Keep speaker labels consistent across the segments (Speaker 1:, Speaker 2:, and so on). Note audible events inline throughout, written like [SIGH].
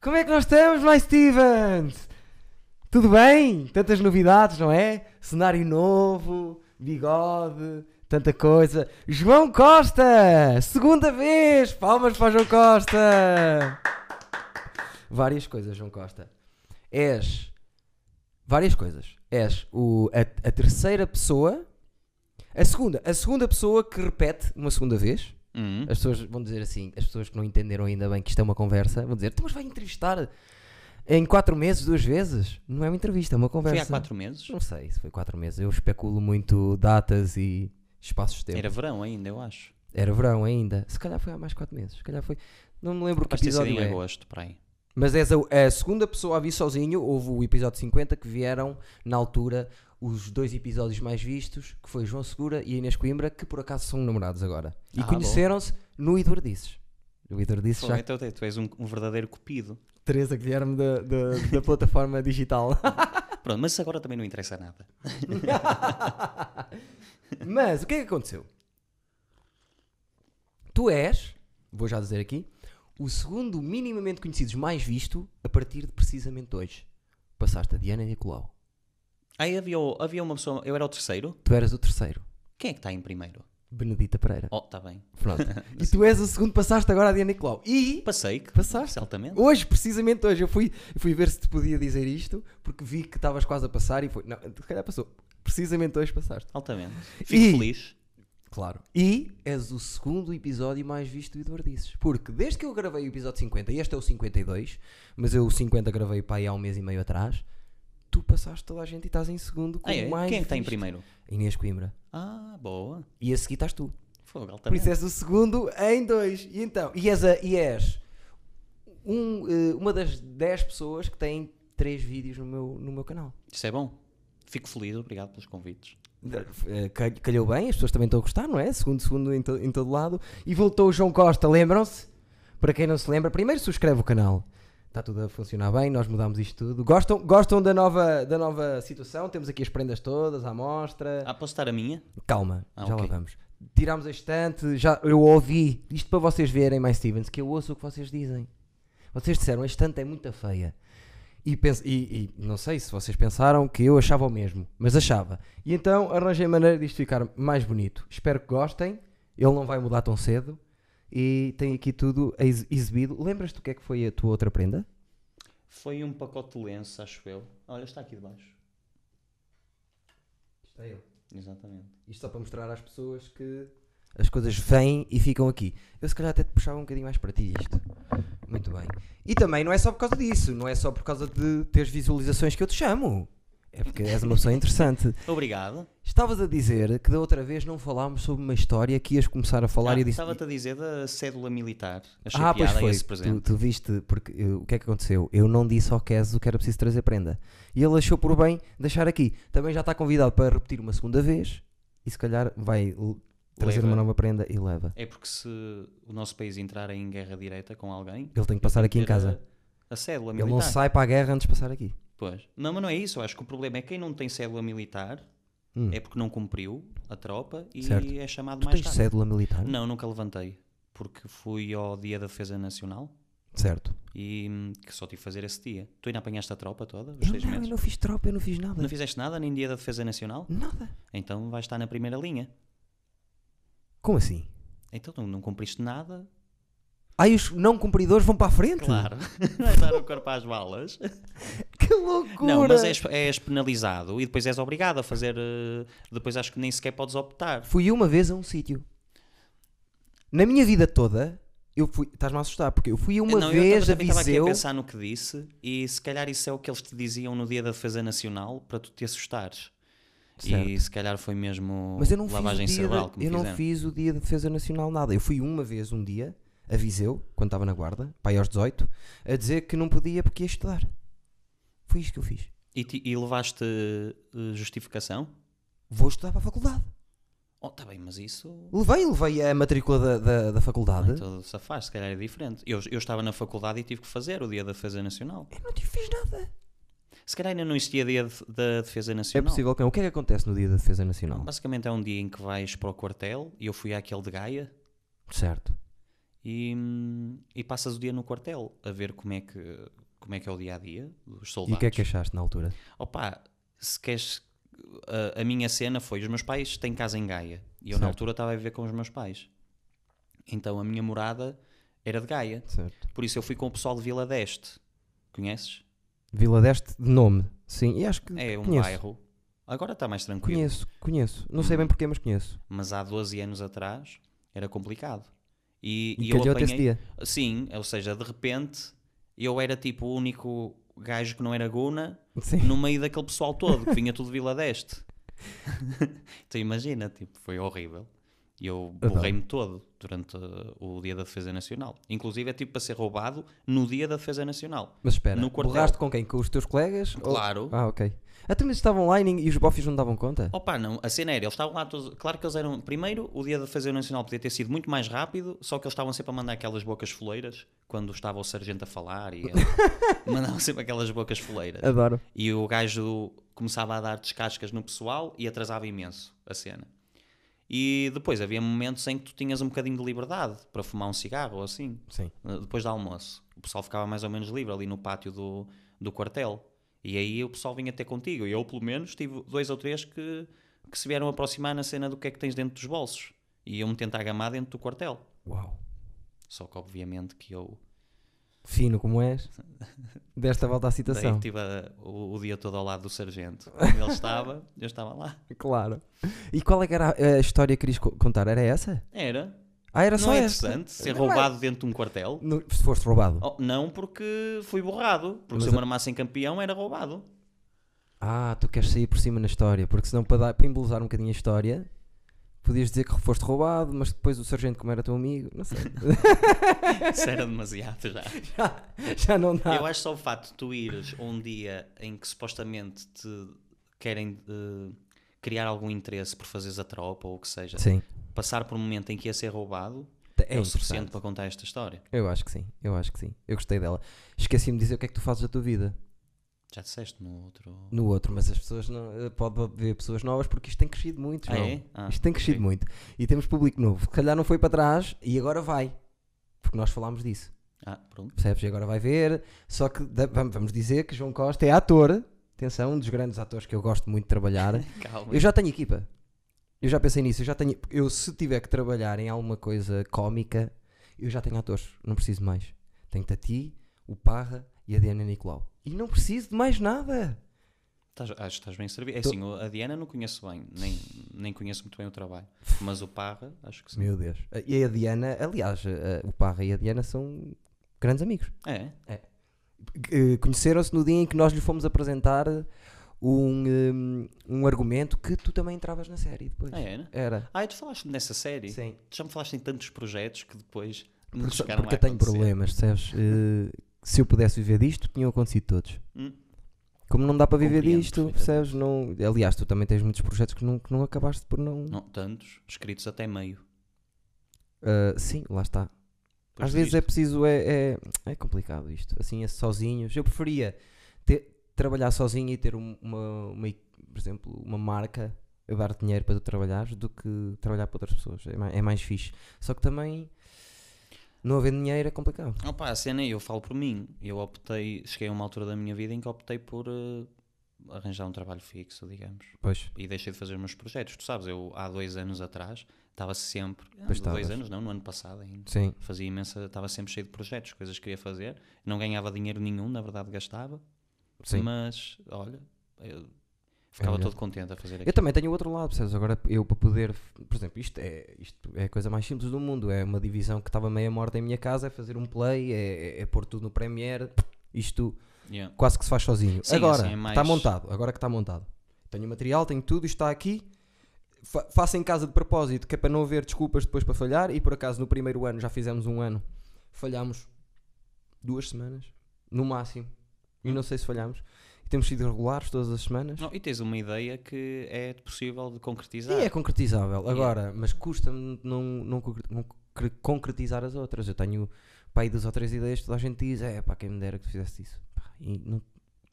Speaker 1: Como é que nós estamos, Bly Stevens? Tudo bem? Tantas novidades, não é? Cenário novo, bigode, tanta coisa. João Costa! Segunda vez! Palmas para o João Costa! Várias coisas, João Costa. És. Várias coisas. És o, a, a terceira pessoa. A segunda, a segunda pessoa que repete uma segunda vez.
Speaker 2: Hum.
Speaker 1: As pessoas vão dizer assim, as pessoas que não entenderam ainda bem que isto é uma conversa, vão dizer, "Então, mas vai entrevistar em quatro meses, duas vezes? Não é uma entrevista, é uma conversa.
Speaker 2: Foi há quatro meses.
Speaker 1: Não sei se foi quatro meses. Eu especulo muito datas e espaços de tempo.
Speaker 2: Era verão ainda, eu acho.
Speaker 1: Era verão ainda. Se calhar foi há mais quatro meses. Se calhar foi. Não me lembro que
Speaker 2: Capaz de ter sido
Speaker 1: episódio
Speaker 2: em
Speaker 1: é.
Speaker 2: agosto, para aí.
Speaker 1: Mas és a, a segunda pessoa a vir sozinho. Houve o episódio 50 que vieram, na altura, os dois episódios mais vistos, que foi João Segura e a Inês Coimbra, que por acaso são namorados agora. E
Speaker 2: Ah, bom.
Speaker 1: conheceram-se no Eduardices. O Eduardices
Speaker 2: Pô,
Speaker 1: já
Speaker 2: então, tu és um, um verdadeiro cupido.
Speaker 1: Teresa Guilherme da, da, da plataforma digital. [LAUGHS] Ah.
Speaker 2: Pronto, mas isso agora também não interessa nada.
Speaker 1: Mas o que é que aconteceu? Tu és, vou já dizer aqui, o segundo minimamente conhecidos mais visto a partir de precisamente hoje. Passaste a Diana Nicolau.
Speaker 2: Aí havia, o- havia uma pessoa, eu era o terceiro.
Speaker 1: Tu eras o terceiro,
Speaker 2: Quem é que está em primeiro?
Speaker 1: Benedita Pereira.
Speaker 2: Oh, está bem.
Speaker 1: Pronto. [LAUGHS] E tu és o segundo, passaste agora a Diana Nicolau. E
Speaker 2: Passei que. é
Speaker 1: Passaste. Uh.
Speaker 2: Certamente.
Speaker 1: hoje, precisamente hoje, eu fui, eu fui ver se te podia dizer isto, porque vi que estavas quase a passar e foi. Não, se calhar passou. Precisamente hoje passaste.
Speaker 2: Altamente. Fico
Speaker 1: E-
Speaker 2: feliz.
Speaker 1: Claro. E és o segundo episódio mais visto do Eduardices. Porque desde que eu gravei o episódio 50, e este é o 52, mas eu o 50 gravei para aí há um mês e meio atrás, tu passaste toda a gente e estás em segundo com
Speaker 2: Ah, é?
Speaker 1: o mais
Speaker 2: Quem é que está em
Speaker 1: visto.
Speaker 2: primeiro?
Speaker 1: Inês Coimbra.
Speaker 2: Ah, boa.
Speaker 1: E a seguir estás tu.
Speaker 2: Fogo,
Speaker 1: Por isso
Speaker 2: altamente.
Speaker 1: és o segundo em dois. E então, e és, a- e és um, eh, uma das 10 pessoas que têm três vídeos no meu, no meu canal.
Speaker 2: Isso é bom. Fico feliz, obrigado pelos convites.
Speaker 1: Eh, cal- calhou bem, as pessoas também estão a gostar, não é? Segundo, segundo em, to- em todo lado. E voltou o João Costa, lembram-se? Para quem não se lembra, primeiro subscreve o canal. Está tudo a funcionar bem, nós mudámos isto tudo. Gostam, gostam da, nova, da nova situação? Temos aqui as prendas todas, à mostra.
Speaker 2: Ah, posso estar a minha?
Speaker 1: Calma,
Speaker 2: Ah,
Speaker 1: já
Speaker 2: ok.
Speaker 1: lá vamos. Tirámos a estante, já, eu ouvi, isto para vocês verem, mais Stevens, que eu ouço o que vocês dizem. Vocês disseram, a estante é muito feia. E, pens- e- e não sei se vocês pensaram que eu achava o mesmo, mas achava. E então arranjei maneira disto ficar mais bonito. Espero que gostem, ele não vai mudar tão cedo. E tem aqui tudo ex- exibido. Lembras-te o que é que foi a tua outra prenda?
Speaker 2: Foi um pacote de lenço, acho eu. Olha, está aqui debaixo.
Speaker 1: Isto é eu.
Speaker 2: Exatamente.
Speaker 1: Isto só para mostrar às pessoas que as coisas vêm e ficam aqui. Eu se calhar até te puxava um bocadinho mais para ti isto. Muito bem. E também não é só por causa disso, não é só por causa de teres visualizações que eu te chamo. É porque és uma pessoa interessante.
Speaker 2: Obrigado.
Speaker 1: Estavas a dizer que da outra vez não falámos sobre uma história que ias começar a falar
Speaker 2: Ah,
Speaker 1: e eu disse.
Speaker 2: Estava-te a dizer da cédula militar. Achei
Speaker 1: Ah, pois
Speaker 2: piada
Speaker 1: foi.
Speaker 2: esse
Speaker 1: Tu,
Speaker 2: presente.
Speaker 1: tu viste, porque eu- o que é que aconteceu? Eu não disse ao Kes o que era preciso trazer prenda. E ele achou por bem deixar aqui. Também já está convidado para repetir uma segunda vez e se calhar vai l- trazer
Speaker 2: Leva.
Speaker 1: uma nova prenda e leva.
Speaker 2: É porque se o nosso país entrar em guerra direta com alguém,
Speaker 1: Ele tem que passar aqui em
Speaker 2: ter a-
Speaker 1: casa.
Speaker 2: A cédula
Speaker 1: Ele não
Speaker 2: militar.
Speaker 1: sai para a guerra antes de passar aqui.
Speaker 2: Pois. Não, mas não é isso. Eu acho que o problema é que quem não tem cédula militar
Speaker 1: Hum.
Speaker 2: é porque não cumpriu a tropa e
Speaker 1: Certo.
Speaker 2: é chamado
Speaker 1: Tu
Speaker 2: mais
Speaker 1: tens
Speaker 2: tarde.
Speaker 1: cédula militar?
Speaker 2: Não, nunca levantei. Porque fui ao Dia da Defesa Nacional
Speaker 1: Certo.
Speaker 2: e hum, que só tive que fazer esse dia. Tu ainda apanhaste a tropa toda, os
Speaker 1: Eu
Speaker 2: seis
Speaker 1: não, eu
Speaker 2: meses?
Speaker 1: não fiz tropa, eu não fiz nada.
Speaker 2: Não fizeste nada nem Dia da Defesa Nacional?
Speaker 1: Nada.
Speaker 2: Então vais estar na primeira linha.
Speaker 1: Como assim?
Speaker 2: Então não, não cumpriste nada?
Speaker 1: Aí os não cumpridores vão para a frente?
Speaker 2: [LAUGHS] Claro.
Speaker 1: é
Speaker 2: vais dar o corpo às balas.
Speaker 1: Que loucura!
Speaker 2: Não, mas é és, és penalizado e depois és obrigado a fazer. eh, Depois acho que nem sequer podes optar.
Speaker 1: Fui uma vez a um sítio. Na minha vida toda, eu fui. Estás-me a assustar, porque eu fui uma
Speaker 2: não,
Speaker 1: vez
Speaker 2: eu
Speaker 1: a
Speaker 2: também estava aqui a
Speaker 1: Viseu.
Speaker 2: pensar no que disse e se calhar isso é o que eles te diziam no dia da defesa nacional para tu te assustares.
Speaker 1: Certo.
Speaker 2: E se calhar foi mesmo
Speaker 1: Mas eu não, fiz o,
Speaker 2: lavagem
Speaker 1: dia
Speaker 2: cerebral,
Speaker 1: de,
Speaker 2: como
Speaker 1: eu não
Speaker 2: fizeram.
Speaker 1: fiz o dia de defesa nacional nada. Eu fui uma vez, um dia, a Viseu, quando estava na guarda, pai aos 18, a dizer que não podia porque ia estudar. Foi isto que eu fiz.
Speaker 2: E, ti- e levaste eh, justificação?
Speaker 1: Vou estudar para a faculdade.
Speaker 2: Oh, está bem, mas isso.
Speaker 1: Levei, levei a matrícula da, da, da faculdade.
Speaker 2: Todo safar, se calhar é diferente. Eu, eu estava na faculdade e tive que fazer o dia da defesa nacional.
Speaker 1: Eu não te fiz nada.
Speaker 2: Se calhar ainda não existia dia de- da defesa
Speaker 1: É
Speaker 2: nacional.
Speaker 1: possível que não. O que é que acontece no dia da defesa nacional?
Speaker 2: Basicamente é um dia em que vais para o quartel e eu fui àquele de Gaia
Speaker 1: Certo.
Speaker 2: e, hum, e passas o dia no quartel a ver como é que, como é, que é o dia a dia dos
Speaker 1: E
Speaker 2: soldados.
Speaker 1: o que é que achaste na altura?
Speaker 2: Opa, se queres. A, a minha cena foi: os meus pais têm casa em Gaia. E eu, na
Speaker 1: Certo.
Speaker 2: altura, estava a viver com os meus pais. Então a minha morada era de Gaia.
Speaker 1: Certo.
Speaker 2: Por isso eu fui com o pessoal de Vila Deste. Conheces?
Speaker 1: Vila deste de nome, sim. E acho que
Speaker 2: É um
Speaker 1: conheço.
Speaker 2: bairro. Agora está mais tranquilo.
Speaker 1: Conheço, conheço. Não
Speaker 2: Uhum.
Speaker 1: sei bem porquê, mas conheço. [LAUGHS]
Speaker 2: Mas há 12 anos atrás era complicado. E,
Speaker 1: E,
Speaker 2: e eu
Speaker 1: calhou-te esse
Speaker 2: apanhei.
Speaker 1: dia.
Speaker 2: Sim, ou seja, de repente eu era tipo o único gajo que não era Guna
Speaker 1: Sim.
Speaker 2: no meio daquele pessoal todo, que vinha tudo de Vila Deste. [LAUGHS] então imagina, tipo, foi horrível. E eu
Speaker 1: Adoro.
Speaker 2: borrei-me todo durante uh, o dia da Defesa Nacional. Inclusive é tipo para ser roubado no dia da Defesa Nacional.
Speaker 1: Mas espera,
Speaker 2: no quartel.
Speaker 1: borraste com quem? Com os teus colegas? Ou-
Speaker 2: Claro.
Speaker 1: Ah, ok. Até mesmo estavam lá e, ninguém- e os bofes não davam conta?
Speaker 2: Opa, não, a cena era, eles estavam lá todos. Claro que eles eram. Primeiro, o dia da Defesa Nacional podia ter sido muito mais rápido, só que eles estavam sempre a mandar aquelas bocas foleiras quando estava o sargento a falar e mandavam sempre aquelas bocas foleiras.
Speaker 1: Adoro.
Speaker 2: E o gajo começava a dar descascas no pessoal e atrasava imenso a cena. E depois havia momentos em que tu tinhas um bocadinho de liberdade para fumar um cigarro ou assim,
Speaker 1: Sim.
Speaker 2: eh, depois do almoço. O pessoal ficava mais ou menos livre ali no pátio do, do quartel. E aí o pessoal vinha até contigo. E eu, pelo menos, tive dois ou três que, que se vieram aproximar na cena do que é que tens dentro dos bolsos. E iam-me tentar gamar dentro do quartel.
Speaker 1: Uau.
Speaker 2: Só que, obviamente, que eu
Speaker 1: Fino como és.
Speaker 2: [LAUGHS]
Speaker 1: Desta volta à
Speaker 2: daí
Speaker 1: citação.
Speaker 2: estive a- o, o dia todo ao lado
Speaker 1: [LAUGHS]
Speaker 2: do sargento. Ele estava, eu estava lá.
Speaker 1: Claro. E qual é que era a, a história que querias co- contar? Era essa?
Speaker 2: Era.
Speaker 1: Ah, era
Speaker 2: Não
Speaker 1: só
Speaker 2: é
Speaker 1: essa?
Speaker 2: interessante ser
Speaker 1: Não é.
Speaker 2: roubado dentro de um quartel?
Speaker 1: No- se foste roubado.
Speaker 2: Oh, não, porque fui borrado. Porque
Speaker 1: Mas
Speaker 2: se eu
Speaker 1: a-
Speaker 2: me armassem campeão, era roubado.
Speaker 1: Ah, tu queres sair por cima na história, porque senão para, dar, para embelezar um bocadinho a história, podias dizer que foste roubado, mas depois o sargento, como era teu amigo, não sei.
Speaker 2: Isso era demasiado
Speaker 1: [LAUGHS]
Speaker 2: já.
Speaker 1: já, já não dá.
Speaker 2: Eu acho só o facto de tu ires a um dia em que supostamente te querem eh, criar algum interesse por fazeres a tropa ou o que seja,
Speaker 1: Sim.
Speaker 2: passar por um momento em que ia ser roubado
Speaker 1: É,
Speaker 2: é, o suficiente
Speaker 1: interessante.
Speaker 2: para contar esta história.
Speaker 1: Eu acho que sim, eu acho que sim. Eu gostei dela. Esqueci-me de dizer o que é que tu fazes da tua vida
Speaker 2: Já disseste no outro.
Speaker 1: no outro, mas as pessoas não. eh, Pode haver pessoas novas porque isto tem crescido muito,
Speaker 2: Ah,
Speaker 1: João.
Speaker 2: é? Ah,
Speaker 1: Isto tem crescido
Speaker 2: ok.
Speaker 1: muito. E temos público novo. Se calhar não foi para trás e agora vai. Porque nós falámos disso.
Speaker 2: Ah, pronto.
Speaker 1: Percebes? E agora vai ver. Só que da- vam- vamos dizer que João Costa é ator. Atenção, um dos grandes atores que eu gosto muito de trabalhar.
Speaker 2: Calma.
Speaker 1: eu já tenho equipa. Eu já pensei nisso. Eu já tenho. Eu se tiver que trabalhar em alguma coisa cómica, eu já tenho atores. Não preciso mais. Tenho-te a ti, o Parra e a Diana Nicolau. E não preciso de mais nada.
Speaker 2: Estás- acho que estás bem servido. É
Speaker 1: Tô-
Speaker 2: assim, o- a Diana não conheço bem, nem, nem conheço muito bem o trabalho. Mas o Parra, acho que sim.
Speaker 1: Meu Deus. E a Diana, aliás, a- a- o Parra e a Diana são grandes amigos.
Speaker 2: É,
Speaker 1: Eh, conheceram-se no dia em que nós lhe fomos apresentar um, um, um argumento que tu também entravas na série depois.
Speaker 2: é, né?
Speaker 1: Era.
Speaker 2: Ah, e tu falaste nessa série?
Speaker 1: Sim.
Speaker 2: Tu já me falaste em tantos projetos que depois não é
Speaker 1: Porque,
Speaker 2: chegaram
Speaker 1: porque
Speaker 2: a
Speaker 1: eu tenho
Speaker 2: acontecer.
Speaker 1: problemas, percebes? Eh, se eu pudesse viver disto, tinham acontecido todos.
Speaker 2: Hum.
Speaker 1: Como não dá para viver
Speaker 2: Compreendo
Speaker 1: disto,
Speaker 2: perfeitamente.
Speaker 1: percebes? Não, aliás, tu também tens muitos projetos que não, que não acabaste por não.
Speaker 2: Não, tantos, escritos até meio.
Speaker 1: Eh, sim, lá está.
Speaker 2: Pois
Speaker 1: Às vezes é
Speaker 2: existe.
Speaker 1: preciso, é, é, é complicado isto. Assim, é sozinhos. Eu preferia ter- trabalhar sozinho e ter um- uma, uma equi- por exemplo, uma marca a dar dinheiro para tu trabalhares do que trabalhar para outras pessoas. É mais, é mais fixe. Só que também não haver dinheiro é complicado.
Speaker 2: Opa, a cena, é, eu falo por mim. Eu optei, cheguei a uma altura da minha vida em que optei por eh, arranjar um trabalho fixo, digamos.
Speaker 1: Pois.
Speaker 2: E deixei de fazer os meus projetos. Tu sabes, eu há dois anos atrás estava sempre. ah,
Speaker 1: Pois
Speaker 2: dois
Speaker 1: estavas.
Speaker 2: anos, não, no ano passado ainda.
Speaker 1: Sim.
Speaker 2: Fazia imensa, estava sempre cheio de projetos, coisas que queria fazer. Não ganhava dinheiro nenhum, na verdade gastava.
Speaker 1: Sim. É
Speaker 2: Mas, olha, eu ficava
Speaker 1: melhor.
Speaker 2: todo contente a fazer aquilo.
Speaker 1: Eu também tenho o outro lado, percebes? Agora eu para poder, por exemplo, isto é, isto é a coisa mais simples do mundo. É uma divisão que estava meia morta em minha casa, é fazer um play, é, é- é pôr tudo no Premiere. Isto
Speaker 2: Yeah.
Speaker 1: quase que se faz sozinho.
Speaker 2: Sim,
Speaker 1: agora
Speaker 2: assim é
Speaker 1: que
Speaker 2: mais-
Speaker 1: está montado, agora que está montado. Tenho o material, tenho tudo, isto está aqui. Fa faço em casa de propósito, que é para não haver desculpas depois para falhar. E por acaso no primeiro ano, já fizemos um ano, falhámos duas semanas, no máximo. E não sei se falhámos. E temos sido regulares todas as semanas.
Speaker 2: Não, e tens uma ideia que é possível de concretizar.
Speaker 1: E é concretizável. Agora, mas custa-me não, não, concre- não cre- concretizar as outras. Eu tenho pá, aí duas ou três ideias, toda a gente diz, é pá, quem me dera que tu fizesse isso. Pá, e não-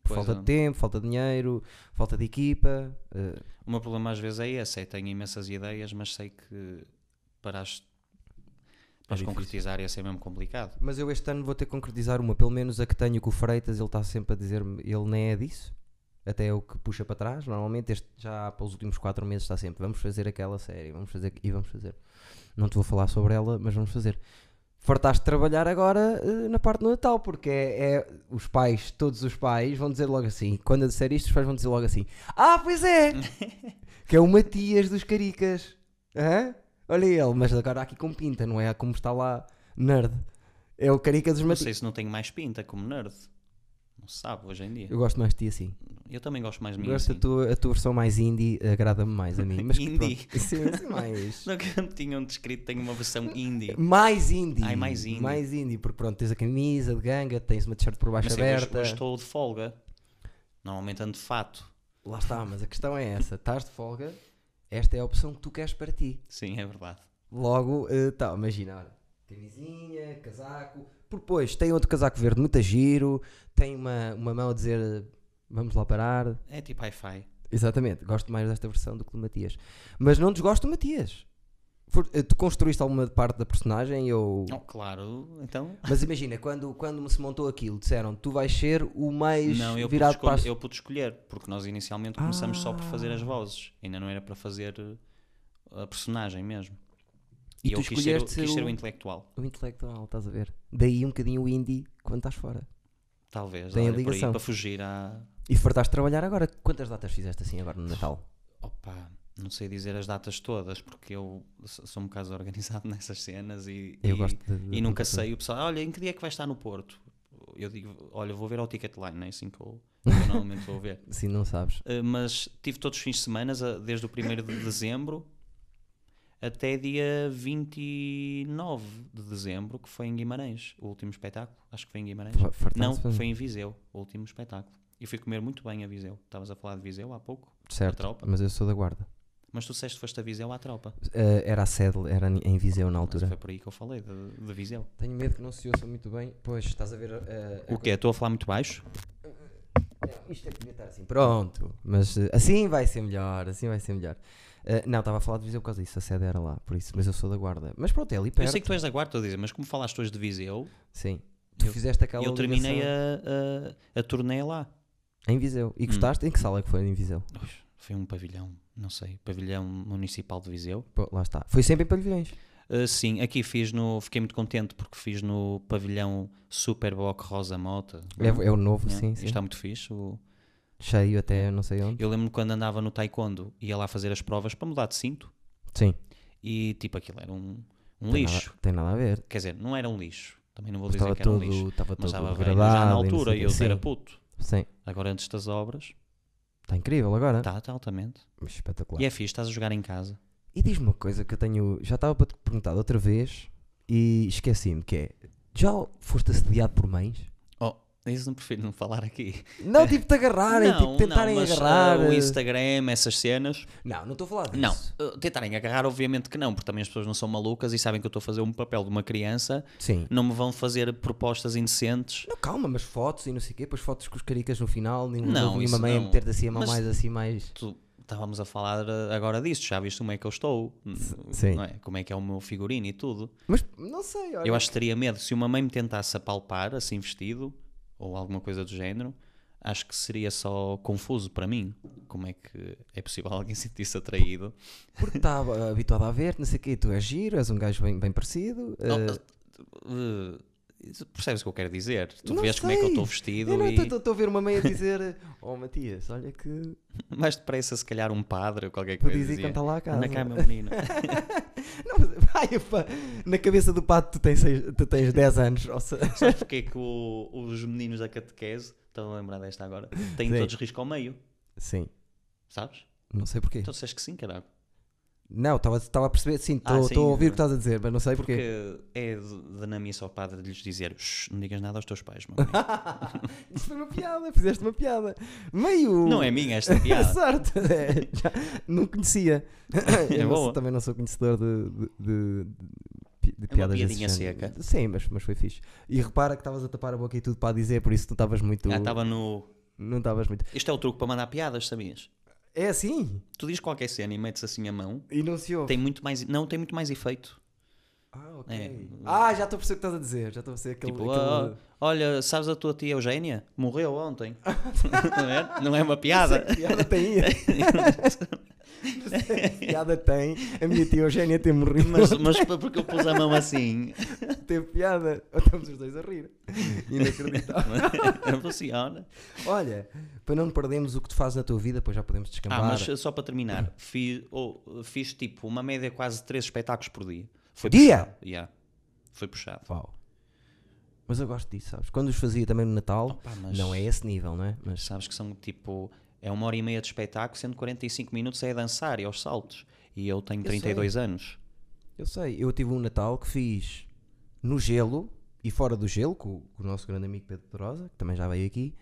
Speaker 2: Pois
Speaker 1: falta
Speaker 2: é.
Speaker 1: de tempo, falta de dinheiro, falta de equipa. eh,
Speaker 2: O meu problema às vezes é esse, é tenho imensas ideias, mas sei que para as Depois
Speaker 3: difícil.
Speaker 2: concretizar ia ser mesmo complicado.
Speaker 1: Mas eu este ano vou ter que concretizar uma, pelo menos a que tenho com o Freitas, ele está sempre a dizer-me, ele nem é disso. Até é o que puxa para trás. Normalmente, este já pelos últimos 4 meses está sempre, vamos fazer aquela série, vamos fazer e vamos fazer. Não te vou falar sobre ela, mas vamos fazer. Fartaste de trabalhar agora eh, na parte do Natal, porque é, é- os pais, todos os pais, vão dizer logo assim. Quando eu disser isto, os pais vão dizer logo assim: Ah, pois
Speaker 2: [LAUGHS]
Speaker 1: é! que é o Matias dos Caricas. Hã? Olha ele, mas agora aqui com pinta, não é? Como está lá, nerd. É o Carica dos
Speaker 2: Não
Speaker 1: Matias.
Speaker 2: sei se não tenho mais pinta como nerd. Não se sabe hoje em dia.
Speaker 1: Eu gosto mais de ti assim.
Speaker 2: Eu também gosto mais de mim.
Speaker 1: Gosto da
Speaker 2: assim.
Speaker 1: tua, a tua versão mais indie, agrada-me mais a mim. Mas que
Speaker 2: [LAUGHS] Indie?
Speaker 1: pronto. Sim, sim,
Speaker 2: [LAUGHS]
Speaker 1: mais.
Speaker 2: Nunca me tinham um descrito, tenho uma versão indie.
Speaker 1: é Mais indie.
Speaker 2: Ai, mais indie.
Speaker 1: Mais indie, porque pronto, tens a camisa de ganga, tens uma t-shirt por baixo
Speaker 2: Mas sei, hoje-
Speaker 1: aberta.
Speaker 2: hoje estou de folga. Normalmente ando de fato.
Speaker 1: Lá está, mas a questão é essa. Estás de folga, esta é a opção que tu queres para ti.
Speaker 2: Sim, é verdade.
Speaker 1: Logo, eh, tá, imagina, olha, camisinha, casaco. Por depois, tem outro casaco verde muito a giro, tem uma, uma mão a dizer eh, vamos lá parar.
Speaker 2: É tipo hi-fi.
Speaker 1: Exatamente, gosto mais desta versão do que do Matias. Mas não desgosto do Matias. For- eh, tu construíste alguma parte da personagem ou.
Speaker 2: Oh, claro, então.
Speaker 1: Mas imagina, quando, quando se montou aquilo, disseram tu vais ser o mais
Speaker 2: Não, eu pude,
Speaker 1: virado para.
Speaker 2: escolher,
Speaker 1: as-
Speaker 2: eu pude escolher, porque nós inicialmente começamos só por fazer as vozes, ainda não era para fazer uh, a personagem mesmo.
Speaker 1: E
Speaker 2: E,
Speaker 1: tu
Speaker 2: eu quis ser, o-
Speaker 1: escolheste ser
Speaker 2: quis ser
Speaker 1: o-
Speaker 2: o intelectual,
Speaker 1: O intelectual, estás a ver? Daí um bocadinho o indie quando estás fora.
Speaker 2: talvez,
Speaker 1: Tem a
Speaker 2: olha, por aí,
Speaker 1: ligação.
Speaker 2: para fugir à.
Speaker 1: E fartaste de trabalhar agora. Quantas datas fizeste assim agora no Natal?
Speaker 2: Opa, não sei dizer as datas todas, porque eu s- sou um bocado [LAUGHS] organizado nessas cenas e,
Speaker 1: Eu
Speaker 2: e-
Speaker 1: gosto de- de-
Speaker 2: e nunca sei. O pessoal, olha, em que dia é que vai estar no Porto? Eu digo, olha, vou ver ao Ticketline, é assim que eu, que eu normalmente
Speaker 1: [LAUGHS]
Speaker 2: vou ver.
Speaker 1: Sim, assim, não sabes.
Speaker 2: Uh, mas tive todos os fins de semana, a- desde o 1 de dezembro até dia 29 de dezembro, que foi em Guimarães, o último espetáculo. Acho que foi em Guimarães.
Speaker 1: Fa- fartaste
Speaker 2: Não,
Speaker 1: mesmo.
Speaker 2: foi em Viseu, o último espetáculo. E fui comer muito bem a Viseu. Estavas a falar de Viseu há pouco,
Speaker 1: Certo,
Speaker 2: tropa.
Speaker 1: mas eu sou da guarda.
Speaker 2: mas tu disseste que foste a Viseu à tropa.
Speaker 1: Eh, era a sede, era ni- em Viseu na
Speaker 2: Mas
Speaker 1: altura.
Speaker 2: foi por aí que eu falei, de, de Viseu.
Speaker 1: Tenho medo que não se ouça muito bem. Pois, estás a ver. eh, a
Speaker 2: O quê? Estou a falar muito baixo?
Speaker 1: Não, isto é que devia estar assim. Pronto, mas eh, assim vai ser melhor, assim vai ser melhor. Eh, não, estava a falar de Viseu por causa disso, a sede era lá, por isso, mas eu sou da guarda. Mas pronto, é ali perto.
Speaker 2: Eu sei que tu és da guarda, estou a dizer, mas como falaste hoje de Viseu,
Speaker 1: Sim. Tu fizeste aquela
Speaker 2: eu terminei
Speaker 1: ligação
Speaker 2: a, a, a turnê lá.
Speaker 1: em Viseu.
Speaker 2: Hum.
Speaker 1: E gostaste? Em que sala é que foi em Viseu?
Speaker 2: Pois, Foi um pavilhão, não sei, pavilhão municipal de Viseu.
Speaker 1: Pô, lá está. Foi sempre em pavilhões.
Speaker 2: Uh, sim, aqui fiz no. Fiquei muito contente porque fiz no pavilhão Superboc Rosa Mota.
Speaker 1: É, é o novo,
Speaker 2: Yeah,
Speaker 1: sim,
Speaker 2: isto
Speaker 1: sim.
Speaker 2: Hum. Está muito fixe. o-
Speaker 1: Cheio até não sei onde.
Speaker 2: Eu lembro-me quando andava no Taekwondo, ia lá fazer as provas para mudar de cinto
Speaker 1: Sim.
Speaker 2: e tipo aquilo era um,
Speaker 1: Tem
Speaker 2: um lixo.
Speaker 1: nada- tem nada a ver.
Speaker 2: Quer dizer, não era um lixo. Também não vou dizer
Speaker 1: Estava
Speaker 2: que era um lixo.
Speaker 1: todo, estava
Speaker 2: Mas
Speaker 1: todo
Speaker 2: estava velho
Speaker 1: gravado.
Speaker 2: já na
Speaker 1: e não sei
Speaker 2: altura
Speaker 1: o
Speaker 2: e
Speaker 1: quê.
Speaker 2: eu
Speaker 1: sim,
Speaker 2: era puto.
Speaker 1: Sim,
Speaker 2: Agora antes das obras,
Speaker 1: está incrível agora.
Speaker 2: está tá altamente.
Speaker 1: Mas espetacular.
Speaker 2: E é fixe, estás a jogar em casa.
Speaker 1: E diz-me uma coisa que eu tenho. Já estava para te perguntar outra vez e esqueci-me: que é. Já foste assediado por mães?
Speaker 2: Oh, isso não prefiro não falar aqui.
Speaker 1: Não, tipo, te agarrarem,
Speaker 2: não,
Speaker 1: tipo, tentarem
Speaker 2: não, mas,
Speaker 1: agarrar.
Speaker 2: ah, o
Speaker 1: eh,
Speaker 2: Instagram, essas cenas.
Speaker 1: Não, não estou a falar disso.
Speaker 2: Não, uh, tentarem agarrar, obviamente que não, porque também as pessoas não são malucas e sabem que eu estou a fazer um papel de uma criança,
Speaker 1: Sim.
Speaker 2: não me vão fazer propostas indecentes.
Speaker 1: Não, calma, mas fotos e não sei o quê, depois fotos com os caricas no final, nenhum,
Speaker 2: Não,
Speaker 1: não, nenhuma
Speaker 2: isso
Speaker 1: mãe a
Speaker 2: não.
Speaker 1: meter-te assim a mão
Speaker 2: Mas-
Speaker 1: mais assim, mais.
Speaker 2: Tu, estávamos a falar uh, agora disso, já viste como é que eu estou, n-
Speaker 1: sim.
Speaker 2: não é? como é que é o meu figurino e tudo.
Speaker 1: Mas não sei, olha.
Speaker 2: Eu acho que teria medo, se uma mãe me tentasse apalpar assim vestido, ou alguma coisa do género, acho que seria só confuso para mim. Como é que é possível [LAUGHS] alguém sentir-se atraído?
Speaker 1: Porque estava habituado a ver, não sei o quê, tu és giro, és um gajo bem, bem parecido. eh,
Speaker 2: Não, uh, uh, percebes o que eu quero dizer? Tu
Speaker 1: Não
Speaker 2: vês como é que eu
Speaker 1: sei.
Speaker 2: estou vestido
Speaker 1: eu não
Speaker 2: e...
Speaker 1: estou a ver uma mãe a dizer: Oh Matias, olha que
Speaker 2: [LAUGHS] Mais depressa, se calhar, um padre ou qualquer coisa.
Speaker 1: podias ir
Speaker 2: dizia,
Speaker 1: cantar lá a casa.
Speaker 2: Anda cá, meu menino.
Speaker 1: [LAUGHS] Não, mas- vai, epá, na cabeça do pato tu tens, seis- tu [LAUGHS] tens 10 anos. Ou se-
Speaker 2: Sabes porque é que o- os meninos da catequese, estão a lembrar desta agora, têm
Speaker 1: Sim.
Speaker 2: todos risco ao meio,
Speaker 1: Sim,
Speaker 2: sabes?
Speaker 1: não sei porquê.
Speaker 2: Então disseste que sim, caralho.
Speaker 1: Não, estava estava a perceber, sim,
Speaker 2: Ah, sim,
Speaker 1: estou a ouvir o
Speaker 2: eh,
Speaker 1: que estás a dizer, mas não sei porquê.
Speaker 2: Porque é de- da na missa ao padre de lhes dizer, "Shh, não digas nada aos teus pais, meu menino."
Speaker 1: Isto foi uma piada, fizeste uma piada. Meio. [LAUGHS]
Speaker 2: Não é minha esta
Speaker 1: É
Speaker 2: piada.
Speaker 1: certo, [LAUGHS] é, já não conhecia. [LAUGHS]
Speaker 2: É
Speaker 1: Eu não sou-
Speaker 2: boa.
Speaker 1: também não sou conhecedor de, de- de- de- de
Speaker 2: É uma
Speaker 1: piadas desse
Speaker 2: piadinha
Speaker 1: género.
Speaker 2: seca.
Speaker 1: Sim, mas, mas foi fixe. E repara que estavas a tapar a boca e tudo para dizer, por isso tu estavas muito.
Speaker 2: Ah, estava no...
Speaker 1: Não estavas muito.
Speaker 2: Isto é o truque para mandar piadas, sabias?
Speaker 1: É assim?
Speaker 2: Tu dizes qualquer cena e metes assim a mão,
Speaker 1: E não se ouve.
Speaker 2: tem muito mais... Não, tem muito mais efeito.
Speaker 1: Ah, ok.
Speaker 2: É.
Speaker 1: Ah, já estou a perceber o que estás a dizer. Já estou a perceber aquele.
Speaker 2: Tipo,
Speaker 1: aquele...
Speaker 2: "Ah, olha, sabes a tua tia Eugénia? Morreu ontem. [LAUGHS] não, é? Não é uma piada?
Speaker 1: Que Piada
Speaker 2: [LAUGHS]
Speaker 1: tem. Que [LAUGHS] piada tem. A minha tia Eugénia tem morrido.
Speaker 2: Mas, mas porque eu pus a mão assim, [LAUGHS]
Speaker 1: Teve piada. Ou estamos os dois a rir. Inacreditável.
Speaker 2: não funciona.
Speaker 1: [LAUGHS] Olha, para não perdermos o que tu fazes na tua vida, pois já podemos descampar.
Speaker 2: Ah, mas só para terminar, fiz, oh, fiz tipo uma média quase de 3 espetáculos por dia. Foi
Speaker 1: Dia?
Speaker 2: Puxado. Yeah. Foi puxado.
Speaker 1: Uau. Mas eu gosto disso, sabes? Quando os fazia também no Natal,
Speaker 2: Opa, mas-
Speaker 1: não é esse nível, não é? Mas
Speaker 2: Sabes que são tipo, é uma hora e meia de espetáculo, sendo 45 minutos é a dançar e aos saltos. E eu tenho 32 anos.
Speaker 1: eu sei, eu tive um Natal que fiz no gelo e fora do gelo, com, com o nosso grande amigo Pedro Pedrosa, que também já veio aqui.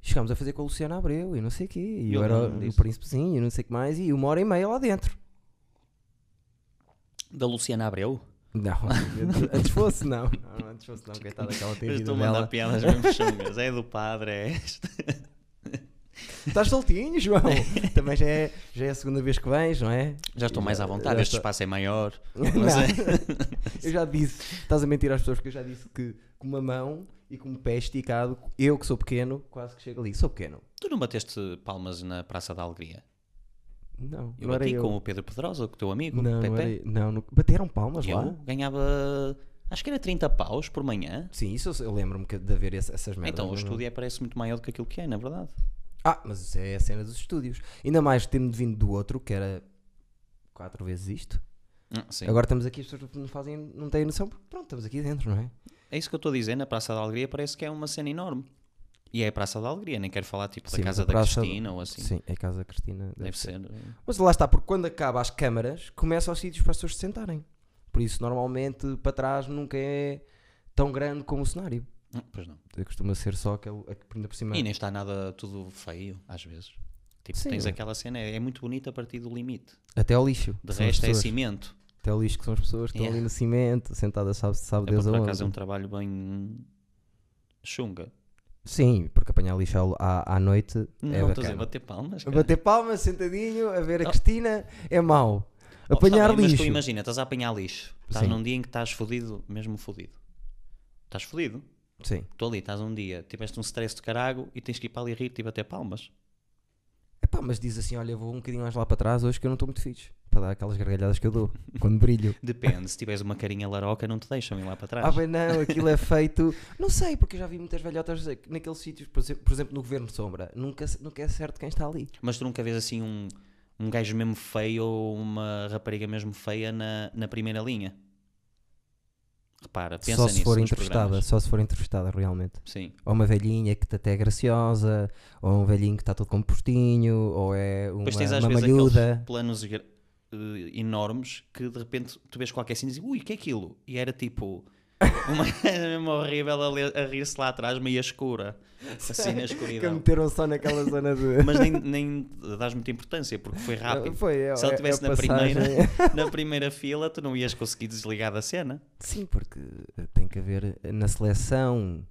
Speaker 1: Chegámos a fazer com o Luciano Abreu e não sei o quê. E
Speaker 2: Eu
Speaker 1: eu era
Speaker 2: lembro-me
Speaker 1: o
Speaker 2: disso.
Speaker 1: príncipezinho e não sei o que mais. E uma hora e meia lá dentro.
Speaker 2: Da Luciana Abreu?
Speaker 1: Não, [LAUGHS] antes fosse não. não antes fosse não, coitada, que ela tem
Speaker 2: Eu
Speaker 1: a
Speaker 2: estou
Speaker 1: vida
Speaker 2: a mandar
Speaker 1: dela.
Speaker 2: piadas mesmo chungas. É do padre, é esta.
Speaker 1: Estás soltinho, João? Também já é, já é a segunda vez que vens, não é?
Speaker 2: [LAUGHS] Já estou mais à vontade,
Speaker 1: Já
Speaker 2: este
Speaker 1: estou-
Speaker 2: espaço é maior.
Speaker 1: Não.
Speaker 2: Mas é-
Speaker 1: [LAUGHS] eu já disse, estás a mentir às pessoas que eu já disse que com uma mão e com um pé esticado, eu que sou pequeno, quase que chego ali. Sou pequeno.
Speaker 2: Tu não bateste palmas na Praça da Alegria?
Speaker 1: Não,
Speaker 2: Eu
Speaker 1: não era
Speaker 2: bati
Speaker 1: eu.
Speaker 2: com o Pedro Pedrosa, com o teu amigo,
Speaker 1: Não, não,
Speaker 2: Pepe.
Speaker 1: era eu. não, não- bateram palmas
Speaker 2: eu
Speaker 1: lá?
Speaker 2: ganhava, acho que era 30 paus por manhã.
Speaker 1: Sim, isso eu, eu lembro-me que- de haver esse- essas merdas.
Speaker 2: Então o
Speaker 1: mas não-
Speaker 2: estúdio é, parece muito maior do que aquilo que é, na verdade.
Speaker 1: Ah, mas isso é a cena dos estúdios. Ainda mais tendo vindo do outro, que era quatro vezes isto.
Speaker 2: Ah, sim.
Speaker 1: Agora estamos aqui, as pessoas não, fazem, não têm noção, porque pronto, estamos aqui dentro, não é?
Speaker 2: É isso que eu estou a dizer, na Praça da Alegria parece que é uma cena enorme. E é a Praça da Alegria, nem quero falar tipo
Speaker 1: Sim,
Speaker 2: da Casa
Speaker 1: mas a Praça-
Speaker 2: da Cristina ou assim.
Speaker 1: Sim, é a casa da Cristina. deve
Speaker 2: Deve ser. eh,
Speaker 1: Mas lá está, porque quando acaba as câmaras, começa aos sítios para as pessoas se sentarem. Por isso, normalmente, para trás nunca é tão grande como o cenário.
Speaker 2: Ah, Pois não.
Speaker 1: Costuma ser só aquele, aquele ainda por cima.
Speaker 2: E nem está nada tudo feio, às vezes. Tipo,
Speaker 1: Sim,
Speaker 2: tens
Speaker 1: é.
Speaker 2: aquela cena, é, é muito bonita a partir do limite.
Speaker 1: Até ao lixo.
Speaker 2: De
Speaker 1: que são as
Speaker 2: resto é
Speaker 1: pessoas.
Speaker 2: cimento.
Speaker 1: Até ao lixo que são as pessoas que estão
Speaker 2: Yeah.
Speaker 1: ali no cimento, sentadas, sabe, sabe
Speaker 2: É,
Speaker 1: Deus
Speaker 2: por
Speaker 1: aonde.
Speaker 2: acaso é um trabalho bem chunga.
Speaker 1: Sim, porque apanhar lixo ao- à, à noite
Speaker 2: Não,
Speaker 1: é
Speaker 2: estou a dizer,
Speaker 1: bacana.
Speaker 2: bater palmas. cara.
Speaker 1: Bater palmas, sentadinho, a ver a
Speaker 2: Oh.
Speaker 1: Cristina, é mau.
Speaker 2: Oh, está
Speaker 1: Apanhar
Speaker 2: bem, Mas
Speaker 1: lixo.
Speaker 2: tu imagina, estás a apanhar lixo. Estás
Speaker 1: Sim.
Speaker 2: num dia em que estás fodido, mesmo fodido. Estás fodido.
Speaker 1: Sim.
Speaker 2: Estou ali, estás um dia, tiveste um stress de carago e tens que ir para ali rir e bater palmas.
Speaker 1: Epá, mas diz assim: olha, vou um bocadinho mais lá para trás hoje que eu não estou muito fixe. Para dar aquelas gargalhadas que eu
Speaker 2: [LAUGHS]
Speaker 1: dou quando brilho.
Speaker 2: Depende, se tiveres uma carinha laroca, não te deixam ir lá para trás.
Speaker 1: Ah, bem, não, aquilo é feito. Não sei, porque eu já vi muitas velhotas naqueles sítios, por exemplo, por exemplo, no Governo Sombra. Nunca, se- nunca é certo quem está ali.
Speaker 2: Mas tu nunca vês assim um, um gajo mesmo feio ou uma rapariga mesmo feia na, na primeira linha. Repara, pensa
Speaker 1: só
Speaker 2: nisso.
Speaker 1: se for assim.
Speaker 2: nos
Speaker 1: entrevistada,
Speaker 2: programas.
Speaker 1: só se for entrevistada realmente.
Speaker 2: Sim.
Speaker 1: Ou uma velhinha que até é graciosa, ou um velhinho que está todo compostinho, ou é uma,
Speaker 2: Depois tens às
Speaker 1: uma
Speaker 2: vezes
Speaker 1: malhuda.
Speaker 2: aqueles planos gra- eh, enormes que de repente tu vês qualquer cena e dizes, ui, o que é aquilo? E era tipo uma [LAUGHS] era mesmo horrível a, le- a rir-se lá atrás, meio escura. Assim
Speaker 1: [LAUGHS]
Speaker 2: na
Speaker 1: Que
Speaker 2: escuridão.
Speaker 1: meteram só naquela zona de. [LAUGHS]
Speaker 2: Mas nem, nem dás muita importância porque foi rápido.
Speaker 1: Foi, é,
Speaker 2: Se ela
Speaker 1: é-
Speaker 2: estivesse
Speaker 1: é a
Speaker 2: na,
Speaker 1: passagem.
Speaker 2: [LAUGHS] primeira,
Speaker 1: [LAUGHS]
Speaker 2: na primeira fila, tu não ias conseguir desligar da cena.
Speaker 1: Sim, porque eh, tem que haver eh, na seleção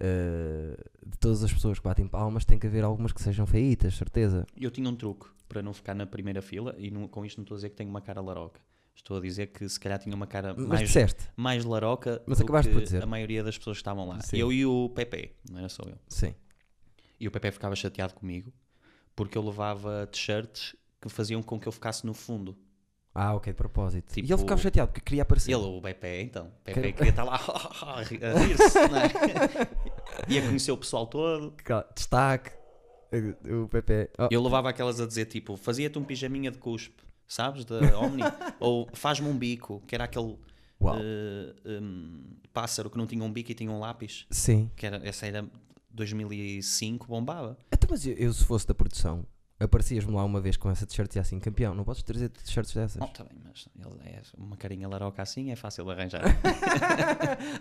Speaker 1: eh, de todas as pessoas que batem palmas, tem que haver algumas que sejam feitas, certeza.
Speaker 2: Eu tinha um truque para não ficar na primeira fila, e não- com isto não estou a dizer que tenho uma cara laroca. Estou a dizer que se calhar tinha uma cara
Speaker 1: Mas
Speaker 2: mais,
Speaker 1: disseste?
Speaker 2: mais laroca
Speaker 1: Mas
Speaker 2: do
Speaker 1: acabaste
Speaker 2: que
Speaker 1: por dizer.
Speaker 2: a maioria das pessoas que estavam lá.
Speaker 1: Sim.
Speaker 2: Eu e o Pepe, não era só eu.
Speaker 1: Sim.
Speaker 2: E o Pepe ficava chateado comigo porque eu levava t-shirts que faziam com que eu ficasse no fundo.
Speaker 1: Ah, ok, de propósito. E
Speaker 2: Tipo-
Speaker 1: ele ficava chateado porque queria aparecer.
Speaker 2: Ele, o Pepe, então. Pepe
Speaker 1: Quero-
Speaker 2: queria estar lá [LAUGHS] a rir-se, não [LAUGHS] é? Ia conhecer o pessoal todo.
Speaker 1: Claro, Destaque. Eh, O Pepe. Oh,
Speaker 2: Eu levava aquelas a dizer tipo, fazia-te um pijaminha de cuspe, sabes? Da [LAUGHS] Omni. Ou faz-me um bico, que era aquele
Speaker 1: Uau.
Speaker 2: eh, hum, pássaro que não tinha um bico e tinha um lápis.
Speaker 1: Sim.
Speaker 2: Que era, essa era 2005, bombava.
Speaker 1: Então, mas eu, eu se fosse da produção, aparecias-me lá uma vez com essa t-shirt e assim, campeão, não podes trazer t-shirts dessas?
Speaker 2: Oh, tá bem, mas ele é uma carinha laroca assim é fácil de [LAUGHS] arranjar.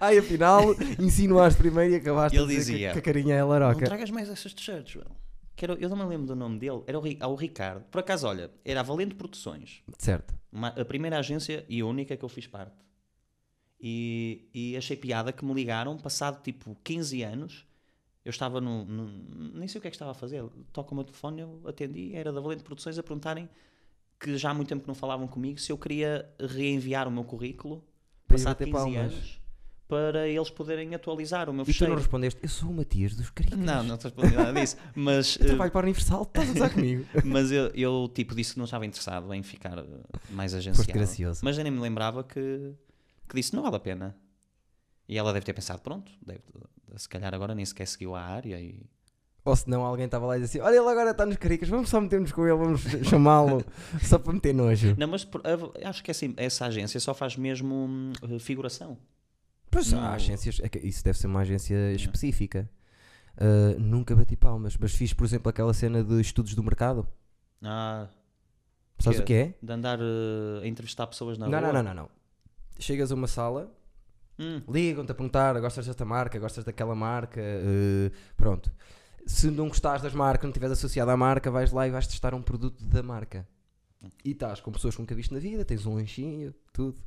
Speaker 1: Ai,
Speaker 2: [LAUGHS]
Speaker 1: afinal, insinuaste primeiro e acabaste
Speaker 2: Ele
Speaker 1: a dizer
Speaker 2: dizia,
Speaker 1: que, que a carinha é
Speaker 2: não
Speaker 1: laroca.
Speaker 2: tragas mais essas t-shirts, Joel. Que era- eu não me lembro do nome dele, era o, Ri- ah, o Ricardo. Por acaso, olha, era a Valente Produções.
Speaker 1: Certo.
Speaker 2: uma- a primeira agência e a única que eu fiz parte. E, e achei piada que me ligaram, passado tipo 15 anos, eu estava num. num- nem sei o que é que estava a fazer. Toca o meu telefone, eu atendi, era da Valente Produções a perguntarem que já há muito tempo que não falavam comigo se eu queria reenviar o meu currículo
Speaker 1: Para ir
Speaker 2: passado
Speaker 1: bater
Speaker 2: 15
Speaker 1: palmas.
Speaker 2: anos para eles poderem atualizar o meu
Speaker 1: E tu não
Speaker 2: fecheiro.
Speaker 1: respondeste, eu sou o Matias dos Cricas.
Speaker 2: Não, não estou respondendo nada
Speaker 1: [LAUGHS]
Speaker 2: disso. Mas,
Speaker 1: Eu
Speaker 2: eh,
Speaker 1: trabalho para a Universal, estás a usar
Speaker 2: [LAUGHS]
Speaker 1: comigo.
Speaker 2: mas eu, eu, tipo, disse que não estava interessado em ficar eh, mais
Speaker 1: Foste
Speaker 2: agenciado.
Speaker 1: gracioso.
Speaker 2: Mas eu nem me lembrava que, que disse não vale a pena. E ela deve ter pensado, pronto, deve- se calhar agora nem sequer seguiu a área e
Speaker 1: Ou se não, alguém estava lá e dizia assim, olha ele agora está nos Cricas, vamos só meter-nos com ele,
Speaker 2: [LAUGHS]
Speaker 1: vamos chamá-lo só para meter nojo.
Speaker 2: Não, mas por- a- acho que essa, essa agência só faz mesmo hum, figuração.
Speaker 1: Pois
Speaker 2: Não.
Speaker 1: há agências, é que isso deve ser uma agência específica. Uh, nunca bati palmas, mas fiz, por exemplo, aquela cena de estudos do mercado.
Speaker 2: Ah,
Speaker 1: Sabes
Speaker 2: Que
Speaker 1: o que é?
Speaker 2: de andar eh, a entrevistar pessoas na
Speaker 1: Não, não,
Speaker 2: rua.
Speaker 1: não, não, não. Chegas a uma sala,
Speaker 2: Hum,
Speaker 1: ligam-te a perguntar: gostas desta marca, gostas daquela marca? eh, pronto. Se não gostares das marcas, não estiveres associado à marca, vais lá e vais testar um produto da marca. E estás com pessoas que nunca viste na vida, tens um lanchinho, tudo.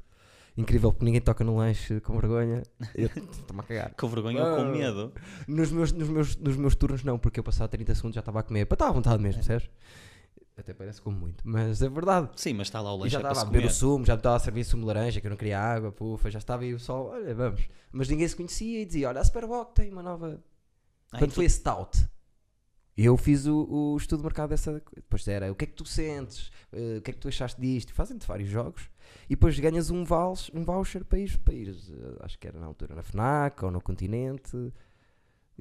Speaker 1: Incrível, porque ninguém toca no lanche com vergonha.
Speaker 2: [LAUGHS]
Speaker 1: Eu- Estou-me a cagar.
Speaker 2: com vergonha ou com
Speaker 1: Uau.
Speaker 2: medo.
Speaker 1: Nos meus, nos, meus, nos meus turnos não, porque eu passava 30 segundos já estava a comer. Para estar à vontade
Speaker 2: É.
Speaker 1: mesmo, percebes? Até parece como muito, mas é verdade.
Speaker 2: Sim, mas está lá o
Speaker 1: E
Speaker 2: lanche
Speaker 1: já
Speaker 2: é para
Speaker 1: estava a
Speaker 2: se
Speaker 1: beber
Speaker 2: comer.
Speaker 1: o sumo, já me estava a servir sumo de laranja, que eu não queria água, pufa, já estava aí o sol, olha, vamos. Mas ninguém se conhecia e dizia, olha, a Superbock tem uma nova...
Speaker 2: Ah,
Speaker 1: Quando
Speaker 2: e
Speaker 1: foi a Stout, eu fiz o, o estudo de mercado dessa... co- Depois era, o que é que tu sentes? Eh, o que é que tu achaste disto? Fazem-te vários jogos. E depois ganhas um, vals, um voucher para ir, para ires, eh, acho que era na altura, na FNAC ou no Continente.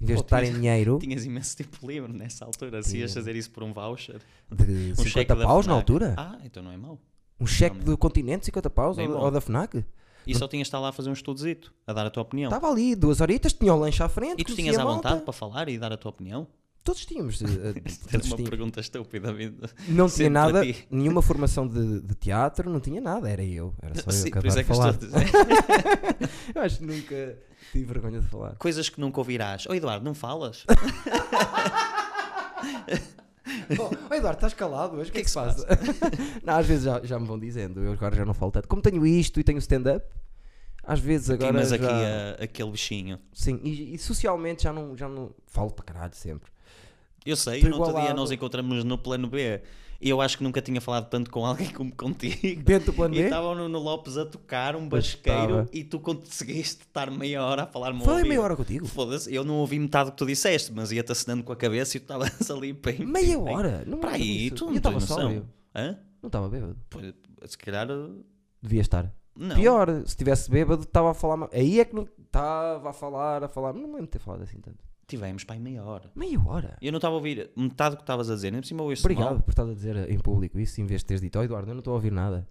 Speaker 1: Em vez
Speaker 2: Pô,
Speaker 1: de estar em
Speaker 2: tinhas-
Speaker 1: dinheiro,
Speaker 2: Tinhas imenso [LAUGHS] tempo livre nessa altura. Se ias
Speaker 1: Tinha.
Speaker 2: fazer isso por um voucher,
Speaker 1: de
Speaker 2: um cheque
Speaker 1: 50
Speaker 2: da
Speaker 1: paus na
Speaker 2: FNAC.
Speaker 1: altura.
Speaker 2: Ah, então não é mau.
Speaker 1: um cheque
Speaker 2: realmente.
Speaker 1: do Continente, 50 paus,
Speaker 2: Bem
Speaker 1: ou,
Speaker 2: bom.
Speaker 1: ou da FNAC.
Speaker 2: E só tinhas de estar lá a fazer um estudozito, a dar a tua opinião.
Speaker 1: Estava ali, duas horitas, tinha o lanche à frente.
Speaker 2: e tu
Speaker 1: conhecia
Speaker 2: tinhas
Speaker 1: Tá a
Speaker 2: à
Speaker 1: malta.
Speaker 2: vontade para falar e dar a tua opinião?
Speaker 1: Todos
Speaker 2: [LAUGHS]
Speaker 1: tínhamos. eh, eh,
Speaker 2: Era
Speaker 1: todos
Speaker 2: uma
Speaker 1: tínhamos.
Speaker 2: pergunta estúpida. vida.
Speaker 1: Não
Speaker 2: Sempre
Speaker 1: tinha nada,
Speaker 2: a ti.
Speaker 1: nenhuma formação de, de teatro, não tinha nada, era eu. Era só
Speaker 2: Sim,
Speaker 1: eu que
Speaker 2: por
Speaker 1: adoro
Speaker 2: isso é que eu estou
Speaker 1: falar.
Speaker 2: a dizer.
Speaker 1: [LAUGHS] Eu acho que nunca tive vergonha de falar.
Speaker 2: [LAUGHS] Coisas que nunca ouvirás. Ô Eduardo, não falas?
Speaker 1: Oh, Eduardo, estás calado hoje? O que, é que se
Speaker 2: se
Speaker 1: passa? [LAUGHS] não, às vezes já, já me vão dizendo, eu agora já não falo tanto. Como tenho isto e tenho stand-up, às vezes agora.
Speaker 2: Queimas aqui eh,
Speaker 1: já-
Speaker 2: a- aquele bichinho.
Speaker 1: Sim, e, e socialmente já não, já não. Falo para caralho
Speaker 2: [LAUGHS]
Speaker 1: sempre.
Speaker 2: Eu sei,
Speaker 1: Estou
Speaker 2: no outro dia
Speaker 1: igualado.
Speaker 2: nós encontramos no plano B e eu acho que nunca tinha falado tanto com alguém como contigo.
Speaker 1: Dentro do plano
Speaker 2: E
Speaker 1: B?
Speaker 2: estava o Nuno Lopes a tocar um
Speaker 1: Pois
Speaker 2: basqueiro
Speaker 1: estava.
Speaker 2: e tu conseguiste estar meia hora a falar-me ao
Speaker 1: Falei
Speaker 2: ouvido.
Speaker 1: meia hora contigo.
Speaker 2: Foda-se, eu não ouvi metade do que tu disseste, mas ia-te acenando com a cabeça e tu estavas [LAUGHS] ali pem, pem,
Speaker 1: Meia
Speaker 2: pem.
Speaker 1: hora? Não me lembro
Speaker 2: Para aí,
Speaker 1: disso.
Speaker 2: tu
Speaker 1: Eu
Speaker 2: não
Speaker 1: estava
Speaker 2: tens noção.
Speaker 1: sóbrio.
Speaker 2: Hã?
Speaker 1: Não estava bêbado.
Speaker 2: Pois, Se calhar, eh, não.
Speaker 1: Devia estar. Pior, se tivesse bêbado, estava a falar. ma- Aí é que não estava a falar, a falar. Não me lembro de ter falado assim tanto.
Speaker 2: Tivemos para aí meia hora.
Speaker 1: Meia hora.
Speaker 2: Eu não estava a ouvir metade do que estavas a dizer, nem por cima ouço é mal.
Speaker 1: Obrigado por estar a dizer em público isso, em vez de teres dito, oh, Eduardo, eu não estou a ouvir nada.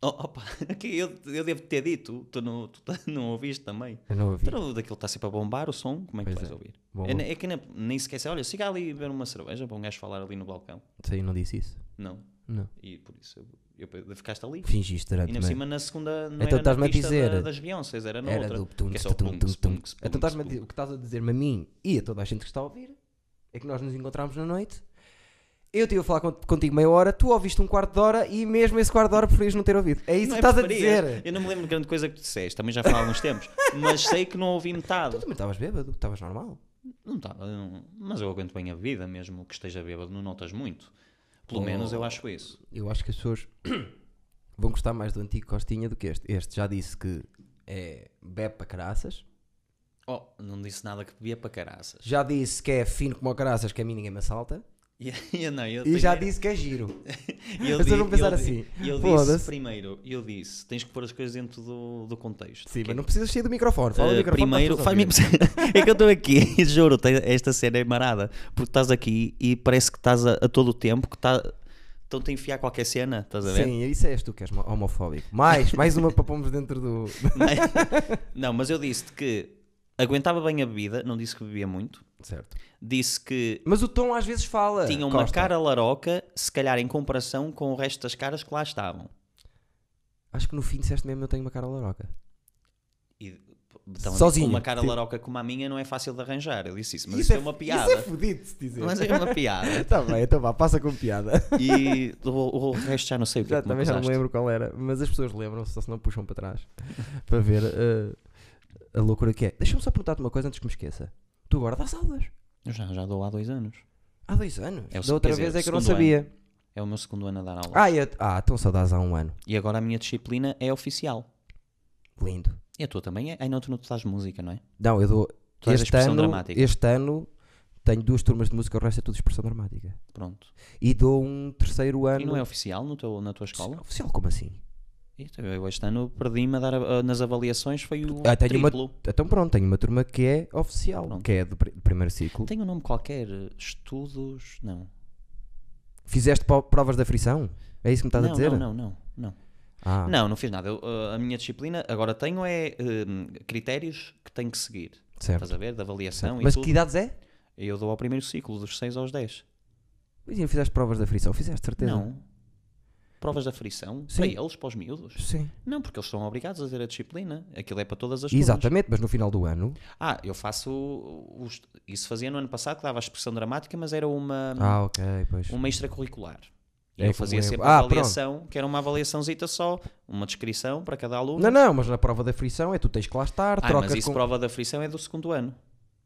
Speaker 2: Oh, opa, [LAUGHS] que eu, eu devo ter dito, tu não, tu tá, [LAUGHS] não ouviste também.
Speaker 1: Eu não ouvi.
Speaker 2: Tu não, daquilo está sempre a bombar o som, como é que
Speaker 1: Pois
Speaker 2: vais
Speaker 1: é.
Speaker 2: ouvir?
Speaker 1: Bom,
Speaker 2: É, ne- é que nem, nem sequer sei, olha, siga ali e beber uma cerveja para um gajo falar ali no balcão.
Speaker 1: sei, eu não disse isso.
Speaker 2: Não,
Speaker 1: Não.
Speaker 2: e por isso eu, eu, ficaste ali.
Speaker 1: Fingiste
Speaker 2: E
Speaker 1: durante
Speaker 2: na
Speaker 1: meio.
Speaker 2: cima na segunda não
Speaker 1: Então
Speaker 2: era
Speaker 1: estás-me
Speaker 2: na
Speaker 1: a
Speaker 2: pista
Speaker 1: dizer-
Speaker 2: da- das Beyoncés, era na
Speaker 1: Era
Speaker 2: outra.
Speaker 1: do tum,
Speaker 2: que é só
Speaker 1: tum, tum,
Speaker 2: punks,
Speaker 1: tum.
Speaker 2: punks,
Speaker 1: Então estás-me a
Speaker 2: punks,
Speaker 1: dizer- o que estás a dizer-me a mim e a toda a gente que está a ouvir é que nós nos encontramos na noite. Eu estive a falar cont- contigo meia hora, tu ouviste um quarto de hora e mesmo esse quarto de hora preferias não ter ouvido. É isso
Speaker 2: Não
Speaker 1: que
Speaker 2: é
Speaker 1: estás a
Speaker 2: preferias.
Speaker 1: dizer.
Speaker 2: Eu não me lembro de grande coisa que tu disseste, também já foi há
Speaker 1: [LAUGHS]
Speaker 2: alguns tempos, mas sei que não ouvi
Speaker 1: Tu
Speaker 2: metade.
Speaker 1: também estavas bêbado, estavas normal.
Speaker 2: Não estava, não- mas eu aguento bem a vida, mesmo que esteja bêbado, não notas muito.
Speaker 1: Oh.
Speaker 2: Pelo menos eu acho isso.
Speaker 1: eu acho que as pessoas [COUGHS] vão gostar mais do antigo Costinha do que este. Este já disse que é bebe para caraças,
Speaker 2: Oh, não disse nada que bebia para caraças. [LAUGHS]
Speaker 1: já disse que é fino como o caraças, que a mim ninguém me assalta,
Speaker 2: E, e não, eu
Speaker 1: e já
Speaker 2: tenho-
Speaker 1: disse que é giro. [LAUGHS]
Speaker 2: eu
Speaker 1: As pessoas
Speaker 2: di-
Speaker 1: vão pensar
Speaker 2: eu di-
Speaker 1: assim,
Speaker 2: Eu
Speaker 1: "Foda-se."
Speaker 2: disse primeiro, eu disse, tens que pôr as coisas dentro do, do contexto.
Speaker 1: Sim,
Speaker 2: Que- é,
Speaker 1: mas não precisas sair do microfone. Fala
Speaker 2: Eh,
Speaker 1: do microfone. tá
Speaker 2: primeiro,
Speaker 1: para as
Speaker 2: faz-me
Speaker 1: pessoas
Speaker 2: impressão- [LAUGHS] é que eu estou aqui, juro, tem- esta cena é marada, porque estás aqui e parece que estás a, a todo o tempo que está, estão-te a enfiar qualquer cena, estás a ver?
Speaker 1: ouvirem. Sim, isso és tu que és mo- homofóbico. Mais, mais uma para pomos dentro
Speaker 2: [LAUGHS]
Speaker 1: do.
Speaker 2: Mas- não, mas eu disse que aguentava bem a bebida, não disse que bebia muito,
Speaker 1: Certo.
Speaker 2: disse que
Speaker 1: Mas o tom às vezes fala.
Speaker 2: tinha uma
Speaker 1: Ah, Costa.
Speaker 2: cara laroca, se calhar em comparação com o resto das caras que lá estavam.
Speaker 1: Acho que no fim disseste mesmo eu tenho uma cara laroca.
Speaker 2: E, p- então,
Speaker 1: Sozinho,
Speaker 2: Uma cara
Speaker 1: sim.
Speaker 2: laroca como a minha não é fácil de arranjar. Eu disse isso, mas isso, é, uma
Speaker 1: f-
Speaker 2: piada.
Speaker 1: Isso é fodido se dizer.
Speaker 2: Mas é uma
Speaker 1: [LAUGHS]
Speaker 2: piada.
Speaker 1: Tá bem, então vá, passa com piada.
Speaker 2: E o, o resto já não sei o que é
Speaker 1: Já,
Speaker 2: que me
Speaker 1: também já não me
Speaker 2: acusaste.
Speaker 1: lembro qual era, mas as pessoas lembram-se, só se não puxam para trás [LAUGHS] para ver eh, a loucura que é. Deixa-me só perguntar-te uma coisa antes que me esqueça. Tu agora dás aulas.
Speaker 2: Eu já, já dou há dois anos.
Speaker 1: Há dois anos.
Speaker 2: É o se-
Speaker 1: da outra
Speaker 2: quer dizer,
Speaker 1: vez é que eu não
Speaker 2: segundo
Speaker 1: sabia.
Speaker 2: É o meu segundo ano a dar aula.
Speaker 1: Ah, e a- ah, então só dás há um ano.
Speaker 2: E agora a minha disciplina é oficial.
Speaker 1: Lindo.
Speaker 2: E a tua também é? Ai não, tu não tu dás música, não é?
Speaker 1: Não, eu dou.
Speaker 2: Tu dás
Speaker 1: Este
Speaker 2: expressão
Speaker 1: ano,
Speaker 2: dramática.
Speaker 1: este ano tenho duas turmas de música, o resto é tudo expressão dramática.
Speaker 2: Pronto.
Speaker 1: E dou um terceiro ano.
Speaker 2: E não é oficial no teu, na tua escola?
Speaker 1: Oficial, como assim?
Speaker 2: Ih, Eu este ano perdi-me a dar a- a- nas avaliações, foi o
Speaker 1: Ah, tenho uma-
Speaker 2: triplo.
Speaker 1: Então pronto, tenho uma turma que é oficial,
Speaker 2: Pronto.
Speaker 1: que é do, pri- do primeiro ciclo.
Speaker 2: Tem um nome qualquer? Estudos? Não.
Speaker 1: Fizeste po- provas da frição? É isso que me estás
Speaker 2: não,
Speaker 1: a dizer?
Speaker 2: não, não, não, não.
Speaker 1: Ah,
Speaker 2: Não, não fiz nada. Eu, uh, a minha disciplina agora tenho é hum, critérios que tenho que seguir. Estás
Speaker 1: certo.
Speaker 2: a ver? De avaliação
Speaker 1: Mas
Speaker 2: e tudo.
Speaker 1: que idades é?
Speaker 2: Eu dou ao primeiro ciclo, dos 6 aos 10.
Speaker 1: Mas não fizeste provas da frição? Fizeste, certeza?
Speaker 2: Não. Provas da frição?
Speaker 1: Sim.
Speaker 2: Para eles, para os miúdos?
Speaker 1: Sim.
Speaker 2: Não, porque eles são obrigados a ter a disciplina. Aquilo é para todas as turmas.
Speaker 1: Exatamente, mas no final do ano.
Speaker 2: Ah, eu faço. os- Isso fazia no ano passado, que dava a expressão dramática, mas era uma,
Speaker 1: Ah, ok, pois.
Speaker 2: uma extracurricular. E
Speaker 1: É
Speaker 2: eu
Speaker 1: como
Speaker 2: fazia
Speaker 1: eu.
Speaker 2: sempre
Speaker 1: Ah,
Speaker 2: a avaliação, que era uma avaliaçãozita só, uma descrição para cada aluno.
Speaker 1: Não, não, mas na prova da frição é tu tens que lá estar,
Speaker 2: Ah,
Speaker 1: trocas
Speaker 2: mas isso
Speaker 1: com.
Speaker 2: prova da frição é do segundo ano.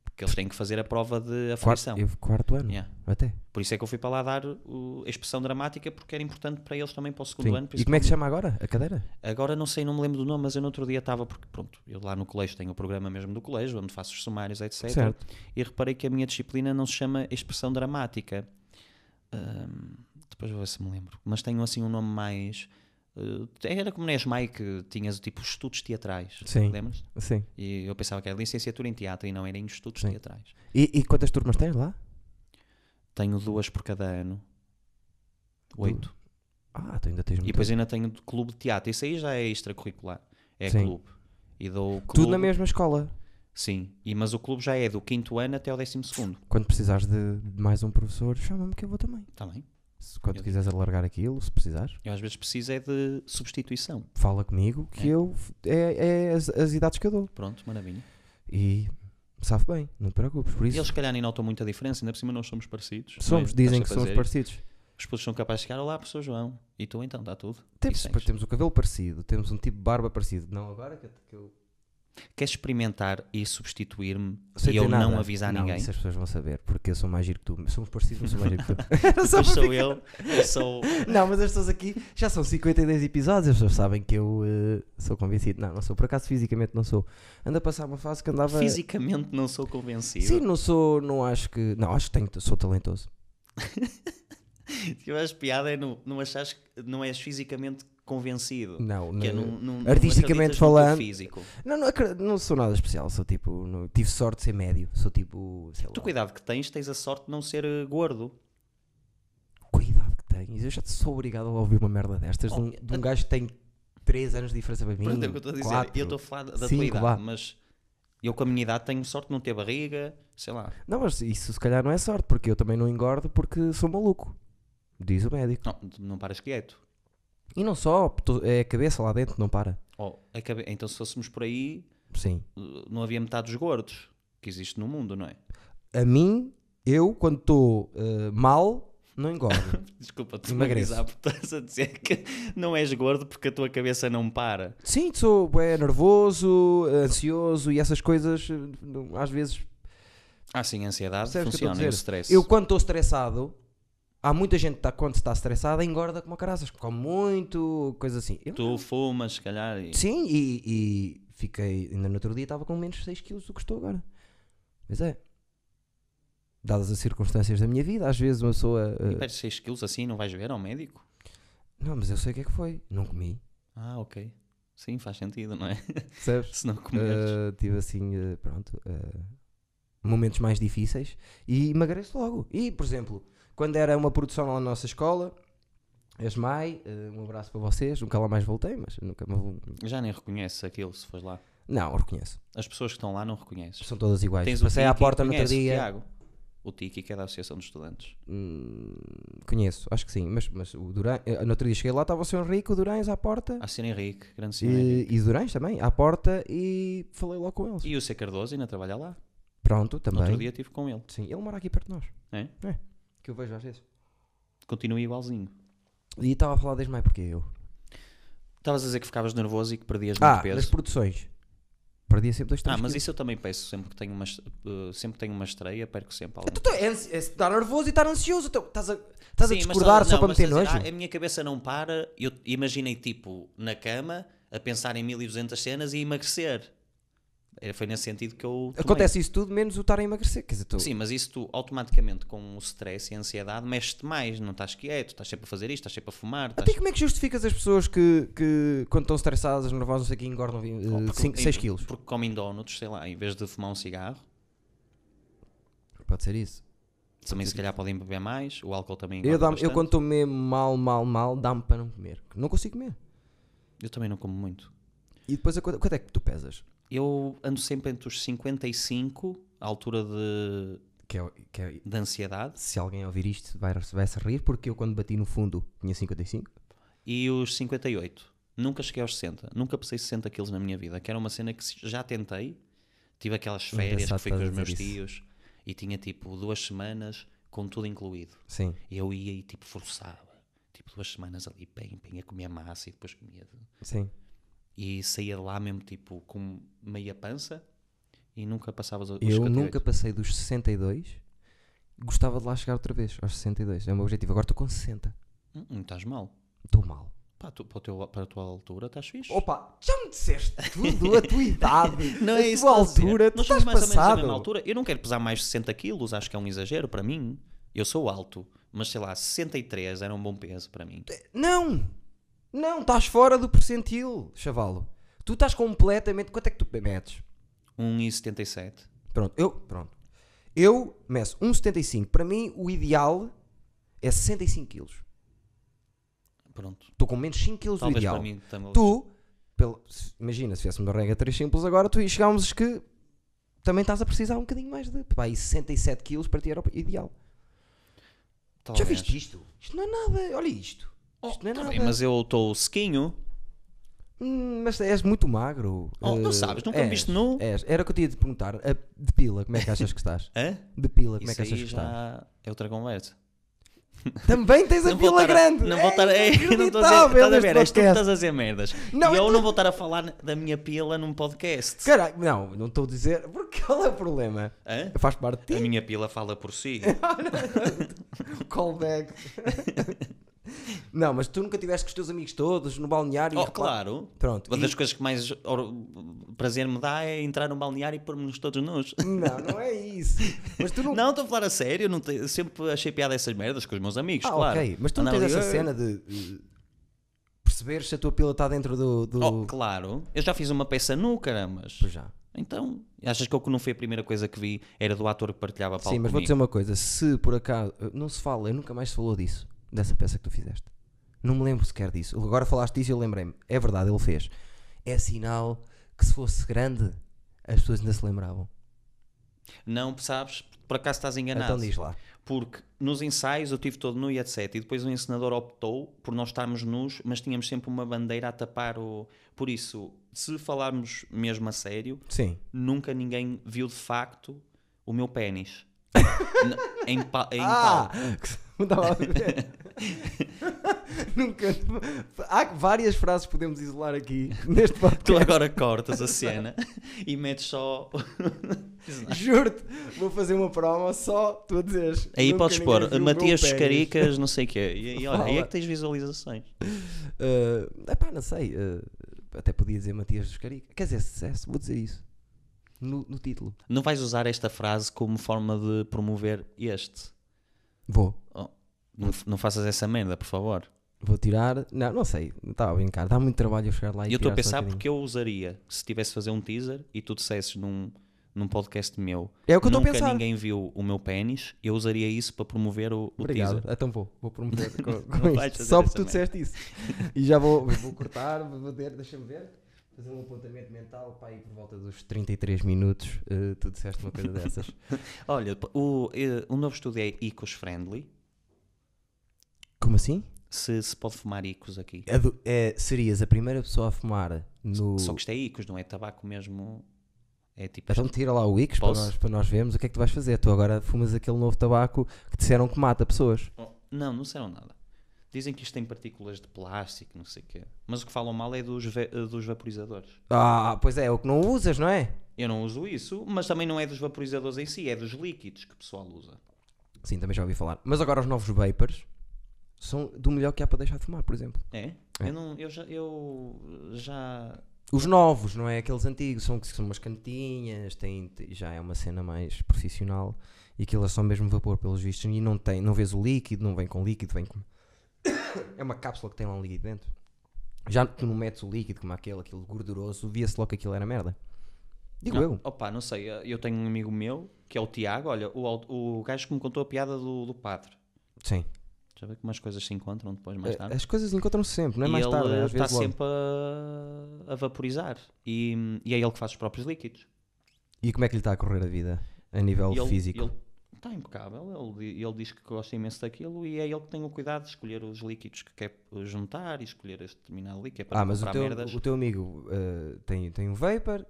Speaker 2: Porque eles têm que fazer a prova de
Speaker 1: Quarto,
Speaker 2: aflição.
Speaker 1: eu, quarto ano,
Speaker 2: Yeah.
Speaker 1: até.
Speaker 2: Por isso é que eu fui para lá dar o, a expressão dramática, porque era importante para eles também para o segundo
Speaker 1: Sim.
Speaker 2: ano. por
Speaker 1: E
Speaker 2: isso
Speaker 1: como é que se chama agora a cadeira?
Speaker 2: Agora não sei, não me lembro do nome, mas eu no outro dia estava, porque pronto, eu lá no colégio tenho o programa mesmo do colégio, onde faço os sumários, etc.
Speaker 1: Certo.
Speaker 2: E reparei que a minha disciplina não se chama expressão dramática. Ahm, depois vou ver se me lembro. Mas tenho assim um nome mais. eh, era como na ESMAI que tinhas tipo estudos teatrais.
Speaker 1: Sim.
Speaker 2: Lembras?
Speaker 1: Sim.
Speaker 2: E eu pensava que era licenciatura em teatro e não era em estudos
Speaker 1: Sim.
Speaker 2: teatrais.
Speaker 1: E, e quantas turmas tens lá?
Speaker 2: Tenho duas por cada ano. Oito.
Speaker 1: Ah, tu ainda tens
Speaker 2: E
Speaker 1: muito.
Speaker 2: depois ainda tenho de clube de teatro. Isso aí já é extracurricular. É
Speaker 1: Sim.
Speaker 2: clube. E dou clube.
Speaker 1: Tudo na mesma escola.
Speaker 2: Sim. E, mas o clube já é do quinto ano até ao décimo segundo.
Speaker 1: Quando precisares de, de mais um professor, chama-me que eu vou também.
Speaker 2: Está Tá bem?
Speaker 1: Se, quando
Speaker 2: Eu-
Speaker 1: quiseres alargar aquilo, se precisares,
Speaker 2: Eu às vezes preciso é de substituição.
Speaker 1: fala comigo que
Speaker 2: É.
Speaker 1: eu. É, é as, as idades que eu dou.
Speaker 2: Pronto, maravilha.
Speaker 1: E sabe bem, não te preocupes. Por
Speaker 2: E
Speaker 1: isso,
Speaker 2: eles se calhar nem notam muita diferença, ainda por cima nós somos parecidos.
Speaker 1: somos,
Speaker 2: não é?
Speaker 1: dizem que
Speaker 2: Estás a
Speaker 1: somos
Speaker 2: fazer.
Speaker 1: parecidos.
Speaker 2: Os putos são capazes de chegar, olá, professor João. E tu então, está tudo?
Speaker 1: Temos,
Speaker 2: Isso é isso.
Speaker 1: temos o cabelo parecido, temos um tipo de barba parecido. Não, agora que eu. que eu-
Speaker 2: Queres experimentar e substituir-me
Speaker 1: sem
Speaker 2: e eu
Speaker 1: dizer nada.
Speaker 2: não avisar ninguém?
Speaker 1: Isso as pessoas vão saber, porque eu sou mais giro que tu. Somos parecidos, mas sou mais giro
Speaker 2: [LAUGHS]
Speaker 1: que tu. [LAUGHS] Era só para
Speaker 2: Depois sou
Speaker 1: ficar-
Speaker 2: eu, eu sou.
Speaker 1: Não, mas as pessoas aqui já são 52 episódios, as pessoas sabem que eu eh, sou convencido. Não, não sou. Por acaso fisicamente não sou. Ando a passar uma fase que andava.
Speaker 2: Fisicamente não sou convencido.
Speaker 1: Sim, não sou, não acho que. Não, acho que tenho, sou talentoso.
Speaker 2: Eu acho piada é não, não achares que não és fisicamente convencido.
Speaker 1: Não,
Speaker 2: Que é,
Speaker 1: Hum, não,
Speaker 2: não- não- não
Speaker 1: artisticamente
Speaker 2: acreditas no teu
Speaker 1: falando-
Speaker 2: Físico.
Speaker 1: não, não, acre- não sou nada especial, sou tipo. não- tive sorte de ser médio, sou tipo. Sei lá,
Speaker 2: Tu cuidado que tens, tens a sorte de não ser eh, gordo.
Speaker 1: cuidado que tens. Eu já te sou obrigado a ouvir uma merda destas de um, de um gajo que tem 3 anos de diferença para mim.
Speaker 2: Pronto, é o que eu estou a dizer.
Speaker 1: quatro.
Speaker 2: Eu estou a falar da
Speaker 1: Cinco,
Speaker 2: tua idade,
Speaker 1: vá.
Speaker 2: mas eu com a minha idade tenho sorte de não ter barriga, sei lá.
Speaker 1: Não, mas isso se calhar não é sorte, porque eu também não engordo porque sou maluco. Diz o médico.
Speaker 2: Não, tu não paras quieto.
Speaker 1: E não só, tô- é a cabeça lá dentro, não para.
Speaker 2: Oh, acabei- Então se fôssemos por aí,
Speaker 1: Sim.
Speaker 2: eh, não havia metade dos gordos que existe no mundo, não é?
Speaker 1: A mim, eu, quando estou eh, mal, não
Speaker 2: [LAUGHS]
Speaker 1: engordo.
Speaker 2: Desculpa, tu
Speaker 1: Emagreço.
Speaker 2: me [LAUGHS] estás a dizer que não és gordo porque a tua cabeça não para.
Speaker 1: Sim, sou é, nervoso, ansioso e essas coisas, eh, não- às vezes.
Speaker 2: Ah, sim, a ansiedade
Speaker 1: Percebes o que eu estou a
Speaker 2: funciona, e o
Speaker 1: dizer?
Speaker 2: stress.
Speaker 1: Eu, quando estou estressado, há muita gente que tá, quando está estressada engorda como a caraças, come muito, coisa assim. Eu
Speaker 2: Tu fumas, se calhar. E...
Speaker 1: Sim, e, e fiquei. Ainda no outro dia estava com menos 6 quilos do que estou agora. Mas é. Dadas as circunstâncias da minha vida, às vezes uma pessoa.
Speaker 2: E
Speaker 1: eh,
Speaker 2: perdes 6 quilos assim não vais ver ao médico?
Speaker 1: não, mas eu sei o que é que foi. Não comi.
Speaker 2: Ah, ok. Sim, faz sentido, não é? [LAUGHS]
Speaker 1: Percebes?
Speaker 2: Se não comeres.
Speaker 1: Eh, tive assim, eh, pronto. eh, momentos mais difíceis e emagreço logo. E, por exemplo, quando era uma produção lá na nossa escola. Esmai, eh, um abraço para vocês. Nunca lá mais voltei, mas nunca me vou.
Speaker 2: Já nem reconheces aquilo se fores lá.
Speaker 1: Não, eu reconheço.
Speaker 2: As pessoas que estão lá não reconheces.
Speaker 1: São todas iguais.
Speaker 2: Tens o
Speaker 1: Passei à
Speaker 2: Tiki,
Speaker 1: porta no outro
Speaker 2: conheces o
Speaker 1: dia.
Speaker 2: Tiago. O Tiki, que é da Associação dos Estudantes.
Speaker 1: Hum, conheço, acho que sim, mas, mas o Durães, no outro dia cheguei lá, estava o Sr. Henrique, o Durães à porta,
Speaker 2: A Sina Henrique, é grande Sina
Speaker 1: É. e,
Speaker 2: Henrique.
Speaker 1: e o Durães também, à porta, e falei logo com eles.
Speaker 2: E o C. Cardoso ainda trabalha lá.
Speaker 1: Pronto,
Speaker 2: No outro
Speaker 1: também.
Speaker 2: dia estive com ele.
Speaker 1: Sim, ele mora aqui perto de nós.
Speaker 2: É?
Speaker 1: Que eu vejo às vezes.
Speaker 2: Continua igualzinho.
Speaker 1: E estava a falar desde maio porque eu.
Speaker 2: Estavas a dizer que ficavas nervoso e que perdias muito
Speaker 1: Ah, nas
Speaker 2: peso.
Speaker 1: produções. Perdia sempre dois, três
Speaker 2: Ah, mas
Speaker 1: quilos.
Speaker 2: isso eu também peço. Sempre que tenho uma, est- eh, sempre que tenho uma estreia, perco sempre algum.
Speaker 1: Tu tá- é ansi- é estar nervoso e estar ansioso, então, estás a, estás a
Speaker 2: Sim, mas assim,
Speaker 1: discordar
Speaker 2: estás-
Speaker 1: só
Speaker 2: não,
Speaker 1: para
Speaker 2: mas
Speaker 1: meter
Speaker 2: estás a
Speaker 1: nojo?
Speaker 2: dizer, "Ah, a minha cabeça não para. Eu imaginei tipo na cama a pensar em 1200 cenas e emagrecer. Era- Foi nesse sentido que eu. tomei.
Speaker 1: Acontece isso tudo, menos o estar a emagrecer. Quer dizer, tu...
Speaker 2: Sim, mas isso tu automaticamente com o stress e a ansiedade mexe-te mais, não estás quieto, estás sempre a fazer isto, estás sempre a fumar. Estás...
Speaker 1: Até como é que justificas as pessoas que, que quando estão estressadas, nervosas, não sei o que, engordam
Speaker 2: Oh, porque-
Speaker 1: 6 quilos?
Speaker 2: Porque comem donuts, sei lá, em vez de fumar um cigarro,
Speaker 1: Pode ser isso.
Speaker 2: também se calhar podem beber mais, o álcool também
Speaker 1: Eu,
Speaker 2: engorda
Speaker 1: dá-me- eu
Speaker 2: bastante.
Speaker 1: quando estou mesmo mal, mal, mal, dá-me para não comer. Não consigo comer.
Speaker 2: Eu também não como muito.
Speaker 1: E depois, a coisa- quanto é que tu pesas?
Speaker 2: Eu ando sempre entre os 55, a altura de,
Speaker 1: Que é, o- que é-
Speaker 2: de ansiedade,
Speaker 1: se alguém ouvir isto, vai, vai se rir, porque eu quando bati no fundo tinha 55.
Speaker 2: e os 58. Nunca cheguei aos 60. Nunca passei 60 quilos na minha vida, que era uma cena que se- já tentei. Tive aquelas férias
Speaker 1: Engraçado
Speaker 2: que fui com os
Speaker 1: estás a
Speaker 2: meus
Speaker 1: dizer
Speaker 2: tios e tinha tipo duas semanas com tudo incluído.
Speaker 1: Sim.
Speaker 2: E eu ia e tipo forçava. Tipo duas semanas ali, bem, bem, a comer massa e depois comia. de-
Speaker 1: Sim.
Speaker 2: E saía de lá mesmo tipo com meia pança e nunca passava os, os
Speaker 1: Eu
Speaker 2: 58.
Speaker 1: nunca passei dos 62. Gostava de lá chegar outra vez, aos 62. É o meu objetivo. Agora estou com 60.
Speaker 2: Hum, hum, estás mal.
Speaker 1: Estou mal.
Speaker 2: Pá, tu- para, o teu- para a tua altura estás fixe.
Speaker 1: Opa, já me disseste tudo, a tua idade,
Speaker 2: [LAUGHS] Não
Speaker 1: a
Speaker 2: é isso
Speaker 1: tua
Speaker 2: que estou a dizer.
Speaker 1: altura, tu
Speaker 2: Nós
Speaker 1: estás
Speaker 2: somos mais ou menos da mesma
Speaker 1: passado.
Speaker 2: altura. Eu não quero pesar mais de 60 quilos, acho que é um exagero para mim. Eu sou alto, mas sei lá, 63 era um bom peso para mim.
Speaker 1: Não, não, estás fora do percentil, chavalo. Tu estás completamente. Quanto é que tu metes?
Speaker 2: 1,77.
Speaker 1: Pronto, eu, pronto. Eu meço 1,75. Para mim, o ideal é 65 quilos.
Speaker 2: Pronto.
Speaker 1: Estou com menos 5 quilos do
Speaker 2: Talvez
Speaker 1: ideal.
Speaker 2: para mim também.
Speaker 1: Tu, pelo- se- imagina, se tivéssemos uma regra 3 simples agora, tu e chegámos que também estás a precisar um bocadinho mais de. Pá, e 67 quilos para ti era o ideal. Já
Speaker 2: Talvez.
Speaker 1: viste isto? Isto não é nada, olha isto. Isto não é
Speaker 2: Tá
Speaker 1: nada.
Speaker 2: bem, mas eu estou sequinho.
Speaker 1: Hum, mas és muito magro.
Speaker 2: Oh, não
Speaker 1: Eh,
Speaker 2: sabes, nunca me
Speaker 1: és,
Speaker 2: viste nu.
Speaker 1: és. Era o que eu tinha de perguntar. A- de pila, como é que achas que estás?
Speaker 2: Hã?
Speaker 1: De pila, como é
Speaker 2: Isso
Speaker 1: que achas
Speaker 2: aí
Speaker 1: que estás?
Speaker 2: já é outra conversa.
Speaker 1: Também tens a
Speaker 2: vou
Speaker 1: pila
Speaker 2: estar a-
Speaker 1: grande.
Speaker 2: Não vou estar a. [LAUGHS]
Speaker 1: é
Speaker 2: Não estou a dizer.
Speaker 1: inacreditável
Speaker 2: Estás a
Speaker 1: este
Speaker 2: ver? é És tu que
Speaker 1: podcast.
Speaker 2: estás a dizer merdas.
Speaker 1: Não,
Speaker 2: e
Speaker 1: eu
Speaker 2: eu não vou estar a falar da minha pila num podcast.
Speaker 1: Caralho, não, não estou a dizer. [LAUGHS] Porque qual é o problema?
Speaker 2: Hã?
Speaker 1: Faz parte de
Speaker 2: A
Speaker 1: ti.
Speaker 2: minha pila fala por si.
Speaker 1: Callback. [LAUGHS] não, mas tu nunca tiveste com os teus amigos todos no balneário. e
Speaker 2: Oh,
Speaker 1: repara-
Speaker 2: claro.
Speaker 1: Pronto.
Speaker 2: Uma
Speaker 1: e-
Speaker 2: das coisas que mais or- prazer me dá é entrar num balneário e pôr-nos todos nus.
Speaker 1: [LAUGHS] Não, não é isso. Mas tu não.
Speaker 2: Não, estou a falar a sério, não te- eu sempre achei piada essas merdas com os meus amigos,
Speaker 1: Ah,
Speaker 2: claro.
Speaker 1: ok. Mas tu não
Speaker 2: Andava
Speaker 1: tens
Speaker 2: ali,
Speaker 1: essa
Speaker 2: "Eh".
Speaker 1: cena de. eh, Perceber se a tua pila está dentro do. do...
Speaker 2: Oh, claro. Eu já fiz uma peça nu, caramas.
Speaker 1: Pois já.
Speaker 2: Então, achas que eu que não fui a primeira coisa que vi era do ator que partilhava palco
Speaker 1: Sim, mas vou
Speaker 2: comigo?
Speaker 1: dizer um uma coisa: se por acaso. Não se fala, eu nunca mais se falou disso, dessa peça que tu fizeste. Não me lembro sequer disso. Agora falaste disso e eu lembrei-me. É verdade, ele fez. É sinal que se fosse grande, as pessoas ainda se lembravam.
Speaker 2: Não, sabes, por acaso estás enganado.
Speaker 1: Então diz lá.
Speaker 2: Porque nos ensaios eu tive todo nu e etc. E depois o encenador optou por nós estarmos nus, mas tínhamos sempre uma bandeira a tapar o. Por isso, se falarmos mesmo a sério,
Speaker 1: Sim.
Speaker 2: nunca ninguém viu de facto o meu [LAUGHS] pênis. N- em pa- em
Speaker 1: ah! [LAUGHS]
Speaker 2: palco.
Speaker 1: Que se- não
Speaker 2: [LAUGHS]
Speaker 1: estava a ver. Nunca. Há várias frases que podemos isolar aqui neste
Speaker 2: Tu
Speaker 1: podcast.
Speaker 2: agora cortas a cena e metes só.
Speaker 1: Juro-te, vou fazer uma promo só tu a dizeres.
Speaker 2: Aí
Speaker 1: "Nunca
Speaker 2: podes
Speaker 1: ninguém
Speaker 2: pôr
Speaker 1: viu o meu pênis."
Speaker 2: Matias [LAUGHS] Chuscaricas, não sei o quê. E, e olha, aí é
Speaker 1: Fala.
Speaker 2: que tens visualizações.
Speaker 1: Ah, epá, não sei. ah, até podia dizer Matias dos Caricas. Quer dizer, sucesso, vou dizer isso. No, no título.
Speaker 2: Não vais usar esta frase como forma de promover este.
Speaker 1: Vou.
Speaker 2: Não, f- não faças essa merda, por favor.
Speaker 1: Vou tirar. Não, não sei. Estava a brincar. Dá muito trabalho eu chegar lá e
Speaker 2: E eu estou a
Speaker 1: tirar só
Speaker 2: pensar
Speaker 1: um
Speaker 2: porque eu usaria se tivesse a fazer um teaser e tu dissesses num, num podcast meu
Speaker 1: bocadinho. É o que eu estou a
Speaker 2: nunca
Speaker 1: pensar.
Speaker 2: ninguém viu o meu pênis, eu usaria isso para promover o, o
Speaker 1: Obrigado.
Speaker 2: teaser.
Speaker 1: Então vou, vou
Speaker 2: [LAUGHS]
Speaker 1: prometer com, com
Speaker 2: Não vais
Speaker 1: isto.
Speaker 2: fazer
Speaker 1: Só porque
Speaker 2: essa
Speaker 1: tu
Speaker 2: merda.
Speaker 1: disseste isso. E já
Speaker 2: [LAUGHS]
Speaker 1: vou, vou cortar, vou ver, deixa-me ver. Fazer um apontamento mental para ir por volta dos 33 minutos. eh, tu disseste uma coisa
Speaker 2: [LAUGHS]
Speaker 1: dessas.
Speaker 2: Olha, o, eh, o novo estudo é Icos Friendly.
Speaker 1: Como assim?
Speaker 2: Se, se pode fumar Icos aqui.
Speaker 1: A do- é, serias a primeira pessoa a fumar no.
Speaker 2: Só que isto é Icos, não é tabaco mesmo. É tipo.
Speaker 1: Então tira lá o Wix para
Speaker 2: Posso?
Speaker 1: nós, para nós vermos o que é que tu vais fazer. Tu agora fumas aquele novo tabaco que disseram que mata pessoas.
Speaker 2: Não, não serão nada. Dizem que isto tem partículas de plástico, não sei o quê. Mas o que falam mal é dos, ve- eh, dos vaporizadores.
Speaker 1: Ah, pois é, é o que não usas, não é?
Speaker 2: Eu não uso isso, mas também não é dos vaporizadores em si, é dos líquidos que o pessoal usa.
Speaker 1: Sim, também já ouvi falar. Mas agora os novos vapers são do melhor que há para deixar de fumar, por exemplo.
Speaker 2: É? Eu, não, eu, já, eu já.
Speaker 1: Os novos, não é? Aqueles antigos, são, que são umas cantinhas, têm, te- já é uma cena mais profissional e aquilo é só mesmo vapor, pelos vistos. E não, tem, não vês o líquido, não vem com líquido, vem com. [COUGHS] É uma cápsula que tem lá um líquido dentro. Já tu não metes o líquido como aquele, aquele gorduroso, via-se logo que aquilo era merda. Digo
Speaker 2: Não,
Speaker 1: eu.
Speaker 2: Opa, não sei. Eu tenho um amigo meu que é o Tiago. Olha, o, aut- o gajo que me contou a piada do, do padre.
Speaker 1: Sim.
Speaker 2: Já vê que umas coisas se encontram depois, mais tarde.
Speaker 1: As coisas encontram-se sempre, É, não é
Speaker 2: Tá. e
Speaker 1: mais
Speaker 2: ele
Speaker 1: tarde, é às
Speaker 2: está
Speaker 1: vezes logo.
Speaker 2: sempre a, a vaporizar. E, e é ele que faz os próprios líquidos.
Speaker 1: E como é que lhe está a correr a vida a nível
Speaker 2: E ele-
Speaker 1: É físico?
Speaker 2: Ele, está impecável. Ele, di- ele diz que gosta imenso daquilo e é ele que tem o cuidado de escolher os líquidos que quer juntar e escolher este determinado líquido. que É para
Speaker 1: Ah,
Speaker 2: não
Speaker 1: mas o
Speaker 2: comprar
Speaker 1: teu,
Speaker 2: merdas.
Speaker 1: o teu amigo eh, tem, tem um vapor,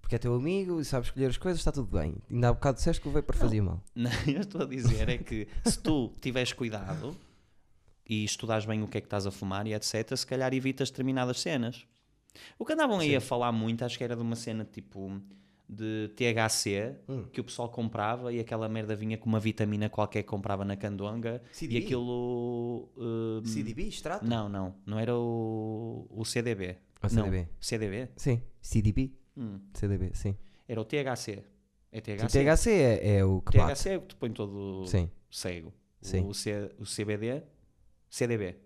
Speaker 1: porque é teu amigo e sabe escolher as coisas, está tudo bem. Ainda há bocado disseste que o vapor fazia mal.
Speaker 2: Não, [LAUGHS] eu estou a dizer é que se tu tiveres cuidado e estudares bem o que é que estás a fumar e etc, se calhar evitas determinadas cenas. O que andavam aí a falar muito, acho que era de uma cena tipo de THC que o pessoal comprava e aquela merda vinha com uma vitamina qualquer que comprava na candonga e
Speaker 1: CDB?
Speaker 2: aquilo. hum,
Speaker 1: CDB, extrato?
Speaker 2: não, não, não era o, o CDB.
Speaker 1: O
Speaker 2: Não,
Speaker 1: CDB.
Speaker 2: CDB?
Speaker 1: Sim, CDB.
Speaker 2: Hum.
Speaker 1: CDB, sim.
Speaker 2: Era o THC. É
Speaker 1: O
Speaker 2: THC.
Speaker 1: THC é, é o que bate.
Speaker 2: THC é o que te põe todo
Speaker 1: Sim.
Speaker 2: cego.
Speaker 1: Sim.
Speaker 2: O, C, o CBD, CDB.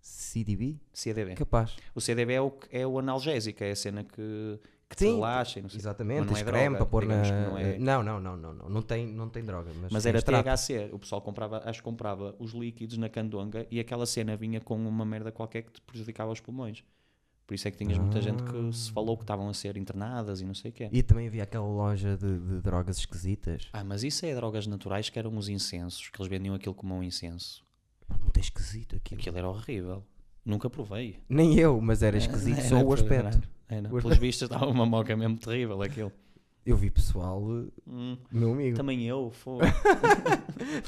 Speaker 1: CDB?
Speaker 2: CDB.
Speaker 1: Capaz.
Speaker 2: O CDB é o, que- é o analgésico, é a cena que, que te
Speaker 1: Sim,
Speaker 2: relaxa. e Não sei. Mas
Speaker 1: Exatamente,
Speaker 2: não
Speaker 1: tens
Speaker 2: é
Speaker 1: creme
Speaker 2: droga,
Speaker 1: para pôr na.
Speaker 2: digamos que não é.
Speaker 1: Não, não, não, não, não. Não tem, não tem droga, mas.
Speaker 2: Mas
Speaker 1: tem
Speaker 2: era
Speaker 1: extrato.
Speaker 2: THC. O pessoal comprava, acho que comprava os líquidos na candonga e aquela cena vinha com uma merda qualquer que te prejudicava os pulmões. Por isso é que tinhas muita gente que se falou que estavam a ser internadas e não sei o quê.
Speaker 1: E também havia aquela loja de, de drogas esquisitas.
Speaker 2: Ah, mas isso é drogas naturais que eram os incensos, que eles vendiam aquilo como um incenso.
Speaker 1: Pá, Muito esquisito aquilo.
Speaker 2: Aquilo era horrível. Nunca provei. é
Speaker 1: Nem eu, mas
Speaker 2: [LAUGHS]
Speaker 1: era esquisito só
Speaker 2: Era
Speaker 1: o
Speaker 2: por-
Speaker 1: aspecto.
Speaker 2: era- era.
Speaker 1: O
Speaker 2: É, Pelos vistos estava uma moca mesmo terrível aquilo.
Speaker 1: Eu vi pessoal, eh,
Speaker 2: Hum,
Speaker 1: meu amigo.
Speaker 2: também eu, foi.
Speaker 1: [LAUGHS]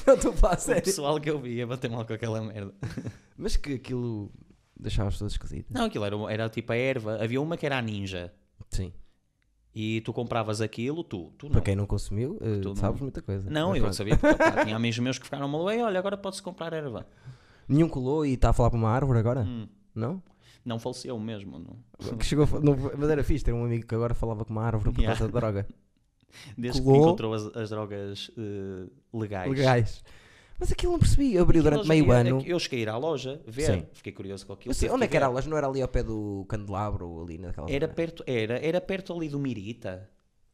Speaker 1: Não estou a falar
Speaker 2: o
Speaker 1: sério.
Speaker 2: pessoal que eu via bater mal com aquela merda.
Speaker 1: Mas que aquilo deixava as pessoas esquisitas.
Speaker 2: Não, aquilo era, uma- era tipo a erva. Havia uma que era a ninja.
Speaker 1: Sim.
Speaker 2: E tu compravas aquilo, tu, tu não.
Speaker 1: Para quem É não consumiu, eh,
Speaker 2: tu não-
Speaker 1: sabes muita coisa.
Speaker 2: Não,
Speaker 1: Mas
Speaker 2: eu
Speaker 1: pronto.
Speaker 2: sabia porque opá, tinha amigos meus que ficaram mal. Ei, olha, agora pode-se comprar erva.
Speaker 1: Nenhum colou e está a falar para uma árvore agora?
Speaker 2: Hum.
Speaker 1: Não?
Speaker 2: Não faleceu mesmo. Não.
Speaker 1: Que chegou a fa- não- Mas era fixe ter um amigo que agora falava com uma árvore por
Speaker 2: Yeah.
Speaker 1: causa da
Speaker 2: [LAUGHS]
Speaker 1: droga.
Speaker 2: Desde
Speaker 1: Colou.
Speaker 2: que encontrou as, as drogas eh, legais.
Speaker 1: Legais. Mas aquilo não percebi. Abriu
Speaker 2: Aquilo
Speaker 1: durante
Speaker 2: hoje
Speaker 1: meio
Speaker 2: em dia- é
Speaker 1: ano.
Speaker 2: Eu cheguei a ir à loja ver,
Speaker 1: Sim.
Speaker 2: fiquei curioso com aquilo.
Speaker 1: Eu sei,
Speaker 2: tive
Speaker 1: onde é que
Speaker 2: ver.
Speaker 1: era a loja? Não era ali ao pé do candelabro, ali naquela
Speaker 2: Era
Speaker 1: zona?
Speaker 2: perto, era, era perto ali do Mirita,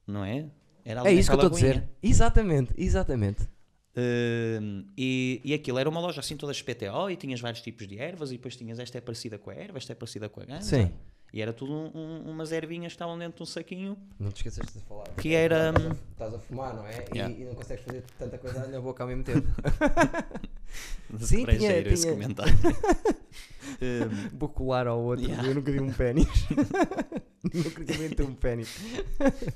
Speaker 2: não é? Era ali
Speaker 1: É isso que eu estou a
Speaker 2: naquela
Speaker 1: dizer.
Speaker 2: lagoinha.
Speaker 1: Exatamente, exatamente.
Speaker 2: Hum, e, e aquilo era uma loja assim toda PTO e tinhas vários tipos de ervas e depois tinhas esta é parecida com a erva, esta é parecida com a ganja.
Speaker 1: Sim.
Speaker 2: E era tudo um- um- umas ervinhas que estavam dentro de um saquinho
Speaker 1: Não te esqueças de falar.
Speaker 2: que era... hum,
Speaker 1: Estás a fumar, não é? E-
Speaker 2: Yeah.
Speaker 1: E, não consegues fazer tanta coisa na boca ao mesmo
Speaker 2: [LAUGHS]
Speaker 1: tempo. Sim,
Speaker 2: Sim,
Speaker 1: tinha-
Speaker 2: esse
Speaker 1: tinha- [LAUGHS]
Speaker 2: comentário. Hum,
Speaker 1: Vou colar ao outro.
Speaker 2: Yeah.
Speaker 1: Eu nunca vi um [LAUGHS] pênis. nunca vi um pênis.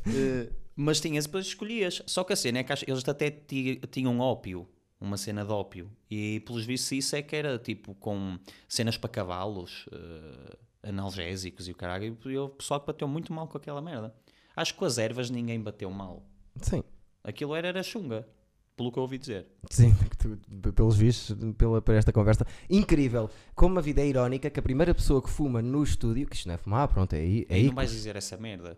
Speaker 2: eh, mas tinhas, depois escolhias. Só que a cena é que acho- eles até ti- tinham ópio, uma cena de ópio. E pelos vistos isso é que era tipo com cenas para cavalos, eh, analgésicos e o caralho. E o pessoal que bateu muito mal com aquela merda. Acho que com as ervas ninguém bateu mal.
Speaker 1: Sim.
Speaker 2: Aquilo era, era chunga, pelo que eu ouvi dizer.
Speaker 1: Sim, que tu- p- pelos vistos, pela, por esta conversa. Incrível. Como a vida é irónica que a primeira pessoa que fuma no estúdio, que isto não é fumar, pronto, é aí. É,
Speaker 2: Aí
Speaker 1: aí
Speaker 2: não vais dizer essa merda.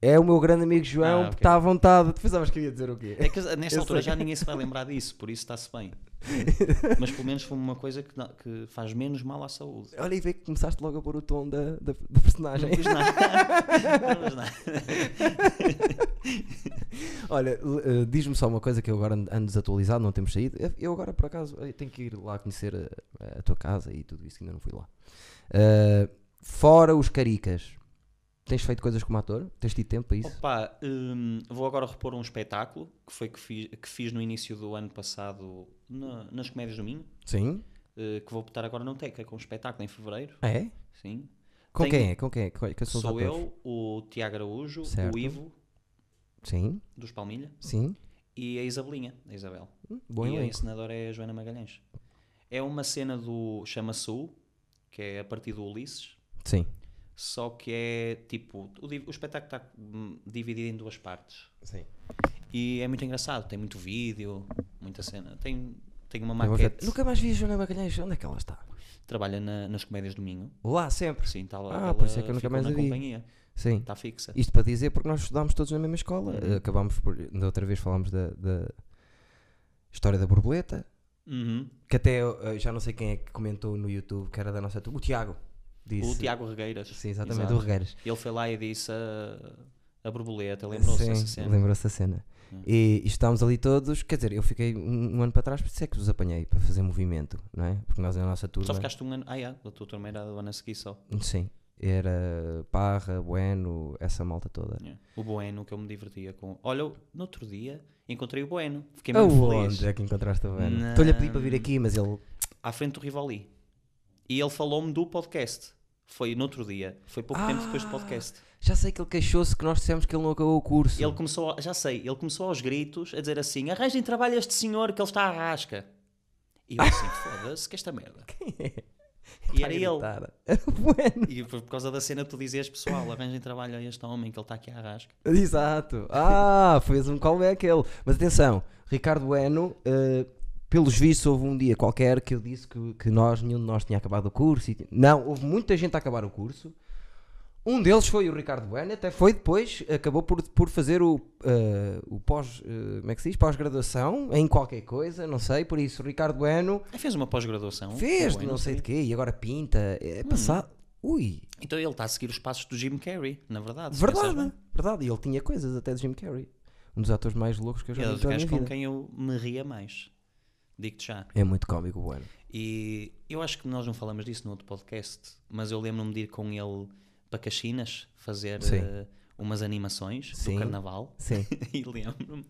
Speaker 1: é o meu grande amigo João,
Speaker 2: Ah,
Speaker 1: que
Speaker 2: ok.
Speaker 1: está à vontade. Tu pensavas que eu ia dizer o quê?
Speaker 2: É que nesta
Speaker 1: Eu
Speaker 2: altura
Speaker 1: sei.
Speaker 2: já ninguém se vai lembrar disso, por isso está-se
Speaker 1: [LAUGHS]
Speaker 2: bem. Mas pelo menos foi uma coisa que, não- que faz menos mal à saúde.
Speaker 1: Olha e vê que começaste logo a pôr o tom da, da, da personagem.
Speaker 2: Não
Speaker 1: [LAUGHS]
Speaker 2: fiz nada. Não fiz nada.
Speaker 1: Olha, l- eh, diz-me só uma coisa que eu agora ando ando desatualizado, não temos saído. Eu- Eu agora, por acaso, eh, tenho que ir lá conhecer eh, a, a tua casa e tudo isso, que ainda não fui lá. Eh, fora os caricas, tens feito coisas como ator? Tens tido tempo para isso?
Speaker 2: Opa, hum, vou agora repor um espetáculo que foi que fiz, que fiz no início do ano passado na- nas Comédias do Minho,
Speaker 1: Sim.
Speaker 2: eh, que vou botar agora no Teca com um espetáculo em fevereiro.
Speaker 1: É?
Speaker 2: Sim.
Speaker 1: Com
Speaker 2: Tenho-
Speaker 1: quem é? Com quem é? Quais quais são os
Speaker 2: Sou
Speaker 1: atores?
Speaker 2: eu, o Tiago Araújo,
Speaker 1: Certo.
Speaker 2: o Ivo
Speaker 1: Sim,
Speaker 2: dos Palmilha
Speaker 1: sim.
Speaker 2: e a Isabelinha, a Isabel.
Speaker 1: Hum, Bom
Speaker 2: e a
Speaker 1: elenco.
Speaker 2: encenadora é a Joana Magalhães. É uma cena do Chama-se U, que é a partir do Ulisses,
Speaker 1: Sim.
Speaker 2: só que é tipo. O, di- o espetáculo está hum, dividido em duas partes.
Speaker 1: Sim.
Speaker 2: E é muito engraçado, tem muito vídeo, muita cena. Tem, Tenho uma
Speaker 1: Eu vou ver-
Speaker 2: maquete.
Speaker 1: Nunca mais vi a Joana Magalhães. Onde é que ela está?
Speaker 2: Trabalha na- nas comédias do Minho.
Speaker 1: Lá, sempre.
Speaker 2: Sim, tá,
Speaker 1: Ah,
Speaker 2: ela
Speaker 1: por isso é que eu nunca
Speaker 2: ficou
Speaker 1: mais
Speaker 2: na
Speaker 1: a vi.
Speaker 2: companhia.
Speaker 1: Sim.
Speaker 2: Está fixa.
Speaker 1: Isto para dizer porque nós estudámos todos na mesma escola.
Speaker 2: Uhum.
Speaker 1: Acabámos por. Da outra vez falámos da, da história da borboleta.
Speaker 2: Uhum.
Speaker 1: Que até eh, já não sei quem é que comentou no YouTube que era da nossa turma. O Tiago disse.
Speaker 2: O Tiago Regueiras.
Speaker 1: Sim, exatamente.
Speaker 2: Exato.
Speaker 1: O Regueiras.
Speaker 2: Ele foi lá e disse a, a borboleta. Lembrou-se
Speaker 1: Sim,
Speaker 2: dessa cena.
Speaker 1: Lembrou-se da cena.
Speaker 2: Hum.
Speaker 1: E, e estávamos ali todos. Quer dizer, eu fiquei um, um ano para trás, por isso é que vos apanhei para fazer movimento, não é? Porque nós na nossa turma.
Speaker 2: Só ficaste um ano. Ah, é. A tua turma era do ano a seguir só.
Speaker 1: Sim. Era Parra, Bueno, essa malta toda.
Speaker 2: Yeah. O Bueno, que eu me divertia com. Olha, eu- no outro dia encontrei o Bueno. Fiquei muito feliz.
Speaker 1: Aonde é que encontraste o Bueno?
Speaker 2: Na-
Speaker 1: Estou-lhe a pedir para vir aqui, mas ele.
Speaker 2: À frente do Rivoli. E ele falou-me do podcast. Foi no outro dia. Foi pouco tempo depois do
Speaker 1: Ah.
Speaker 2: podcast.
Speaker 1: Já sei que ele queixou-se que nós dissemos que ele não acabou o curso.
Speaker 2: Ele começou, a- já sei, ele começou aos gritos a dizer assim: arranjem trabalho a este senhor que ele está à rasca. E eu
Speaker 1: [LAUGHS]
Speaker 2: assim, foda-se, que esta merda.
Speaker 1: é?
Speaker 2: E era ele.
Speaker 1: [LAUGHS] Era o Bueno.
Speaker 2: E foi por causa da cena que tu dizias, pessoal, arranjem trabalho a este homem que ele está aqui à rasca.
Speaker 1: [LAUGHS] Exato. Ah, fez um callback ele. Mas atenção, Ricardo Bueno, eh, pelos vistos, houve um dia qualquer que eu disse que, que nós, nenhum de nós tinha acabado o curso. e- não, houve muita gente a acabar o curso. Um deles foi o Ricardo Bueno, até foi depois, acabou por, por fazer o, eh, o pós, eh, como é que se diz? Pós-graduação em qualquer coisa, não sei. Por isso, o Ricardo Bueno
Speaker 2: Aí fez uma pós-graduação.
Speaker 1: fez,
Speaker 2: foi,
Speaker 1: não sei de quê, e agora pinta. É passado. Ui,
Speaker 2: Então ele está a seguir os passos do Jim Carrey, na verdade. se pensares bem.
Speaker 1: Verdade, verdade. E ele tinha coisas até de Jim Carrey. Um dos atores mais loucos que eu já
Speaker 2: É
Speaker 1: vi
Speaker 2: dos
Speaker 1: em toda a
Speaker 2: gajos
Speaker 1: minha
Speaker 2: com
Speaker 1: vida.
Speaker 2: quem eu me ria mais. Digo-te já.
Speaker 1: É muito cómico o Bueno.
Speaker 2: E eu acho que nós não falamos disso no outro podcast, mas eu lembro-me de ir com ele para Caxinas fazer
Speaker 1: Sim.
Speaker 2: eh, umas animações
Speaker 1: Sim.
Speaker 2: do carnaval. [LAUGHS]
Speaker 1: Sim.
Speaker 2: e lembro-me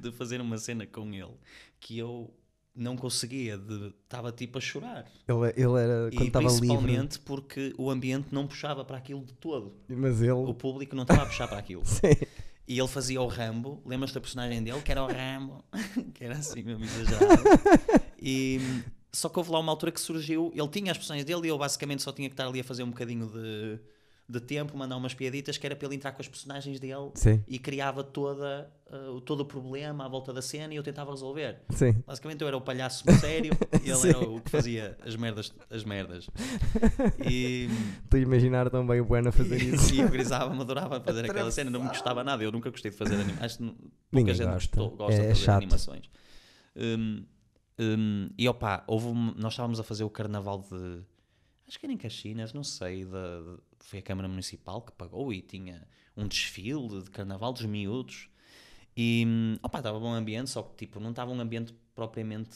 Speaker 2: de fazer uma cena com ele que eu não conseguia, de- estava tipo a chorar.
Speaker 1: Ele, ele era quando
Speaker 2: e
Speaker 1: estava livre. né?
Speaker 2: principalmente porque o ambiente não puxava para aquilo de todo.
Speaker 1: Mas
Speaker 2: O
Speaker 1: ele.
Speaker 2: público não estava a puxar para
Speaker 1: [LAUGHS]
Speaker 2: aquilo.
Speaker 1: Sim.
Speaker 2: E ele fazia o Rambo, lembras-te da personagem dele, que
Speaker 1: [LAUGHS]
Speaker 2: era o Rambo, [LAUGHS] que era assim mesmo exagerado. E, só que houve lá uma altura que surgiu, ele tinha as personagens dele e eu basicamente só tinha que estar ali a fazer um bocadinho de, de tempo, mandar umas piaditas, que era para ele entrar com as personagens dele
Speaker 1: Sim.
Speaker 2: e criava toda, ah, o- todo o problema à volta da cena e eu tentava resolver.
Speaker 1: Sim.
Speaker 2: Basicamente eu era o palhaço sério e
Speaker 1: [LAUGHS]
Speaker 2: ele
Speaker 1: Sim.
Speaker 2: era o que fazia as merdas. As
Speaker 1: [LAUGHS]
Speaker 2: merdas. E,
Speaker 1: Estou a imaginar tão bem o Bueno a fazer isso.
Speaker 2: [LAUGHS] e eu grisava-me, adorava fazer aquela cena, não me gostava nada, eu nunca gostei de fazer animações.
Speaker 1: Ninguém
Speaker 2: Pouca gente
Speaker 1: gosta.
Speaker 2: gostou- gosta
Speaker 1: é
Speaker 2: de fazer
Speaker 1: chato.
Speaker 2: animações. Hum, hum, e opá, houve um- nós estávamos a fazer o carnaval de. Acho que era em Caxinas, não sei. da- de- foi a Câmara Municipal que pagou e tinha um desfile de carnaval dos miúdos. E hum, opá, estava bom ambiente, só que tipo, não estava um ambiente propriamente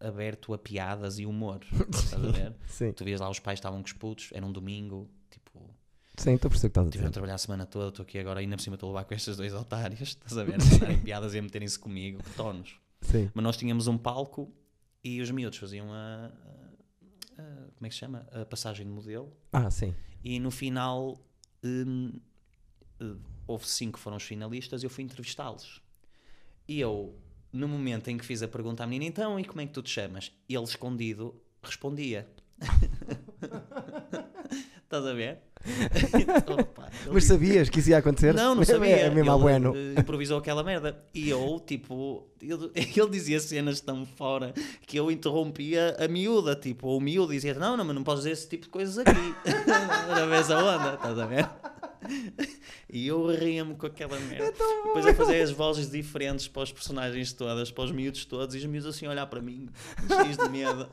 Speaker 2: aberto a piadas e humor. estás
Speaker 1: [LAUGHS]
Speaker 2: a ver?
Speaker 1: Sim.
Speaker 2: Tu vias lá, os pais estavam com os putos, era um domingo, tipo,
Speaker 1: Sim, estou a perceber o que estás a
Speaker 2: Tiveram a
Speaker 1: dizer.
Speaker 2: trabalhar a semana toda, estou aqui agora ainda por cima estou a levar com estas dois otários, [LAUGHS] estás a ver?
Speaker 1: [LAUGHS]
Speaker 2: A mandarem piadas e a meterem-se comigo, que tonos.
Speaker 1: Sim.
Speaker 2: Mas nós tínhamos um palco e os miúdos faziam a, a- a- como é que se chama? A passagem de modelo
Speaker 1: Ah, sim.
Speaker 2: e no final hum, hum, houve cinco que foram os finalistas e eu fui entrevistá-los. E eu, no momento em que fiz a pergunta à menina, então, e como é que tu te chamas? Ele escondido respondia. [LAUGHS] Estás a ver? [LAUGHS] Então, Opa, ele
Speaker 1: Mas sabias que isso ia acontecer?
Speaker 2: não,
Speaker 1: [LAUGHS]
Speaker 2: não
Speaker 1: É-
Speaker 2: sabia.
Speaker 1: É mesmo a
Speaker 2: ele,
Speaker 1: Bueno.
Speaker 2: eh, improvisou aquela merda. E eu, tipo, ele, [LAUGHS] ele dizia cenas tão fora que eu interrompia a miúda, tipo, ou o miúdo dizia: Não, não, mas não podes dizer esse tipo de coisas aqui. [LAUGHS] Era vez a onda, estás a ver? E eu ria-me com aquela
Speaker 1: É
Speaker 2: merda. Depois eu fazia as vozes diferentes para os personagens todas, para os miúdos todos, e os miúdos assim a olhar para mim, cheios
Speaker 1: [LAUGHS]
Speaker 2: de medo.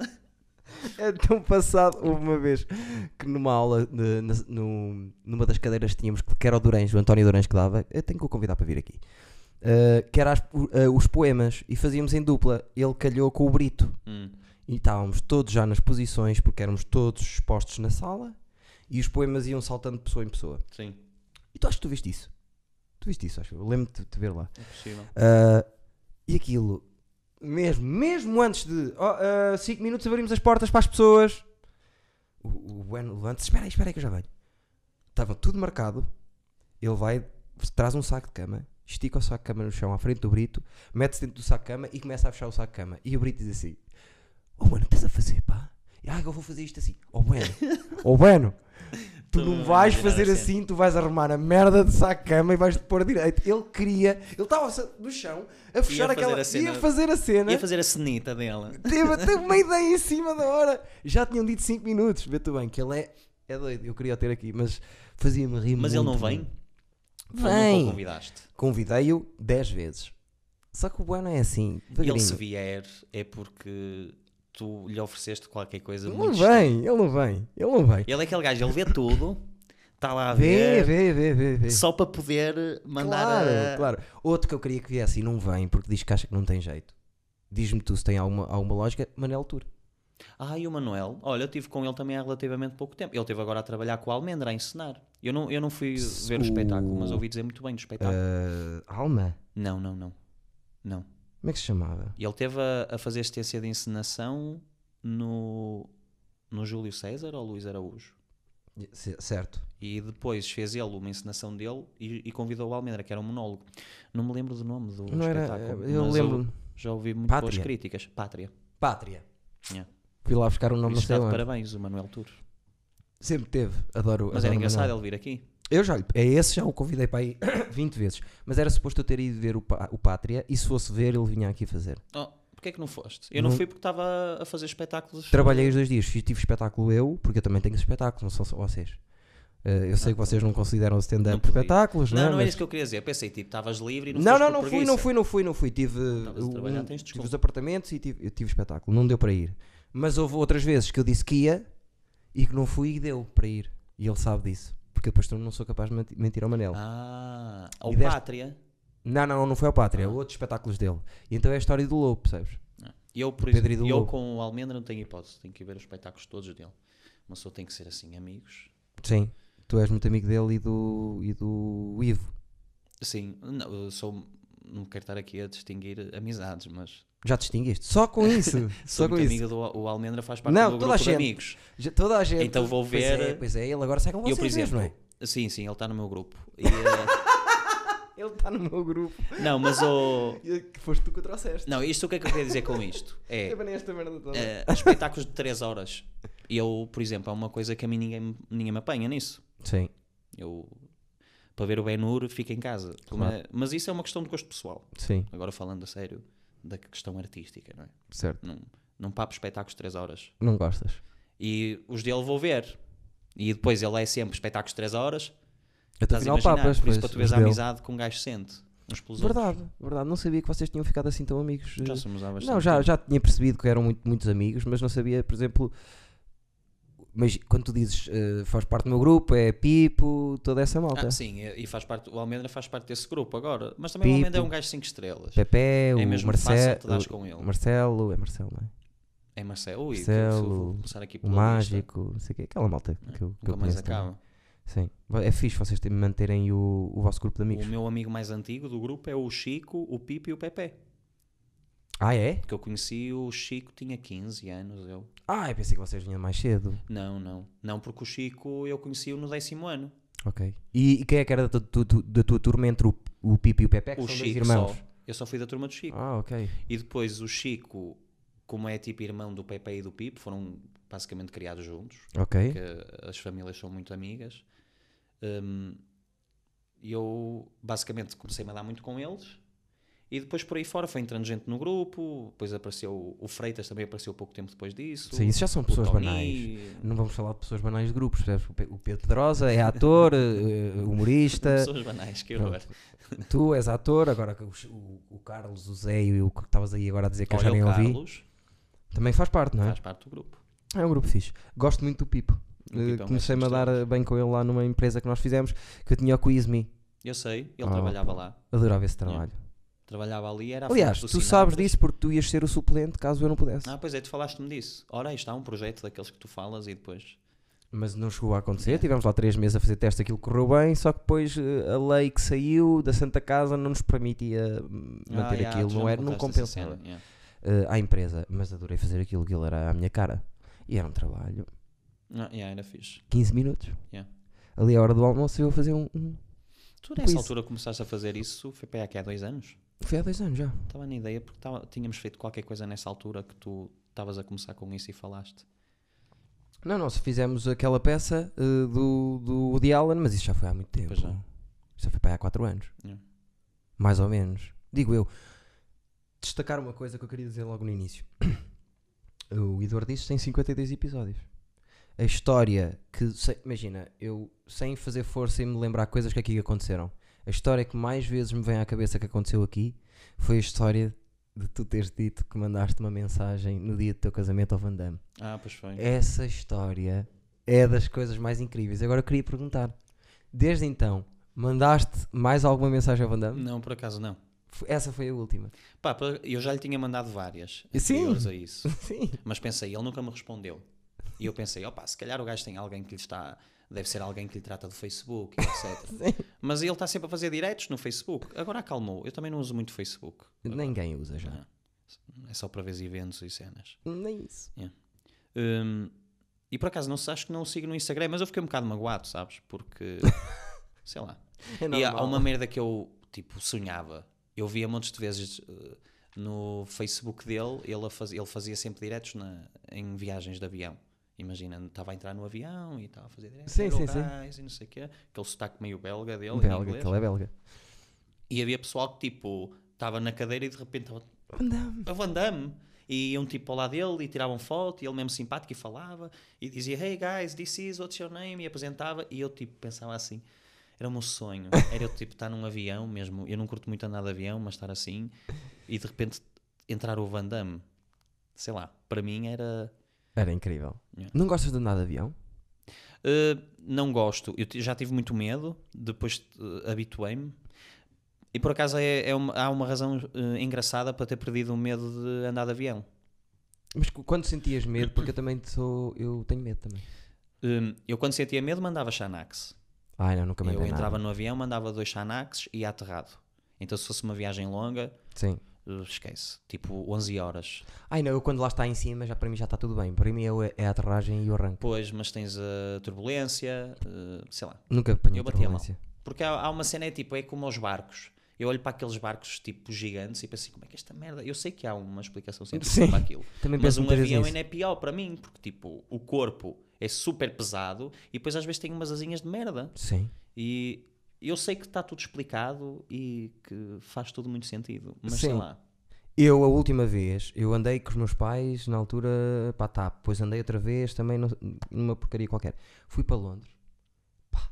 Speaker 1: É tão passado. Houve uma vez que numa aula, de- na- no- numa das cadeiras que tínhamos, que era o Durães, o António Durães que dava, eu tenho que o convidar para vir aqui, ah, que era as- o- ah, os poemas, e fazíamos em dupla. Ele calhou com o Brito.
Speaker 2: Hum.
Speaker 1: E estávamos todos já nas posições, porque éramos todos expostos na sala, e os poemas iam saltando de pessoa em pessoa.
Speaker 2: Sim,
Speaker 1: E tu achas que tu viste isso? Tu viste isso, acho eu. Lembro-te de te ver lá.
Speaker 2: é possível.
Speaker 1: Ah, e aquilo, mesmo, mesmo antes de 5 minutos abrimos as portas para as pessoas. O, o Bueno levanta-se, espera aí, espera aí que eu já venho. Estava tudo marcado. Ele vai, traz um saco de cama, estica o saco de cama no chão à frente do Brito, mete-se dentro do saco de cama e começa a fechar o saco de cama. E o Brito diz assim:
Speaker 2: [LAUGHS]
Speaker 1: Oh, Bueno, estás a fazer, pá? Ah, eu vou fazer isto assim. Oh, Bueno, oh, Bueno, Tu
Speaker 2: Estou
Speaker 1: não
Speaker 2: a
Speaker 1: vais
Speaker 2: imaginar
Speaker 1: fazer
Speaker 2: a
Speaker 1: assim, tu vais arrumar a merda de saco de cama e vais te pôr direito. Ele queria, ele estava no chão a fechar
Speaker 2: fazer
Speaker 1: aquela.
Speaker 2: a cena-
Speaker 1: ia fazer a cena.
Speaker 2: Ia fazer a cenita dela.
Speaker 1: Teve, teve uma ideia em cima da hora. Já tinham dito 5 minutos. Vê-te bem, que ele é, é doido. Eu queria o ter aqui, mas fazia-me rir
Speaker 2: Mas
Speaker 1: muito,
Speaker 2: ele não
Speaker 1: mano.
Speaker 2: vem? Ou Nunca o
Speaker 1: Vem.
Speaker 2: convidaste.
Speaker 1: Convidei-o 10 vezes. Só que o Bueno é assim.
Speaker 2: Ele se
Speaker 1: devagarinho.
Speaker 2: vier é porque tu lhe ofereceste qualquer coisa
Speaker 1: Ele não
Speaker 2: muito
Speaker 1: vem, ele não vem, ele não vem.
Speaker 2: estranha. Ele é aquele gajo, ele vê tudo, está lá a
Speaker 1: Vê,
Speaker 2: ver,
Speaker 1: vê, vê, vê, vê.
Speaker 2: só para poder mandar
Speaker 1: Claro,
Speaker 2: a...
Speaker 1: claro. Outro que eu queria que viesse e não vem porque diz que acha que não tem jeito. Diz-me tu se tem alguma, alguma lógica, Manel Tour.
Speaker 2: Ah, e o Manuel, olha, eu estive com ele também há relativamente pouco tempo. Ele esteve agora a trabalhar com a Almendra a ensinar. Eu não, eu não fui ver
Speaker 1: O-
Speaker 2: o espetáculo, mas ouvi dizer muito bem do espetáculo.
Speaker 1: Ah, Alma?
Speaker 2: Não, não, não. Não.
Speaker 1: Como é que se chamava?
Speaker 2: E ele esteve a, a fazer assistência de encenação no, no Júlio César ou Luís Araújo.
Speaker 1: C- certo.
Speaker 2: E depois fez ele uma encenação dele e, e convidou o Almendra, que era um monólogo. Não me lembro do nome do
Speaker 1: não era. eh,
Speaker 2: espetáculo.
Speaker 1: Eu
Speaker 2: mas
Speaker 1: lembro.
Speaker 2: já ouvi muito
Speaker 1: Pátria.
Speaker 2: boas críticas. Pátria.
Speaker 1: Pátria.
Speaker 2: Yeah.
Speaker 1: Fui lá buscar um nome,
Speaker 2: Isso
Speaker 1: não sei
Speaker 2: está de
Speaker 1: onde.
Speaker 2: parabéns, o Manuel Tour.
Speaker 1: Sempre teve. Adoro.
Speaker 2: Mas
Speaker 1: adoro
Speaker 2: era engraçado
Speaker 1: Manuel.
Speaker 2: ele vir aqui.
Speaker 1: Eu já lhe- É esse, já o convidei para aí [COUGHS] 20 vezes. Mas era suposto eu ter ido ver o, Pá- o Pátria e se fosse ver, ele vinha aqui fazer.
Speaker 2: Oh, Porquê é que não foste? Eu não,
Speaker 1: Não-
Speaker 2: fui porque estava a fazer espetáculos.
Speaker 1: Trabalhei os dois dias. Fiz- Tive espetáculo eu, porque eu também tenho espetáculo, não são só vocês. Eh, eu sei que vocês não consideram
Speaker 2: Não
Speaker 1: stand-up
Speaker 2: podia.
Speaker 1: espetáculos,
Speaker 2: Não,
Speaker 1: não é?
Speaker 2: não, era
Speaker 1: Mas-
Speaker 2: isso que eu queria dizer. Pensei, tipo, estavas livre e não
Speaker 1: Não,
Speaker 2: foste
Speaker 1: não,
Speaker 2: por
Speaker 1: não fui,
Speaker 2: preguiça.
Speaker 1: não fui, não fui, não fui. Tive,
Speaker 2: estavas a
Speaker 1: uh,
Speaker 2: trabalhar,
Speaker 1: um-
Speaker 2: tens
Speaker 1: tive
Speaker 2: desculpa.
Speaker 1: os apartamentos e tive, eu tive espetáculo. Não deu para ir. Mas houve outras vezes que eu disse que ia e que não fui e deu para ir. E ele sabe disso. Porque depois tu não sou capaz de menti- mentir ao Manel.
Speaker 2: Ah, ao
Speaker 1: E deste-
Speaker 2: Pátria.
Speaker 1: Não, não, não foi ao Pátria. é
Speaker 2: Ah.
Speaker 1: Outros espetáculos dele. E então é a história do Lobo, percebes?
Speaker 2: Eu, por
Speaker 1: Pedro e
Speaker 2: exemplo,
Speaker 1: do
Speaker 2: eu
Speaker 1: Lobo.
Speaker 2: com o Almendra não tenho hipótese. Tenho que ir ver os espetáculos todos dele. Mas só tem que ser assim, amigos.
Speaker 1: Sim. Tu és muito amigo dele e do, e do Ivo.
Speaker 2: Sim, não, eu sou... Não quero estar aqui a distinguir amizades, mas...
Speaker 1: Já te distinguiste. Só
Speaker 2: [LAUGHS]
Speaker 1: com isso.
Speaker 2: Sou
Speaker 1: só com
Speaker 2: muito
Speaker 1: isso.
Speaker 2: amigo do... O Almendra faz parte
Speaker 1: Não,
Speaker 2: do
Speaker 1: toda
Speaker 2: grupo
Speaker 1: a
Speaker 2: de
Speaker 1: gente.
Speaker 2: amigos.
Speaker 1: Já- toda a gente.
Speaker 2: Então vou
Speaker 1: Pois é,
Speaker 2: ver-
Speaker 1: pois é, ele agora sai com vocês
Speaker 2: eu, por exemplo...
Speaker 1: mesmo, não é?
Speaker 2: Sim, sim, ele está no meu grupo. E, eh, [LAUGHS]
Speaker 1: Ele está no meu grupo.
Speaker 2: não, mas o...
Speaker 1: E Que foste tu que o trouxeste.
Speaker 2: Não, isto o que é que eu queria dizer com isto? É...
Speaker 1: Eu banei esta merda toda.
Speaker 2: eh, espetáculos de 3 horas. E Eu, por exemplo, é uma coisa que a mim ninguém, me- ninguém me apanha nisso.
Speaker 1: Sim.
Speaker 2: Eu, para ver o Ben-Hur, fico em casa. Como é- Mas isso é uma questão de gosto pessoal.
Speaker 1: Sim,
Speaker 2: Agora falando a sério da questão artística, não é?
Speaker 1: certo.
Speaker 2: Não, não papo espetáculos de 3 horas.
Speaker 1: Não gostas.
Speaker 2: E os dele vou ver. E depois ele é sempre espetáculos de 3 horas.
Speaker 1: Até
Speaker 2: Estás a
Speaker 1: afinal
Speaker 2: imaginar,
Speaker 1: papas,
Speaker 2: por isso para
Speaker 1: pois,
Speaker 2: tu vês a
Speaker 1: os dele.
Speaker 2: amizade que um gajo sente. Uns pelos
Speaker 1: Verdade, verdade. Não sabia que vocês tinham ficado assim tão amigos.
Speaker 2: outros. Já somos há bastante
Speaker 1: não, já,
Speaker 2: tempo.
Speaker 1: já tinha percebido que eram muito, muitos amigos, mas não sabia, por exemplo. Mas quando tu dizes eh, faz parte do meu grupo, é Pipo, toda essa malta.
Speaker 2: Ah, sim, e e faz parte, o Almendra faz parte desse grupo agora. Mas também o
Speaker 1: Pipo.
Speaker 2: Almendra é um gajo 5 estrelas.
Speaker 1: Pepe,
Speaker 2: É
Speaker 1: o
Speaker 2: mesmo fácil te
Speaker 1: Marcelo.
Speaker 2: dares com ele.
Speaker 1: Marcelo, é Marcelo, não é?
Speaker 2: É Marcelo. Ui,
Speaker 1: Marcelo,
Speaker 2: Marcelo, vou começar aqui
Speaker 1: O
Speaker 2: pelo
Speaker 1: Mágico, não sei o quê. Aquela malta que eu, que eu
Speaker 2: É, Nunca mais
Speaker 1: conheço. também.
Speaker 2: acaba.
Speaker 1: Sim. É fixe vocês terem- manterem o, o vosso grupo de amigos.
Speaker 2: O meu amigo mais antigo do grupo é o Chico, o Pipo e o Pepe.
Speaker 1: Ah, é?
Speaker 2: Porque eu conheci o Chico, tinha 15 anos. Eu.
Speaker 1: Ah, eu pensei que vocês vinham mais cedo.
Speaker 2: Não, não. Não, porque o Chico eu conheci-o no décimo ano.
Speaker 1: Ok. E, e quem é que era da, tu- tu- da tua turma entre o, o Pipo e o Pepe? É Que
Speaker 2: O
Speaker 1: são
Speaker 2: Chico
Speaker 1: dois irmãos.
Speaker 2: só. Eu só fui da turma do Chico.
Speaker 1: Ah, ok.
Speaker 2: E depois o Chico, como é tipo irmão do Pepe e do Pipo, foram basicamente criados juntos.
Speaker 1: Ok.
Speaker 2: porque as famílias são muito amigas. Hum, E eu basicamente comecei a dar muito com eles e depois por aí fora foi entrando gente no grupo, depois apareceu o- o Freitas também apareceu pouco tempo depois disso.
Speaker 1: Sim, isso já são
Speaker 2: o
Speaker 1: pessoas
Speaker 2: Tony,
Speaker 1: banais. Não vamos falar de pessoas banais de grupos, percebes? O Pe- O Pedro Pedrosa é ator, [LAUGHS] eh, humorista,
Speaker 2: Pessoas banais, que
Speaker 1: Pronto.
Speaker 2: horror.
Speaker 1: tu és ator, agora que os- o, o Carlos, o Zé e o que estavas aí agora a dizer que eu já
Speaker 2: Olha
Speaker 1: nem
Speaker 2: o
Speaker 1: ouvi.
Speaker 2: Carlos,
Speaker 1: Também faz parte, não é?
Speaker 2: faz parte do grupo.
Speaker 1: É um grupo fixe. Gosto muito do Pipo.
Speaker 2: O Pipo é um
Speaker 1: Eh,
Speaker 2: gajo
Speaker 1: Comecei-me a
Speaker 2: que
Speaker 1: dar
Speaker 2: gostava.
Speaker 1: eh, bem com ele lá numa empresa que nós fizemos, que eu tinha o Quiz Me.
Speaker 2: Eu sei, ele
Speaker 1: Ah,
Speaker 2: trabalhava
Speaker 1: pá.
Speaker 2: lá.
Speaker 1: Adorava esse trabalho.
Speaker 2: Trabalhava ali, era à
Speaker 1: Aliás,
Speaker 2: frente do
Speaker 1: tu
Speaker 2: Sinal,
Speaker 1: sabes
Speaker 2: depois-
Speaker 1: disso porque tu ias ser o suplente caso eu não pudesse.
Speaker 2: Ah, pois é, tu falaste-me disso. Ora, aí está um projeto daqueles que tu falas e depois.
Speaker 1: Mas não chegou a acontecer, tivemos lá três meses a fazer teste, aquilo correu bem, só que depois eh, a lei que saiu da Santa Casa não nos permitia hum,
Speaker 2: Ah,
Speaker 1: manter
Speaker 2: já,
Speaker 1: aquilo,
Speaker 2: tu já
Speaker 1: não,
Speaker 2: me
Speaker 1: era, não
Speaker 2: contaste essa
Speaker 1: compensava
Speaker 2: cena, yeah.
Speaker 1: eh, à empresa, mas adorei fazer aquilo, aquilo era à minha cara. E era um trabalho,
Speaker 2: Ah, yeah, era fixe.
Speaker 1: 15 minutos.
Speaker 2: Yeah.
Speaker 1: Ali à hora do almoço eu ia fazer um... um-
Speaker 2: Tu nessa
Speaker 1: Pois.
Speaker 2: altura começaste a fazer isso, foi para aí há que há dois anos?
Speaker 1: Foi há dois anos já.
Speaker 2: Estava na ideia, porque tava- tínhamos feito qualquer coisa nessa altura que tu estavas a começar com isso e falaste.
Speaker 1: Não, nós fizemos aquela peça eh, do, do Woody Allen, mas isso já foi há muito tempo.
Speaker 2: Pois já. É.
Speaker 1: Isso já foi para aí há 4 anos.
Speaker 2: Yeah.
Speaker 1: Mais ou menos. Digo eu. Destacar uma coisa que eu queria dizer logo no início. [COUGHS] O Eduardo disse tem 52 episódios. A história que. se- imagina, eu sem fazer força e me lembrar coisas que aqui aconteceram. A história que mais vezes me vem à cabeça que aconteceu aqui foi a história de tu teres dito que mandaste uma mensagem no dia do teu casamento ao Van Damme.
Speaker 2: Ah, pois
Speaker 1: É.
Speaker 2: foi.
Speaker 1: Essa história é das coisas mais incríveis. Agora eu queria perguntar: desde então, mandaste mais alguma mensagem ao Van Damme?
Speaker 2: Não, por acaso não.
Speaker 1: F- Essa foi a última.
Speaker 2: Pá, pra- eu já lhe tinha mandado várias
Speaker 1: Sim.
Speaker 2: anteriores a isso.
Speaker 1: [LAUGHS] Sim.
Speaker 2: Mas pensei, ele nunca me respondeu. E eu pensei, opa, se calhar o gajo tem alguém que lhe está. Deve ser alguém que lhe trata do Facebook, etc. Mas ele está sempre a fazer diretos no Facebook. Agora acalmou. Eu também não uso muito Facebook.
Speaker 1: Ninguém usa já.
Speaker 2: É só para ver eventos e cenas.
Speaker 1: Nem isso.
Speaker 2: Hum, e por acaso, não, sei- acho que não o sigo no Instagram, mas eu fiquei um bocado magoado, sabes? Porque. sei lá.
Speaker 1: É
Speaker 2: E há- há
Speaker 1: normal.
Speaker 2: uma merda que eu, tipo, sonhava. Eu via montes de vezes eh, no Facebook dele, ele, a faz- ele fazia sempre diretos na- em viagens de avião. Imagina, estava a entrar no avião e estava a fazer diretos.
Speaker 1: Sim, sim, sim.
Speaker 2: sim. E não sei o quê. Aquele sotaque meio belga dele. em
Speaker 1: belga,
Speaker 2: inglês.
Speaker 1: aquele é belga.
Speaker 2: E havia pessoal que, tipo, estava na cadeira e de repente estava
Speaker 1: Van Damme.
Speaker 2: a Van Damme. E iam tipo ao lado dele e tiravam foto, e ele mesmo simpático e falava, e dizia, hey guys, this is what's your name, e apresentava, e eu tipo pensava assim, era o meu sonho, era eu tipo estar num avião mesmo, eu não curto muito andar de avião, mas estar assim, e de repente entrar o Van Damme, sei lá, para mim era,
Speaker 1: Era incrível.
Speaker 2: Yeah.
Speaker 1: Não gostas de andar de avião?
Speaker 2: Uh, não gosto. Eu ti- já tive muito medo, depois uh, habituei-me. E por acaso é, é uma- há uma razão uh, engraçada para ter perdido o medo de andar de avião.
Speaker 1: Mas cu- quando sentias medo, porque eu também sou. Eu tenho medo também.
Speaker 2: Um, eu quando sentia medo mandava Xanax.
Speaker 1: Ai não, nunca me
Speaker 2: eu entrava no avião, mandava dois Xanax e ia aterrado. Então se fosse uma viagem longa,
Speaker 1: Sim.
Speaker 2: uh, esquece. Tipo 11 horas.
Speaker 1: Ai não, eu quando lá está em cima, já para mim já está tudo bem. Para mim é, o- é a aterragem e o arranque.
Speaker 2: Pois, mas tens a turbulência, uh, sei lá.
Speaker 1: Nunca apanhei
Speaker 2: Eu batia mal.
Speaker 1: turbulência.
Speaker 2: Porque há, há uma cena, é tipo, é como aos barcos. Eu olho para aqueles barcos tipo gigantes e penso assim, como é que esta merda. Eu sei que há uma explicação científica
Speaker 1: Sim.
Speaker 2: para aquilo.
Speaker 1: Também
Speaker 2: Mas
Speaker 1: penso
Speaker 2: um
Speaker 1: muitas vezes
Speaker 2: avião
Speaker 1: nisso.
Speaker 2: ainda é pior para mim, porque tipo, o corpo é super pesado e depois às vezes tem umas asinhas de merda.
Speaker 1: Sim.
Speaker 2: E eu sei que está tudo explicado e que faz tudo muito sentido. Mas sei
Speaker 1: Sim.
Speaker 2: lá.
Speaker 1: Eu, a última vez, eu andei com os meus pais na altura, pá, tá, depois andei outra vez também no- numa porcaria qualquer. Fui para Londres, pá,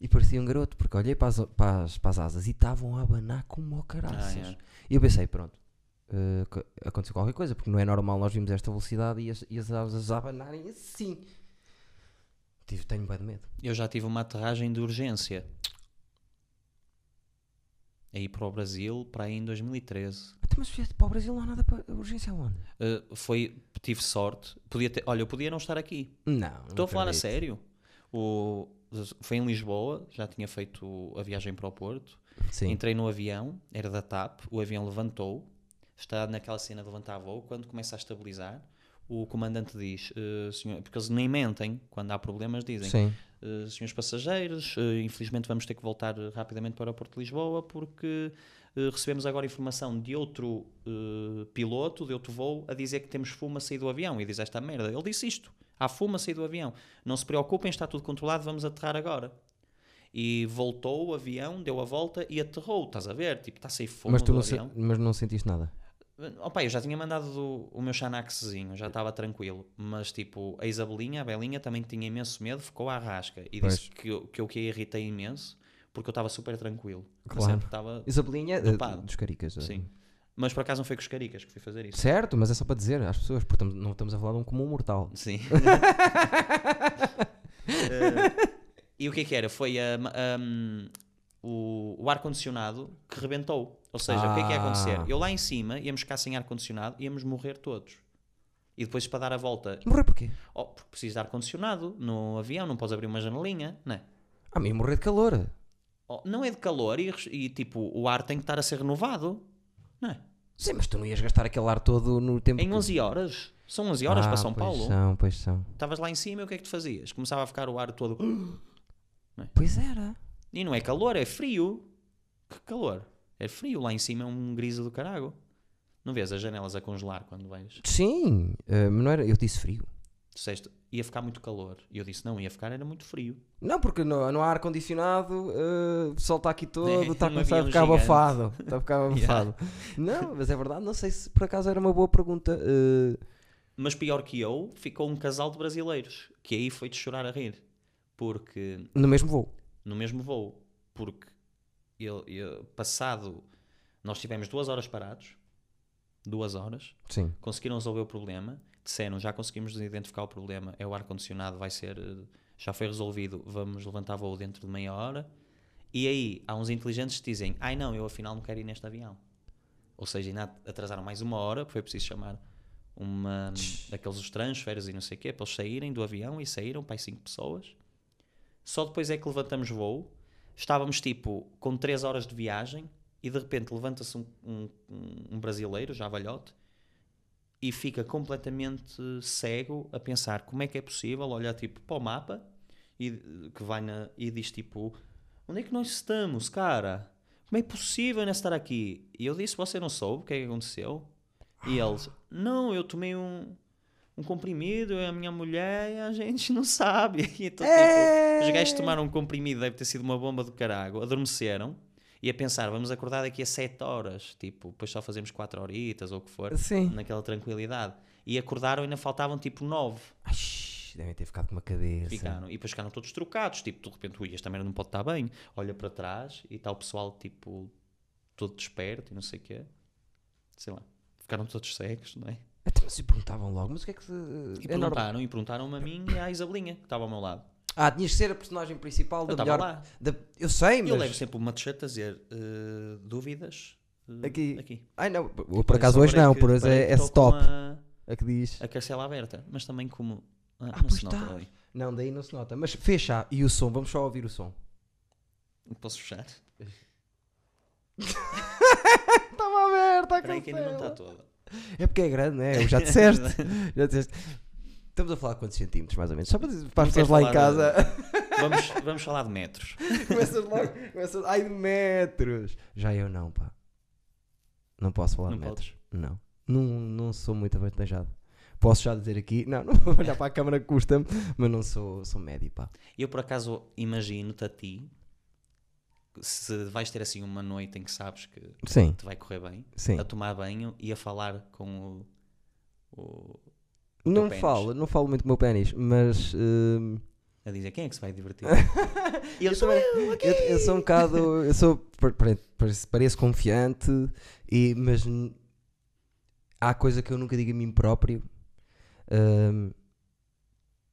Speaker 1: e parecia um garoto, porque olhei para as, para as, para as asas e estavam a abanar como ao
Speaker 2: Ah,
Speaker 1: caraças.
Speaker 2: é.
Speaker 1: E eu pensei, pronto, eh, co- aconteceu qualquer coisa, porque não é normal nós vimos esta velocidade e as, e as asas a abanarem assim. Tive, tenho bem de medo.
Speaker 2: Eu já tive uma aterragem de urgência. Aí para o Brasil, para aí em 2013.
Speaker 1: Até Então, mas vieste para o Brasil não há nada para urgência onde?
Speaker 2: Uh, foi, tive sorte. Podia ter, olha, eu podia não estar aqui.
Speaker 1: Não.
Speaker 2: Estou a falar a sério. O, foi em Lisboa, já tinha feito a viagem para o Porto.
Speaker 1: Sim.
Speaker 2: Entrei no avião, era da TAP. O avião levantou, está naquela cena de levantar voo. Quando começa a estabilizar, o comandante diz: "Eh, senhor, porque eles nem mentem quando há problemas, dizem.
Speaker 1: Sim.
Speaker 2: "Eh, senhores passageiros, eh, infelizmente vamos ter que voltar eh, rapidamente para o aeroporto de Lisboa porque eh, recebemos agora informação de outro eh, piloto, de outro voo, a dizer que temos fumo a sair do avião. E diz esta merda. Ele disse isto: há fumo a sair do avião. Não se preocupem, está tudo controlado, vamos aterrar agora. E voltou o avião, deu a volta e aterrou. Estás a ver? Tipo, está a sair fumo
Speaker 1: Mas tu
Speaker 2: do
Speaker 1: não, se-
Speaker 2: avião.
Speaker 1: mas não sentiste nada?
Speaker 2: Opa, eu já tinha mandado do- o meu Xanaxzinho, já estava tranquilo. Mas, tipo, a Isabelinha, a Belinha, também tinha imenso medo, ficou à rasca. E
Speaker 1: Pois.
Speaker 2: disse que eu, que eu que a irritei imenso, porque eu estava super tranquilo. Tá
Speaker 1: Claro.
Speaker 2: certo? Estava...
Speaker 1: Isabelinha
Speaker 2: Do
Speaker 1: eh,
Speaker 2: Pado.
Speaker 1: dos Caricas. eh.
Speaker 2: Sim. Mas por acaso não foi com os caricas que fui fazer isso.
Speaker 1: Certo, mas é só para dizer às pessoas, porque tamo- não estamos a falar de um comum mortal.
Speaker 2: Sim. Eh, e o que é que era? Foi a ma- ahm, o, o ar-condicionado que rebentou. Ou seja, o que é que ia acontecer?
Speaker 1: Ah.
Speaker 2: Eu lá em cima íamos ficar sem ar-condicionado, íamos morrer todos. E depois, para dar a volta
Speaker 1: Morrer porquê?
Speaker 2: Oh, porque precisas de ar-condicionado no avião, não podes abrir uma janelinha, não é?
Speaker 1: A mim Ah, morrer de calor.
Speaker 2: Oh, não é de calor e, res- e, tipo, o ar tem que estar a ser renovado, não é?
Speaker 1: Sim, mas tu não ias gastar aquele ar todo no tempo.
Speaker 2: Em
Speaker 1: que-
Speaker 2: 11 horas. São 11 horas
Speaker 1: Ah,
Speaker 2: para São
Speaker 1: pois
Speaker 2: Paulo.
Speaker 1: São, pois são.
Speaker 2: Estavas lá em cima e o que é que tu fazias? Começava a ficar o ar todo. "Ah,
Speaker 1: Pois era.
Speaker 2: E não é calor, é frio. Que calor? É frio. Lá em cima é um grisa do carago. Não vês as janelas a congelar quando vais?
Speaker 1: Sim, eh, mas não era. Eu disse frio.
Speaker 2: disseste, ia ficar muito calor. E eu disse, não, ia ficar, era muito frio.
Speaker 1: Não, porque não, não há ar-condicionado, eh, o pessoal está aqui todo,
Speaker 2: [LAUGHS] É,
Speaker 1: está a
Speaker 2: um
Speaker 1: começar a
Speaker 2: avião
Speaker 1: ficar
Speaker 2: gigante.
Speaker 1: abafado. Está a ficar abafado.
Speaker 2: [LAUGHS] Yeah.
Speaker 1: Não, mas é verdade, não sei se por acaso era uma boa pergunta. eh,
Speaker 2: Mas pior que eu, ficou um casal de brasileiros, que aí foi de chorar a rir. Porque
Speaker 1: no mesmo voo.
Speaker 2: no mesmo voo, porque ele, ele- passado nós tivemos duas horas parados, duas horas,
Speaker 1: Sim.
Speaker 2: conseguiram resolver o problema, disseram já conseguimos identificar o problema, é o ar condicionado, vai ser, eh, já foi resolvido, vamos levantar voo dentro de meia hora. E aí há uns inteligentes que dizem, ai não, eu afinal não quero ir neste avião. Ou seja, ainda atrasaram mais uma hora, porque foi preciso chamar uma daqueles dos transferes e não sei o quê, para eles saírem do avião e saíram para aí cinco pessoas. Só depois é que levantamos voo. Estávamos tipo com 3 horas de viagem e de repente levanta-se um, um- um brasileiro, já velhote, e fica completamente cego a pensar como é que é possível olhar tipo para o mapa e, eh, que vai na, e diz tipo onde é que nós estamos, cara? Como é possível ainda estar aqui? E eu disse, você não soube o que é que aconteceu? E eles, não, eu tomei um, um comprimido, é a minha mulher e a gente não sabe. [LAUGHS] E então, tipo,
Speaker 1: É.
Speaker 2: os
Speaker 1: Eh,
Speaker 2: gajos tomaram um comprimido, deve ter sido uma bomba do carago, adormeceram e a pensar, vamos acordar daqui a 7 horas, tipo, depois só fazemos 4 horitas ou o que for,
Speaker 1: Sim.
Speaker 2: naquela tranquilidade. E acordaram e ainda faltavam tipo 9.
Speaker 1: Ai, shhh, devem ter ficado com uma cabeça.
Speaker 2: Ficaram. E depois ficaram todos trocados. Tipo, de repente, ui, esta merda não pode estar bem. Olha para trás e está o pessoal, tipo, todo desperto e não sei o quê. Sei lá. Ficaram todos cegos, não é?
Speaker 1: Até mas se perguntavam logo, mas o que é que. se-
Speaker 2: E
Speaker 1: é normal.
Speaker 2: perguntaram, e perguntaram a mim e à Isabelinha, que estava ao meu lado.
Speaker 1: Ah, tinhas que ser a personagem principal
Speaker 2: Eu
Speaker 1: da
Speaker 2: estava
Speaker 1: melhor.
Speaker 2: lá.
Speaker 1: da- Eu sei,
Speaker 2: E
Speaker 1: mas.
Speaker 2: eu levo sempre uma t-shirt a dizer eh, dúvidas. eh,
Speaker 1: Aqui.
Speaker 2: aqui.
Speaker 1: Ai não, eu por acaso
Speaker 2: Só
Speaker 1: hoje
Speaker 2: parei
Speaker 1: não,
Speaker 2: que-
Speaker 1: por hoje
Speaker 2: parei
Speaker 1: é,
Speaker 2: que
Speaker 1: é
Speaker 2: estou com
Speaker 1: stop.
Speaker 2: A,
Speaker 1: A que diz.
Speaker 2: a carcela aberta. Mas também como. Ah,
Speaker 1: Ah,
Speaker 2: não
Speaker 1: pois
Speaker 2: se nota
Speaker 1: tá.
Speaker 2: ali.
Speaker 1: Não, daí não se nota. Mas fecha e o som, vamos só ouvir o som.
Speaker 2: Posso fechar?
Speaker 1: Estava aberta a
Speaker 2: Espera aí que ainda não tá está
Speaker 1: cancela.
Speaker 2: toda.
Speaker 1: tá É porque é grande, não é?
Speaker 2: [LAUGHS]
Speaker 1: Eu já disseste. já disseste. Estamos a falar quantos centímetros, mais ou menos. Só para, dizer- para as
Speaker 2: Não
Speaker 1: pessoas
Speaker 2: quero
Speaker 1: lá em
Speaker 2: falar
Speaker 1: casa.
Speaker 2: Vamos, vamos falar de metros.
Speaker 1: [LAUGHS] começas logo. Começas, ai, de metros. Já eu não, pá. Não posso falar
Speaker 2: Não
Speaker 1: de metros.
Speaker 2: podes.
Speaker 1: Não. não. Não sou muito avantajado. Posso já dizer aqui. Não, não vou olhar para a câmara que custa-me. Mas não sou, sou médio, pá.
Speaker 2: Eu por acaso imagino-te a ti se vais ter assim uma noite em que sabes que
Speaker 1: Sim,
Speaker 2: te vai correr bem,
Speaker 1: sim.
Speaker 2: a tomar banho e a falar com o, o-
Speaker 1: Não
Speaker 2: pênis.
Speaker 1: falo, não falo muito com o meu pênis, mas. hum,
Speaker 2: a dizer quem é que se
Speaker 1: [LAUGHS]
Speaker 2: vai divertir. e
Speaker 1: Eu
Speaker 2: ele sou
Speaker 1: também-
Speaker 2: eu, aqui.
Speaker 1: Eu, eu sou um bocado. Eu sou. par- par- Pareço, pareço confiante, e, mas n- há coisa que eu nunca digo a mim próprio. Ahm,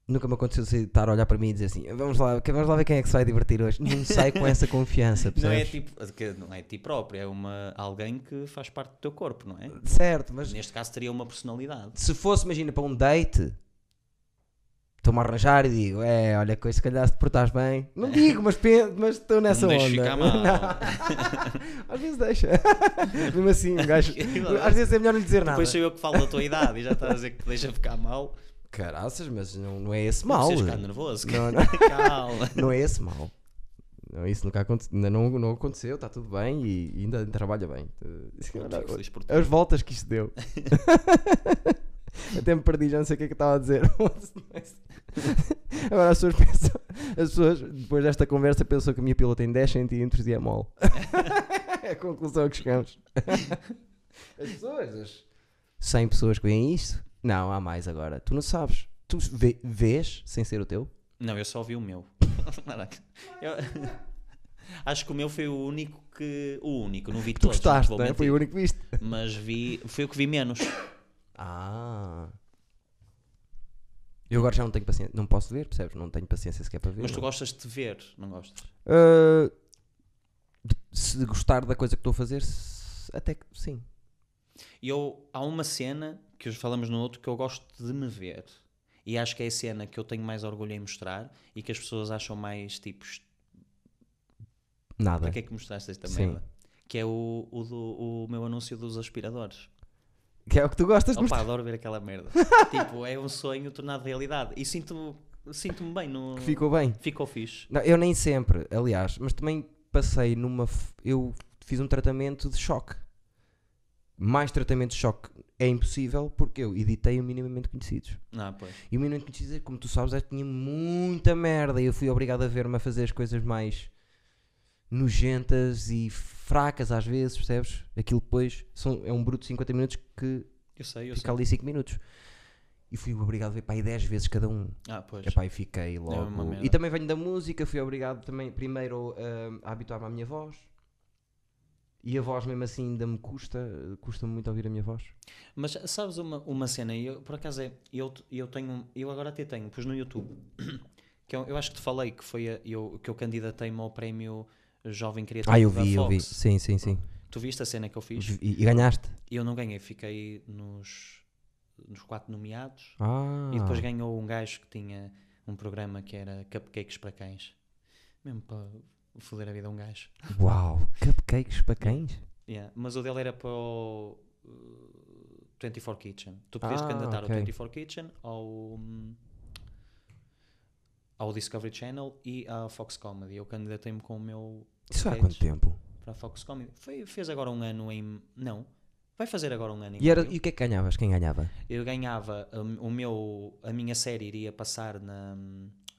Speaker 1: nunca me aconteceu de estar a olhar para mim e dizer assim: vamos lá, que- vamos lá ver quem é que se vai divertir hoje. Não saio com essa [LAUGHS] confiança,
Speaker 2: Não é,
Speaker 1: percebes?
Speaker 2: tipo, que não é ti próprio, é uma, alguém que faz parte do teu corpo, não é?
Speaker 1: Certo, mas
Speaker 2: Neste caso teria uma personalidade.
Speaker 1: se fosse, imagina, para um date. Estou-me a arranjar e digo, é, olha, coisa, se calhar se te portares bem. Não digo, mas pe- mas estou nessa
Speaker 2: É. não
Speaker 1: onda.
Speaker 2: deixes
Speaker 1: [LAUGHS]
Speaker 2: ficar mal.
Speaker 1: Não. Às vezes deixa. [LAUGHS] Mesmo assim, um gajo.
Speaker 2: [LAUGHS]
Speaker 1: Às vezes é melhor não lhe dizer nada.
Speaker 2: Depois sou eu que falo da tua idade e já estás a dizer que te deixa ficar mal.
Speaker 1: Caraças, mas não, não é esse
Speaker 2: Não
Speaker 1: mal.
Speaker 2: precisas ficar nervoso. [LAUGHS]
Speaker 1: Não,
Speaker 2: Calma.
Speaker 1: Não é esse mal. Não, isso nunca aconte- ainda não, não aconteceu, está tudo bem e ainda trabalha bem. Eh, isso-
Speaker 2: Eu fico feliz por ti.
Speaker 1: As voltas que isto deu. [LAUGHS] Até me perdi, já não sei o que é que estava a dizer. [LAUGHS] Agora as pessoas pensam, as pessoas, depois desta conversa, pensam que a minha pila tem 10 centímetros de é mole. [LAUGHS] é a conclusão que chegamos. As pessoas, as 100 pessoas que veem isto? Não, há mais agora. Tu não sabes. Tu vê- vês sem ser o teu?
Speaker 2: Não, eu só vi
Speaker 1: [LAUGHS]
Speaker 2: o meu. Maraca. Eu- [LAUGHS] Acho que o meu foi o único que. O único, não vi
Speaker 1: Tu
Speaker 2: todos.
Speaker 1: gostaste,
Speaker 2: vou
Speaker 1: não é?
Speaker 2: mentir.
Speaker 1: Foi o único que viste.
Speaker 2: Mas vi. Foi o que vi menos.
Speaker 1: Ah. Eu agora já não tenho paciência. Não posso ver, percebes? Não tenho paciência sequer para ver.
Speaker 2: Mas tu
Speaker 1: não.
Speaker 2: gostas de te ver, não gostas?
Speaker 1: Uh, de- se de gostar da coisa que estou a fazer, se- até que sim.
Speaker 2: E eu. Há uma cena que hoje falamos no outro que eu gosto de me ver. E acho que é a cena que eu tenho mais orgulho em mostrar e que as pessoas acham mais tipos.
Speaker 1: Tá Nada.
Speaker 2: Para que é que mostraste esta
Speaker 1: Sim.
Speaker 2: merda? Que é o, o, do- o meu anúncio dos aspiradores.
Speaker 1: Que é o que tu gostas de
Speaker 2: Opa,
Speaker 1: mostrar.
Speaker 2: adoro ver
Speaker 1: [LAUGHS]
Speaker 2: aquela merda. tipo, é um sonho tornado realidade. E sinto-me sinto bem no.
Speaker 1: Que ficou bem.
Speaker 2: Ficou fixe.
Speaker 1: Não, eu nem sempre, aliás, mas também passei numa. f- Eu fiz um tratamento de choque. mais tratamento de choque é impossível porque eu editei o minimamente conhecidos.
Speaker 2: Não, Ah, pois.
Speaker 1: E o minimamente conhecidos, como tu sabes, é que tinha muita merda e eu fui obrigado a ver-me a fazer as coisas mais nojentas e fracas às vezes, percebes? Aquilo depois são, é um bruto de 50 minutos que
Speaker 2: Eu sei, eu
Speaker 1: fica ali 5 minutos. E fui obrigado a ver para aí 10 vezes cada um.
Speaker 2: sei. Ah, pois.
Speaker 1: Epá, e fiquei
Speaker 2: uma
Speaker 1: logo.
Speaker 2: merda.
Speaker 1: e também venho da música, fui obrigado também primeiro ah, a habituar-me à minha voz. E a voz mesmo assim ainda me custa, custa-me muito ouvir a minha voz.
Speaker 2: Mas sabes uma, uma cena, eu, por acaso é, eu, t- eu tenho, eu agora até tenho, pus no YouTube, [COUGHS] que eu, eu acho que te falei que foi a- eu, que eu candidatei-me ao prémio Jovem Criativo
Speaker 1: Ah, eu
Speaker 2: da
Speaker 1: vi, eu vi.
Speaker 2: Fox.
Speaker 1: Sim, sim, sim.
Speaker 2: Tu viste a cena que eu fiz?
Speaker 1: E, e ganhaste?
Speaker 2: Eu não ganhei, fiquei nos, nos quatro nomeados
Speaker 1: Ah.
Speaker 2: e depois ganhou um gajo que tinha um programa que era Cupcakes para cães. Mesmo para foder a vida a um gajo.
Speaker 1: Uau, cupcakes para cães?
Speaker 2: Yeah, Mas o dele era para o uh, 24 Kitchen. Tu podias te
Speaker 1: Ah,
Speaker 2: candidatar
Speaker 1: ok.
Speaker 2: ao 24 Kitchen, ao, hum, ao Discovery Channel e à Fox Comedy. Eu candidatei-me com o meu
Speaker 1: Isso há
Speaker 2: Cupcakes.
Speaker 1: quanto tempo?
Speaker 2: para a Fox Comedy. Foi, fez agora um ano em. Não. Vai fazer agora um ano em.
Speaker 1: E, era,
Speaker 2: abril.
Speaker 1: e o que é que ganhavas? Quem ganhava?
Speaker 2: Eu ganhava hum, o meu. A minha série iria passar na,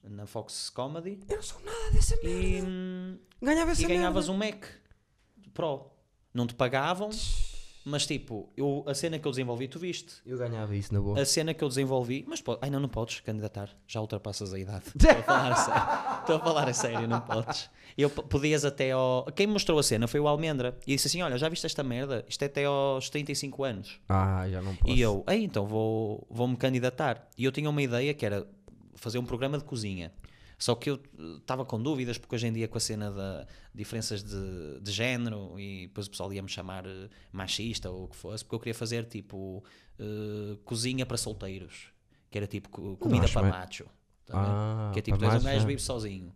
Speaker 2: na Fox Comedy
Speaker 1: Eu não sou nada dessa merda.
Speaker 2: e, hum,
Speaker 1: Ganhava
Speaker 2: e
Speaker 1: essa
Speaker 2: ganhavas um Mac Pro. Não te pagavam, mas tipo, eu, a cena que eu desenvolvi, tu viste.
Speaker 1: Eu ganhava isso na boa.
Speaker 2: A cena que eu desenvolvi, mas pode, ai não, não podes candidatar, já ultrapassas a idade. Estou a falar a sério, Estou a falar a sério, não podes. Eu p- podias até ao. Quem me mostrou a cena foi o Almendra e disse assim: Olha, já viste esta merda? Isto é até aos 35 anos.
Speaker 1: Ah, já não posso.
Speaker 2: E eu, Ei, então vou, vou me candidatar. E eu tinha uma ideia que era fazer um programa de cozinha. Só que eu estava com dúvidas, porque hoje em dia, com a cena da diferenças de, de género, e depois o pessoal ia me chamar eh, machista ou o que fosse, porque eu queria fazer tipo eh, cozinha para solteiros, que era tipo co- comida
Speaker 1: acho
Speaker 2: para
Speaker 1: bem.
Speaker 2: macho. tá bem?
Speaker 1: Ah,
Speaker 2: que é tipo, tu
Speaker 1: para
Speaker 2: és
Speaker 1: mais,
Speaker 2: um gajo
Speaker 1: já.
Speaker 2: que vive sozinho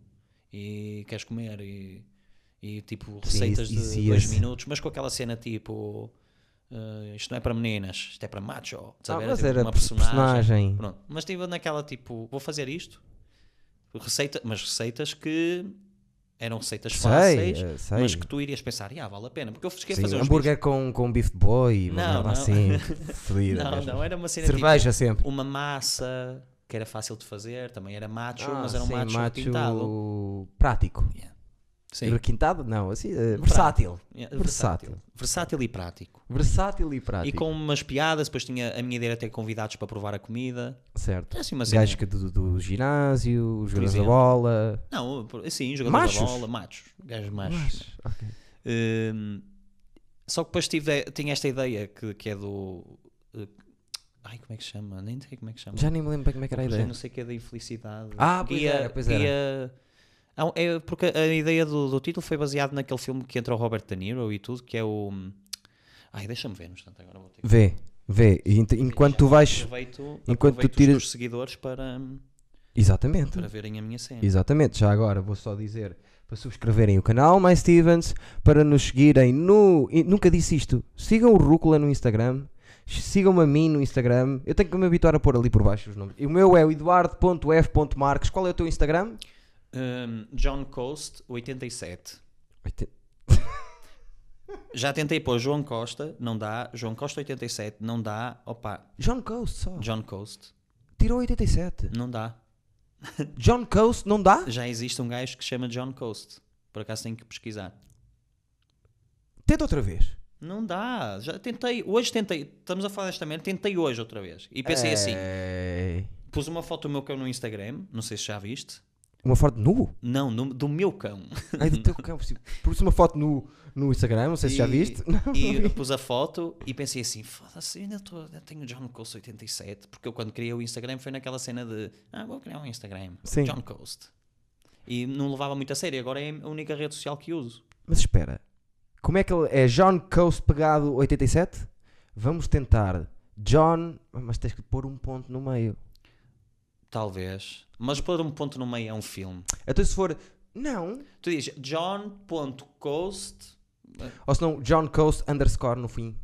Speaker 2: e queres comer e, e tipo
Speaker 1: Sim,
Speaker 2: receitas
Speaker 1: isso- isso
Speaker 2: de
Speaker 1: ia
Speaker 2: dois
Speaker 1: ser-
Speaker 2: minutos, mas com aquela cena tipo eh, isto não é para meninas, isto é para macho.
Speaker 1: Ah,
Speaker 2: Sabe?
Speaker 1: mas
Speaker 2: tipo,
Speaker 1: era
Speaker 2: uma
Speaker 1: personagem.
Speaker 2: personagem. Pronto. Mas estive naquela tipo, vou fazer isto, receita, mas receitas que eram receitas
Speaker 1: Sei,
Speaker 2: fáceis,
Speaker 1: eh, sei.
Speaker 2: mas que tu irias pensar, ah, vale a pena, porque eu cheguei a
Speaker 1: Sim,
Speaker 2: fazer uns
Speaker 1: hambúrguer com, com bife de boi, uma
Speaker 2: Não,
Speaker 1: merda
Speaker 2: não.
Speaker 1: assim,
Speaker 2: [LAUGHS] bichos-
Speaker 1: fedida
Speaker 2: Não,
Speaker 1: mesmo.
Speaker 2: não, era uma cena tipo,
Speaker 1: Cerveja sempre.
Speaker 2: uma massa que era fácil de fazer, também era macho,
Speaker 1: Ah,
Speaker 2: mas era um
Speaker 1: sim,
Speaker 2: macho, pintado.
Speaker 1: prático.
Speaker 2: Yeah.
Speaker 1: Requintado? Não, assim, eh, versátil.
Speaker 2: Yeah,
Speaker 1: Versátil.
Speaker 2: Versátil e prático.
Speaker 1: Versátil e prático.
Speaker 2: E com umas piadas, depois tinha a minha ideia era ter convidados para provar a comida.
Speaker 1: Certo.
Speaker 2: Era assim uma
Speaker 1: Os
Speaker 2: cena.
Speaker 1: gajos que é do, do ginásio, os jogadores da
Speaker 2: exemplo.
Speaker 1: bola.
Speaker 2: Não, assim, jogadores da
Speaker 1: Machos?
Speaker 2: bola, machos. Gajos machos.
Speaker 1: Mas, ok.
Speaker 2: Hum, só que depois tive, tinha esta ideia que, que é do. eh, ai, como é que se chama? Nem sei como é que se chama.
Speaker 1: Já nem me lembro bem como é que era a
Speaker 2: Pois é,
Speaker 1: ideia.
Speaker 2: Não sei o que é da infelicidade.
Speaker 1: Ah, pois
Speaker 2: a-
Speaker 1: era, pois
Speaker 2: e a- Ah, é porque a ideia do, do título foi baseada naquele filme que entra o Robert De Niro e tudo, que é o. Ai, deixa-me ver, no instante, agora vou ter que-
Speaker 1: Vê, vê. E ent- enquanto tu vais.
Speaker 2: Aproveito,
Speaker 1: enquanto tu
Speaker 2: aproveito
Speaker 1: tiras-
Speaker 2: os teus seguidores para,
Speaker 1: Exatamente.
Speaker 2: para verem a minha cena.
Speaker 1: Exatamente, já agora vou só dizer para subscreverem o canal My Stevens, para nos seguirem no. e Nunca disse isto. Sigam o Rúcula no Instagram, sigam-me a mim no Instagram. Eu tenho que me habituar a pôr ali por baixo os nomes. E o meu é o eduardo.f.marques. Qual é o teu Instagram?
Speaker 2: Hum, John Coast, 87.
Speaker 1: Oitenta-
Speaker 2: Já tentei pôr João Costa, não dá. João Costa, 87, não dá. Opa,
Speaker 1: John Coast só.
Speaker 2: John Hum? Coast,
Speaker 1: Tirou 87.
Speaker 2: não dá.
Speaker 1: John Coast não dá?
Speaker 2: Já existe um gajo que se chama John Coast. Por acaso tenho que pesquisar.
Speaker 1: Tenta outra vez.
Speaker 2: Não dá. Já tentei. Hoje tentei. Estamos a falar desta merda. Tentei hoje outra vez. E pensei assim.
Speaker 1: É...
Speaker 2: Pus uma foto do meu cão no Instagram. Não sei se já viste.
Speaker 1: Uma foto nu?
Speaker 2: Não, do, do meu cão.
Speaker 1: Ai, do teu cão. se- Pus uma foto nu no Instagram, não sei se já
Speaker 2: E-
Speaker 1: viste. Não.
Speaker 2: [LAUGHS] E eu pus a foto e pensei assim: foda-se, eu ainda, tô, ainda tenho John Coast 87. Porque eu quando criei o Instagram foi naquela cena de ah, vou criar um Instagram.
Speaker 1: Sim.
Speaker 2: John Coast. E não levava muito a sério. Agora é a única rede social que uso.
Speaker 1: Mas espera, como é que ele é John Coast pegado 87? Vamos tentar John, mas tens que pôr um ponto no meio.
Speaker 2: Talvez. Mas pôr um ponto no meio é um filme.
Speaker 1: Então se for não,
Speaker 2: Tu dizes John.coast.
Speaker 1: ou se não John Coast underscore no fim,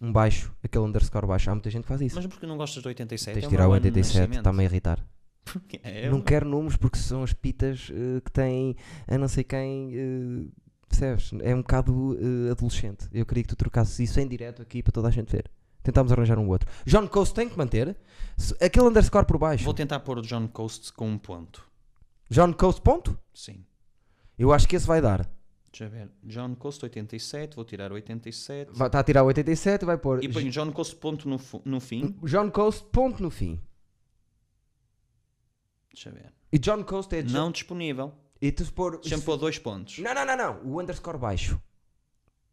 Speaker 1: um baixo, aquele underscore baixo. Há muita gente que faz isso.
Speaker 2: Mas porque não gostas do 87?
Speaker 1: tens
Speaker 2: É
Speaker 1: de
Speaker 2: o
Speaker 1: tirar o
Speaker 2: meu ano de
Speaker 1: 87,
Speaker 2: nascimento.
Speaker 1: está-me a irritar.
Speaker 2: Porque [LAUGHS] é
Speaker 1: não
Speaker 2: o-
Speaker 1: quero números porque são as pitas eh, que têm a não sei quem, eh, percebes? É um bocado eh, adolescente. Eu queria que tu trocasses isso em direto aqui para toda a gente ver. Tentámos arranjar um outro. John Coast tem que manter Se- aquele underscore por baixo.
Speaker 2: Vou tentar pôr o John Coast com um ponto.
Speaker 1: John Coast, ponto.
Speaker 2: Sim.
Speaker 1: Eu acho que esse vai dar.
Speaker 2: Deixa eu ver. John Coast 87, vou tirar 87.
Speaker 1: Está tá a tirar 87 e vai pôr
Speaker 2: E ponho John Coast ponto no, fu- no fim.
Speaker 1: John Coast, ponto no fim.
Speaker 2: Deixa eu ver.
Speaker 1: E John Coast é.
Speaker 2: Não disponível.
Speaker 1: E tu se pôr.
Speaker 2: Deixa-me pôr dois pontos.
Speaker 1: Não, não, não, não. O underscore baixo.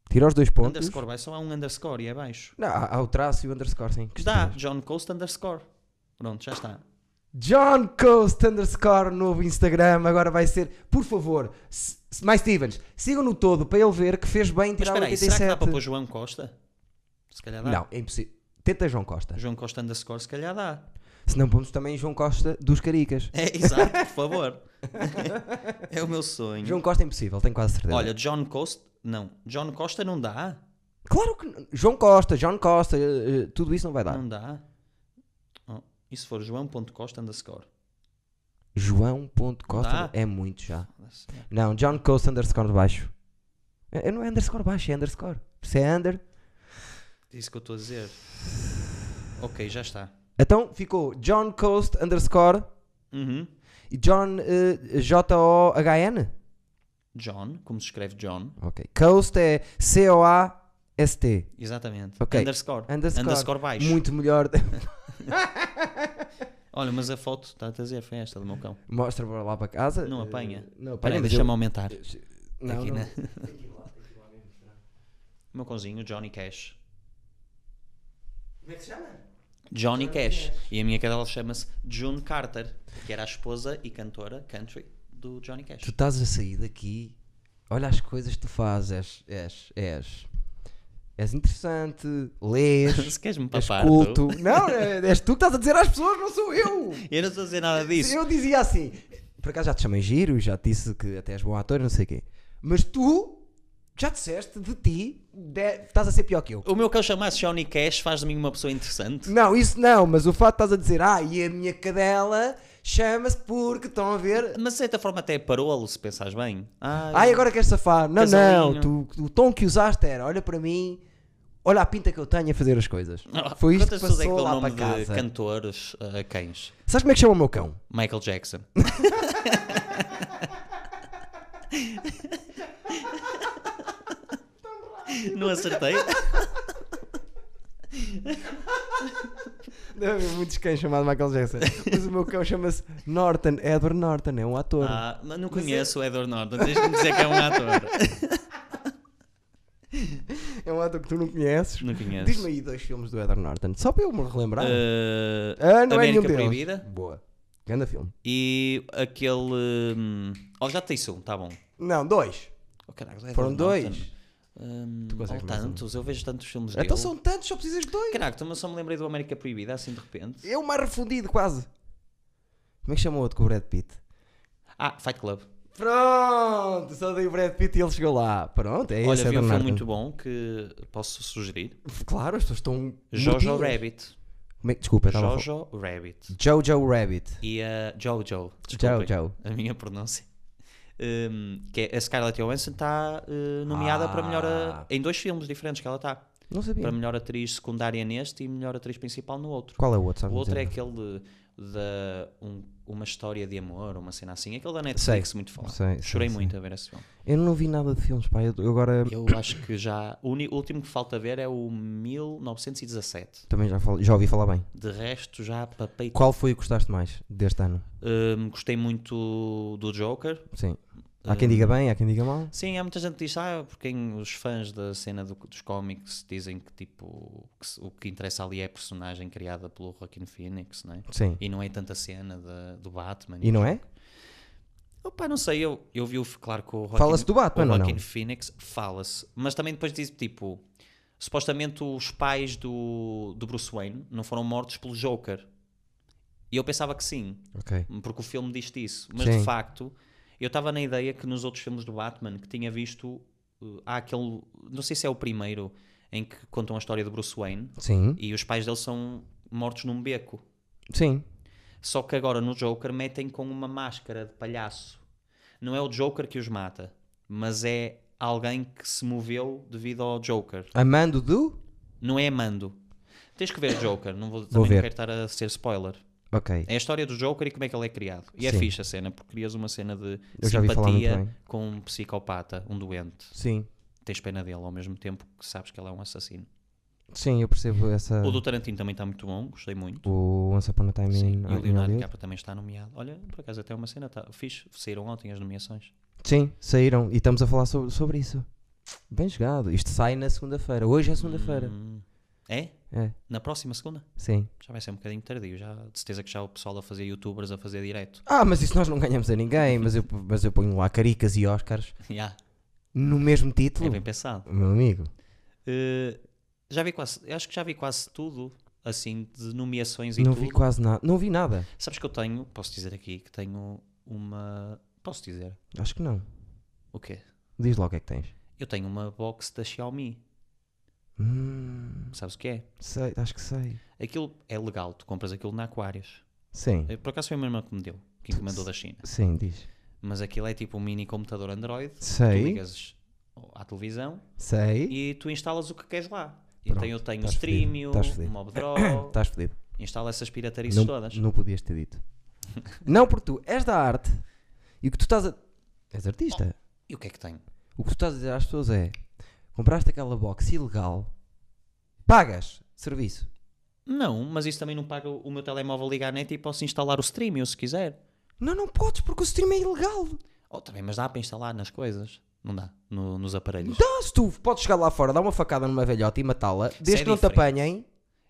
Speaker 1: Tira os dois pontos.
Speaker 2: Underscore vai, só há um underscore e é baixo.
Speaker 1: Não, há, há o traço e o underscore, sim.
Speaker 2: Que dá, John Coast underscore. Pronto, já está.
Speaker 1: John Coast underscore novo Instagram. Agora vai ser. Por favor, S- S- mais Stevens, sigam no todo para ele ver que fez bem
Speaker 2: Mas
Speaker 1: tirar
Speaker 2: espera aí, será
Speaker 1: 87.
Speaker 2: que dá para pôr João Costa? Se calhar dá.
Speaker 1: não, é impossível. Tenta João Costa.
Speaker 2: João Costa underscore, se calhar dá. [LAUGHS]
Speaker 1: Se não pomos também João Costa dos Caricas.
Speaker 2: É, exato, por favor. [LAUGHS] é o meu sonho.
Speaker 1: João Costa é impossível, tenho quase certeza.
Speaker 2: Olha, John Costa. Não, John Costa não dá.
Speaker 1: Claro que não. João Costa, John Costa, eh, eh, tudo isso não vai dar.
Speaker 2: Não dá. Oh, e se for João.costa underscore?
Speaker 1: João ponto Costa
Speaker 2: Dá?
Speaker 1: é muito já. Não, John Costa underscore baixo. É, é- não é underscore baixo, é underscore. Se é under.
Speaker 2: É isso que eu estou a dizer. Ok, já está.
Speaker 1: Então ficou John Coast underscore
Speaker 2: Uhum.
Speaker 1: e John eh, J-O-H-N.
Speaker 2: John, como se escreve John.
Speaker 1: Ok. Coast é C-O-A-S-T.
Speaker 2: Exatamente.
Speaker 1: Ok.
Speaker 2: Underscore.
Speaker 1: Underscore.
Speaker 2: baixo.
Speaker 1: Muito melhor. [LAUGHS]
Speaker 2: Olha, mas a foto está a trazer foi esta do meu cão.
Speaker 1: Mostra para lá para casa.
Speaker 2: Não
Speaker 1: Eh,
Speaker 2: apanha.
Speaker 1: Não apanha,
Speaker 2: Peraí,
Speaker 1: mas
Speaker 2: deixa-me
Speaker 1: eu-
Speaker 2: aumentar.
Speaker 1: Não,
Speaker 2: aqui,
Speaker 1: não.
Speaker 2: né? O meu cãozinho, Johnny Cash.
Speaker 1: Como é que se chama?
Speaker 2: Johnny Cash. E a minha cadela chama-se June Carter, que era a esposa e cantora country do Johnny
Speaker 1: Tu
Speaker 2: Cash.
Speaker 1: estás a sair daqui, olha as coisas que tu fazes, és, és, és interessante, lês,
Speaker 2: [LAUGHS] Se queres-me
Speaker 1: és
Speaker 2: papar,
Speaker 1: culto.
Speaker 2: tu?
Speaker 1: Não, é- és tu que estás a dizer às pessoas, não sou eu.
Speaker 2: Eu não estou a dizer nada disso.
Speaker 1: Eu dizia assim, por acaso já te chamei giro, já te disse que até és bom ator, não sei o quê. Mas tu já disseste de ti, de- estás a ser pior que eu.
Speaker 2: O meu cão chamasse Johnny Cash faz de mim uma pessoa interessante.
Speaker 1: Não, isso não, mas o fato de estás a dizer, ah, e a minha cadela chama-se porque estão a ver
Speaker 2: Mas de certa forma até parou-lo, se pensares bem. Ai,
Speaker 1: Ai, agora queres safar. Não, não.
Speaker 2: Casalinho.
Speaker 1: Tu, o tom que usaste era, olha para mim, olha a pinta que eu tenho a fazer as coisas. Foi isto que
Speaker 2: Quantas pessoas é que
Speaker 1: passou
Speaker 2: dão
Speaker 1: lá
Speaker 2: nome
Speaker 1: para
Speaker 2: de
Speaker 1: casa.
Speaker 2: cantores a cães?
Speaker 1: Sabes como é que chama o meu cão?
Speaker 2: Michael Jackson. Não acertei?
Speaker 1: Deve haver muitos cães chamados Michael Jackson. Mas o meu cão chama-se Norton, Edward Norton, é um ator.
Speaker 2: Ah, mas não
Speaker 1: Mas é- Tá.
Speaker 2: conheço o Edward Norton, tens de me dizer que é
Speaker 1: [LAUGHS]
Speaker 2: um ator.
Speaker 1: É um ator que tu não conheces.
Speaker 2: Não conheço.
Speaker 1: Diz-me aí dois filmes do Edward Norton, só para eu me relembrar.
Speaker 2: Eh,
Speaker 1: ah, não é nenhum
Speaker 2: América
Speaker 1: deles.
Speaker 2: Proibida
Speaker 1: Boa. Ganda filme.
Speaker 2: e aquele. hum, Oh, já te disse um, tá bom.
Speaker 1: Não, dois.
Speaker 2: Oh, caralho, Edward
Speaker 1: Foram dois.
Speaker 2: Norton. Hum,
Speaker 1: Tu consegues
Speaker 2: há
Speaker 1: mais um.
Speaker 2: tantos, eu vejo tantos filmes dele.
Speaker 1: Então são tantos, só precisas de dois.
Speaker 2: Caraca, mas só me lembrei do América Proibida, assim de repente.
Speaker 1: É o mais refundido, quase. Como é que chama o outro com o Brad Pitt?
Speaker 2: Ah, Fight Club.
Speaker 1: Pronto, só dei o Brad Pitt e ele chegou lá. Pronto, é
Speaker 2: Olha,
Speaker 1: esse Edward
Speaker 2: vi um filme
Speaker 1: Norton.
Speaker 2: muito bom que posso sugerir.
Speaker 1: Claro, as pessoas estão.
Speaker 2: Jojo
Speaker 1: mortinhas.
Speaker 2: Rabbit.
Speaker 1: Como é que- Desculpa, estava a falar.
Speaker 2: Jojo Rabbit.
Speaker 1: Jojo Rabbit.
Speaker 2: E a Jojo. Desculpem,
Speaker 1: Jojo.
Speaker 2: A minha pronúncia. Hum, que é a Scarlett Johansson está eh, nomeada para melhor. a-
Speaker 1: Ah.
Speaker 2: em dois filmes diferentes que ela está.
Speaker 1: Não sabia.
Speaker 2: Para melhor atriz secundária neste e melhor atriz principal no outro.
Speaker 1: Qual é o outro?
Speaker 2: O
Speaker 1: Sabe-me
Speaker 2: outro é
Speaker 1: dizer?
Speaker 2: aquele de, da- um- uma história de amor, uma cena assim. Aquele da Netflix,
Speaker 1: Sei.
Speaker 2: muito falado.
Speaker 1: Sei, sei,
Speaker 2: Chorei
Speaker 1: sei.
Speaker 2: muito a ver
Speaker 1: [COUGHS]
Speaker 2: esse filme.
Speaker 1: Eu não vi nada de filmes, pá. Eu eu agora.
Speaker 2: Eu acho que já. O uni- o último que falta ver é o 1917.
Speaker 1: Também já, falo- já ouvi falar bem.
Speaker 2: De resto, já papei.
Speaker 1: Qual foi o que gostaste mais deste ano?
Speaker 2: Hum, gostei muito do Joker.
Speaker 1: Sim. Há quem
Speaker 2: Hum.
Speaker 1: diga bem, há quem diga mal.
Speaker 2: Sim, há muita gente que diz, ah, porque os fãs da cena do- dos cómics dizem que tipo que se- o que interessa ali é a personagem criada pelo Joaquin Phoenix, não é?
Speaker 1: Sim.
Speaker 2: E não é tanta cena da- do Batman.
Speaker 1: E não é?
Speaker 2: Opa, não sei, eu, eu vi o, claro que o Joaquin,
Speaker 1: Fala-se do Batman,
Speaker 2: o
Speaker 1: ou não?
Speaker 2: Joaquin Phoenix, fala-se, mas também depois diz, tipo, supostamente os pais do, do Bruce Wayne não foram mortos pelo Joker, e eu pensava que sim,
Speaker 1: Ok.
Speaker 2: porque o filme diz isso, mas
Speaker 1: Sim.
Speaker 2: de facto, eu estava na ideia que nos outros filmes do Batman, que tinha visto, uh, há aquele, não sei se é o primeiro, em que contam a história do Bruce Wayne,
Speaker 1: Sim.
Speaker 2: e os pais dele são mortos num beco,
Speaker 1: Sim.
Speaker 2: só que agora no Joker metem com uma máscara de palhaço. Não é o Joker que os mata, mas é alguém que se moveu devido ao Joker.
Speaker 1: Amando do?
Speaker 2: Não é amando. Tens que ver Joker, não vou, também
Speaker 1: Vou
Speaker 2: não
Speaker 1: ver.
Speaker 2: quero estar a ser spoiler.
Speaker 1: Ok.
Speaker 2: É a história do Joker e como é que ele é criado. E é
Speaker 1: Sim.
Speaker 2: fixe a cena, porque crias uma cena de
Speaker 1: Eu já ouvi falar muito
Speaker 2: simpatia
Speaker 1: bem.
Speaker 2: com um psicopata, um doente.
Speaker 1: Sim.
Speaker 2: Tens pena dele ao mesmo tempo que sabes que ele é um assassino.
Speaker 1: Sim, eu percebo essa.
Speaker 2: O do Tarantino também está muito bom, gostei muito.
Speaker 1: O Once Upon a Time
Speaker 2: Sim,
Speaker 1: in
Speaker 2: e o Leonardo
Speaker 1: Hollywood.
Speaker 2: DiCaprio também está nomeado. Olha, por acaso até uma cena tá fixe. Saíram ontem as nomeações.
Speaker 1: Sim, saíram. E estamos a falar sobre, sobre isso. Bem jogado. Isto sai na segunda-feira. Hoje é segunda-feira.
Speaker 2: Hum, é?
Speaker 1: É.
Speaker 2: Na próxima segunda?
Speaker 1: Sim.
Speaker 2: Já vai ser um bocadinho tardio. Já, de certeza que já o pessoal a fazer youtubers a fazer direto. [LAUGHS]
Speaker 1: Ah, mas isso nós não ganhamos a ninguém. Mas eu, mas eu ponho lá Caricas e Oscars
Speaker 2: Já,
Speaker 1: no mesmo
Speaker 2: é
Speaker 1: título.
Speaker 2: bem pensado.
Speaker 1: Meu amigo.
Speaker 2: Eh, já vi quase, eu acho que já vi quase tudo, assim, de nomeações e
Speaker 1: não
Speaker 2: tudo.
Speaker 1: vi quase nada. Não vi nada.
Speaker 2: Sabes que eu tenho, posso dizer aqui, que tenho uma. Posso dizer?
Speaker 1: Acho que não.
Speaker 2: O quê?
Speaker 1: Diz lá o que é que tens.
Speaker 2: Eu tenho uma box da Xiaomi.
Speaker 1: Hum,
Speaker 2: Sabes o que é?
Speaker 1: sei, acho que sei.
Speaker 2: Aquilo é legal, tu compras aquilo na Aquarius.
Speaker 1: Sim.
Speaker 2: Eh, Por acaso foi a minha irmã que me deu, que encomendou da China.
Speaker 1: Sim, diz.
Speaker 2: Mas aquilo é tipo um mini computador Android. Tu
Speaker 1: Sei.
Speaker 2: ligas à televisão
Speaker 1: Sei.
Speaker 2: e tu instalas o que queres lá.
Speaker 1: Pronto,
Speaker 2: então eu tenho o
Speaker 1: estás fedido,
Speaker 2: Streamio,
Speaker 1: estás fedido. [COUGHS]
Speaker 2: o MobDraw,
Speaker 1: Estás fodido.
Speaker 2: instalo essas piratarices
Speaker 1: Não,
Speaker 2: todas.
Speaker 1: não podias ter
Speaker 2: [LAUGHS]
Speaker 1: dito. não, porque tu és da arte e o que tu estás a. És artista.
Speaker 2: E o que é que tenho?
Speaker 1: O que tu estás a dizer às pessoas é: compraste aquela box ilegal, pagas serviço.
Speaker 2: Não, mas isso também não paga o meu telemóvel ligar à net e posso instalar o Streamio se quiser.
Speaker 1: Não, não podes, porque o stream é ilegal.
Speaker 2: Oh, também, mas dá para instalar nas coisas. Não dá, no- nos aparelhos.
Speaker 1: Dá, Ah, se tu podes chegar lá fora, dar uma facada numa velhota e matá-la, desde
Speaker 2: é
Speaker 1: que não te
Speaker 2: diferente.
Speaker 1: apanhem,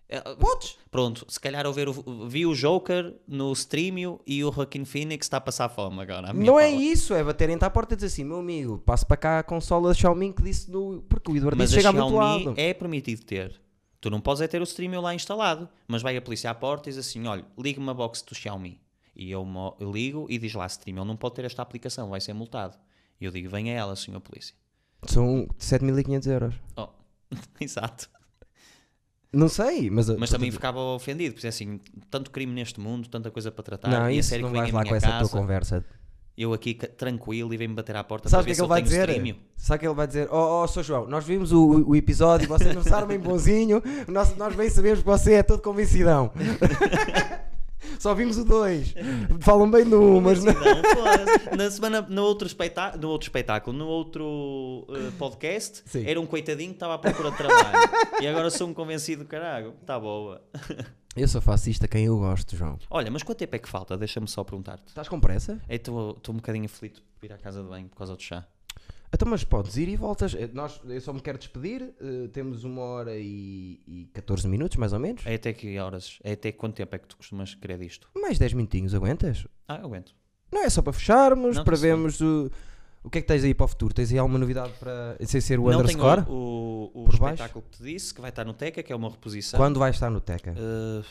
Speaker 2: É,
Speaker 1: podes.
Speaker 2: Pronto, se calhar eu ver o- vi o Joker no Streamio e o Joaquin Phoenix está a passar fome agora. à minha
Speaker 1: Não é
Speaker 2: pala.
Speaker 1: isso, é baterem-te à porta e dizer assim: meu amigo, passe para cá a consola da Xiaomi que disse no. Porque o Eduardo
Speaker 2: Mas
Speaker 1: disse
Speaker 2: a
Speaker 1: chega muito lado.
Speaker 2: Xiaomi é permitido ter. Tu não podes é ter o Streamio lá instalado. Mas vai a polícia à porta e diz assim, olha, liga uma box do Xiaomi. E eu mo- eu ligo e diz lá, Streamio não pode ter esta aplicação, vai ser multado. E eu digo, venha ela, senhor polícia.
Speaker 1: São 7.500 euros.
Speaker 2: Oh, [LAUGHS] exato.
Speaker 1: Não sei, mas. eh,
Speaker 2: Mas também ficava ofendido, porque assim, tanto crime neste mundo, tanta coisa para tratar,
Speaker 1: [LAUGHS] Não,
Speaker 2: tá, e a
Speaker 1: isso
Speaker 2: série
Speaker 1: não
Speaker 2: que vem
Speaker 1: vais
Speaker 2: à
Speaker 1: lá com
Speaker 2: minha
Speaker 1: essa tua
Speaker 2: casa,
Speaker 1: conversa.
Speaker 2: eu aqui ca- tranquilo e vem-me bater à porta
Speaker 1: Sabes o
Speaker 2: para
Speaker 1: que é
Speaker 2: ver
Speaker 1: que
Speaker 2: se
Speaker 1: ele
Speaker 2: eu
Speaker 1: vai
Speaker 2: tenho
Speaker 1: dizer?
Speaker 2: streaming.
Speaker 1: Sabe o que ele vai dizer? Oh, oh, Sr. João, nós vimos o, o episódio, vocês começaram bem [LAUGHS] bonzinho, nós, nós bem sabemos que você é todo convencidão. [LAUGHS] Só vimos o dois. Falam bem de um, mas não.
Speaker 2: Não, foda-se. na semana, no outro, espetá no outro espetáculo, no outro eh, podcast,
Speaker 1: Sim.
Speaker 2: era um coitadinho que estava à procura de trabalho. e agora sou um convencido, caralho, está boa.
Speaker 1: Eu só faço isto a quem eu gosto, João.
Speaker 2: Olha, mas quanto tempo é que falta? Deixa-me só perguntar-te.
Speaker 1: Estás com pressa?
Speaker 2: Estou um bocadinho aflito por ir à casa de banho por causa do chá.
Speaker 1: Então, mas podes ir e voltas. Eh, Nós, eu só me quero despedir. eh, temos uma hora e, e 14 minutos, mais ou menos.
Speaker 2: É até que horas? É até quanto tempo é que tu costumas querer disto?
Speaker 1: Mais 10 minutinhos, aguentas?
Speaker 2: Ah, eu aguento.
Speaker 1: Não, é só para fecharmos,
Speaker 2: Não,
Speaker 1: para
Speaker 2: tá certo.
Speaker 1: vermos o. O que é que tens aí para o futuro? Tens aí alguma novidade para sem ser o
Speaker 2: não
Speaker 1: underscore?
Speaker 2: tenho o, o, o
Speaker 1: Por
Speaker 2: espetáculo que te disse, que vai estar no Teca, que é uma reposição.
Speaker 1: Quando vais estar no Teca?
Speaker 2: Uh,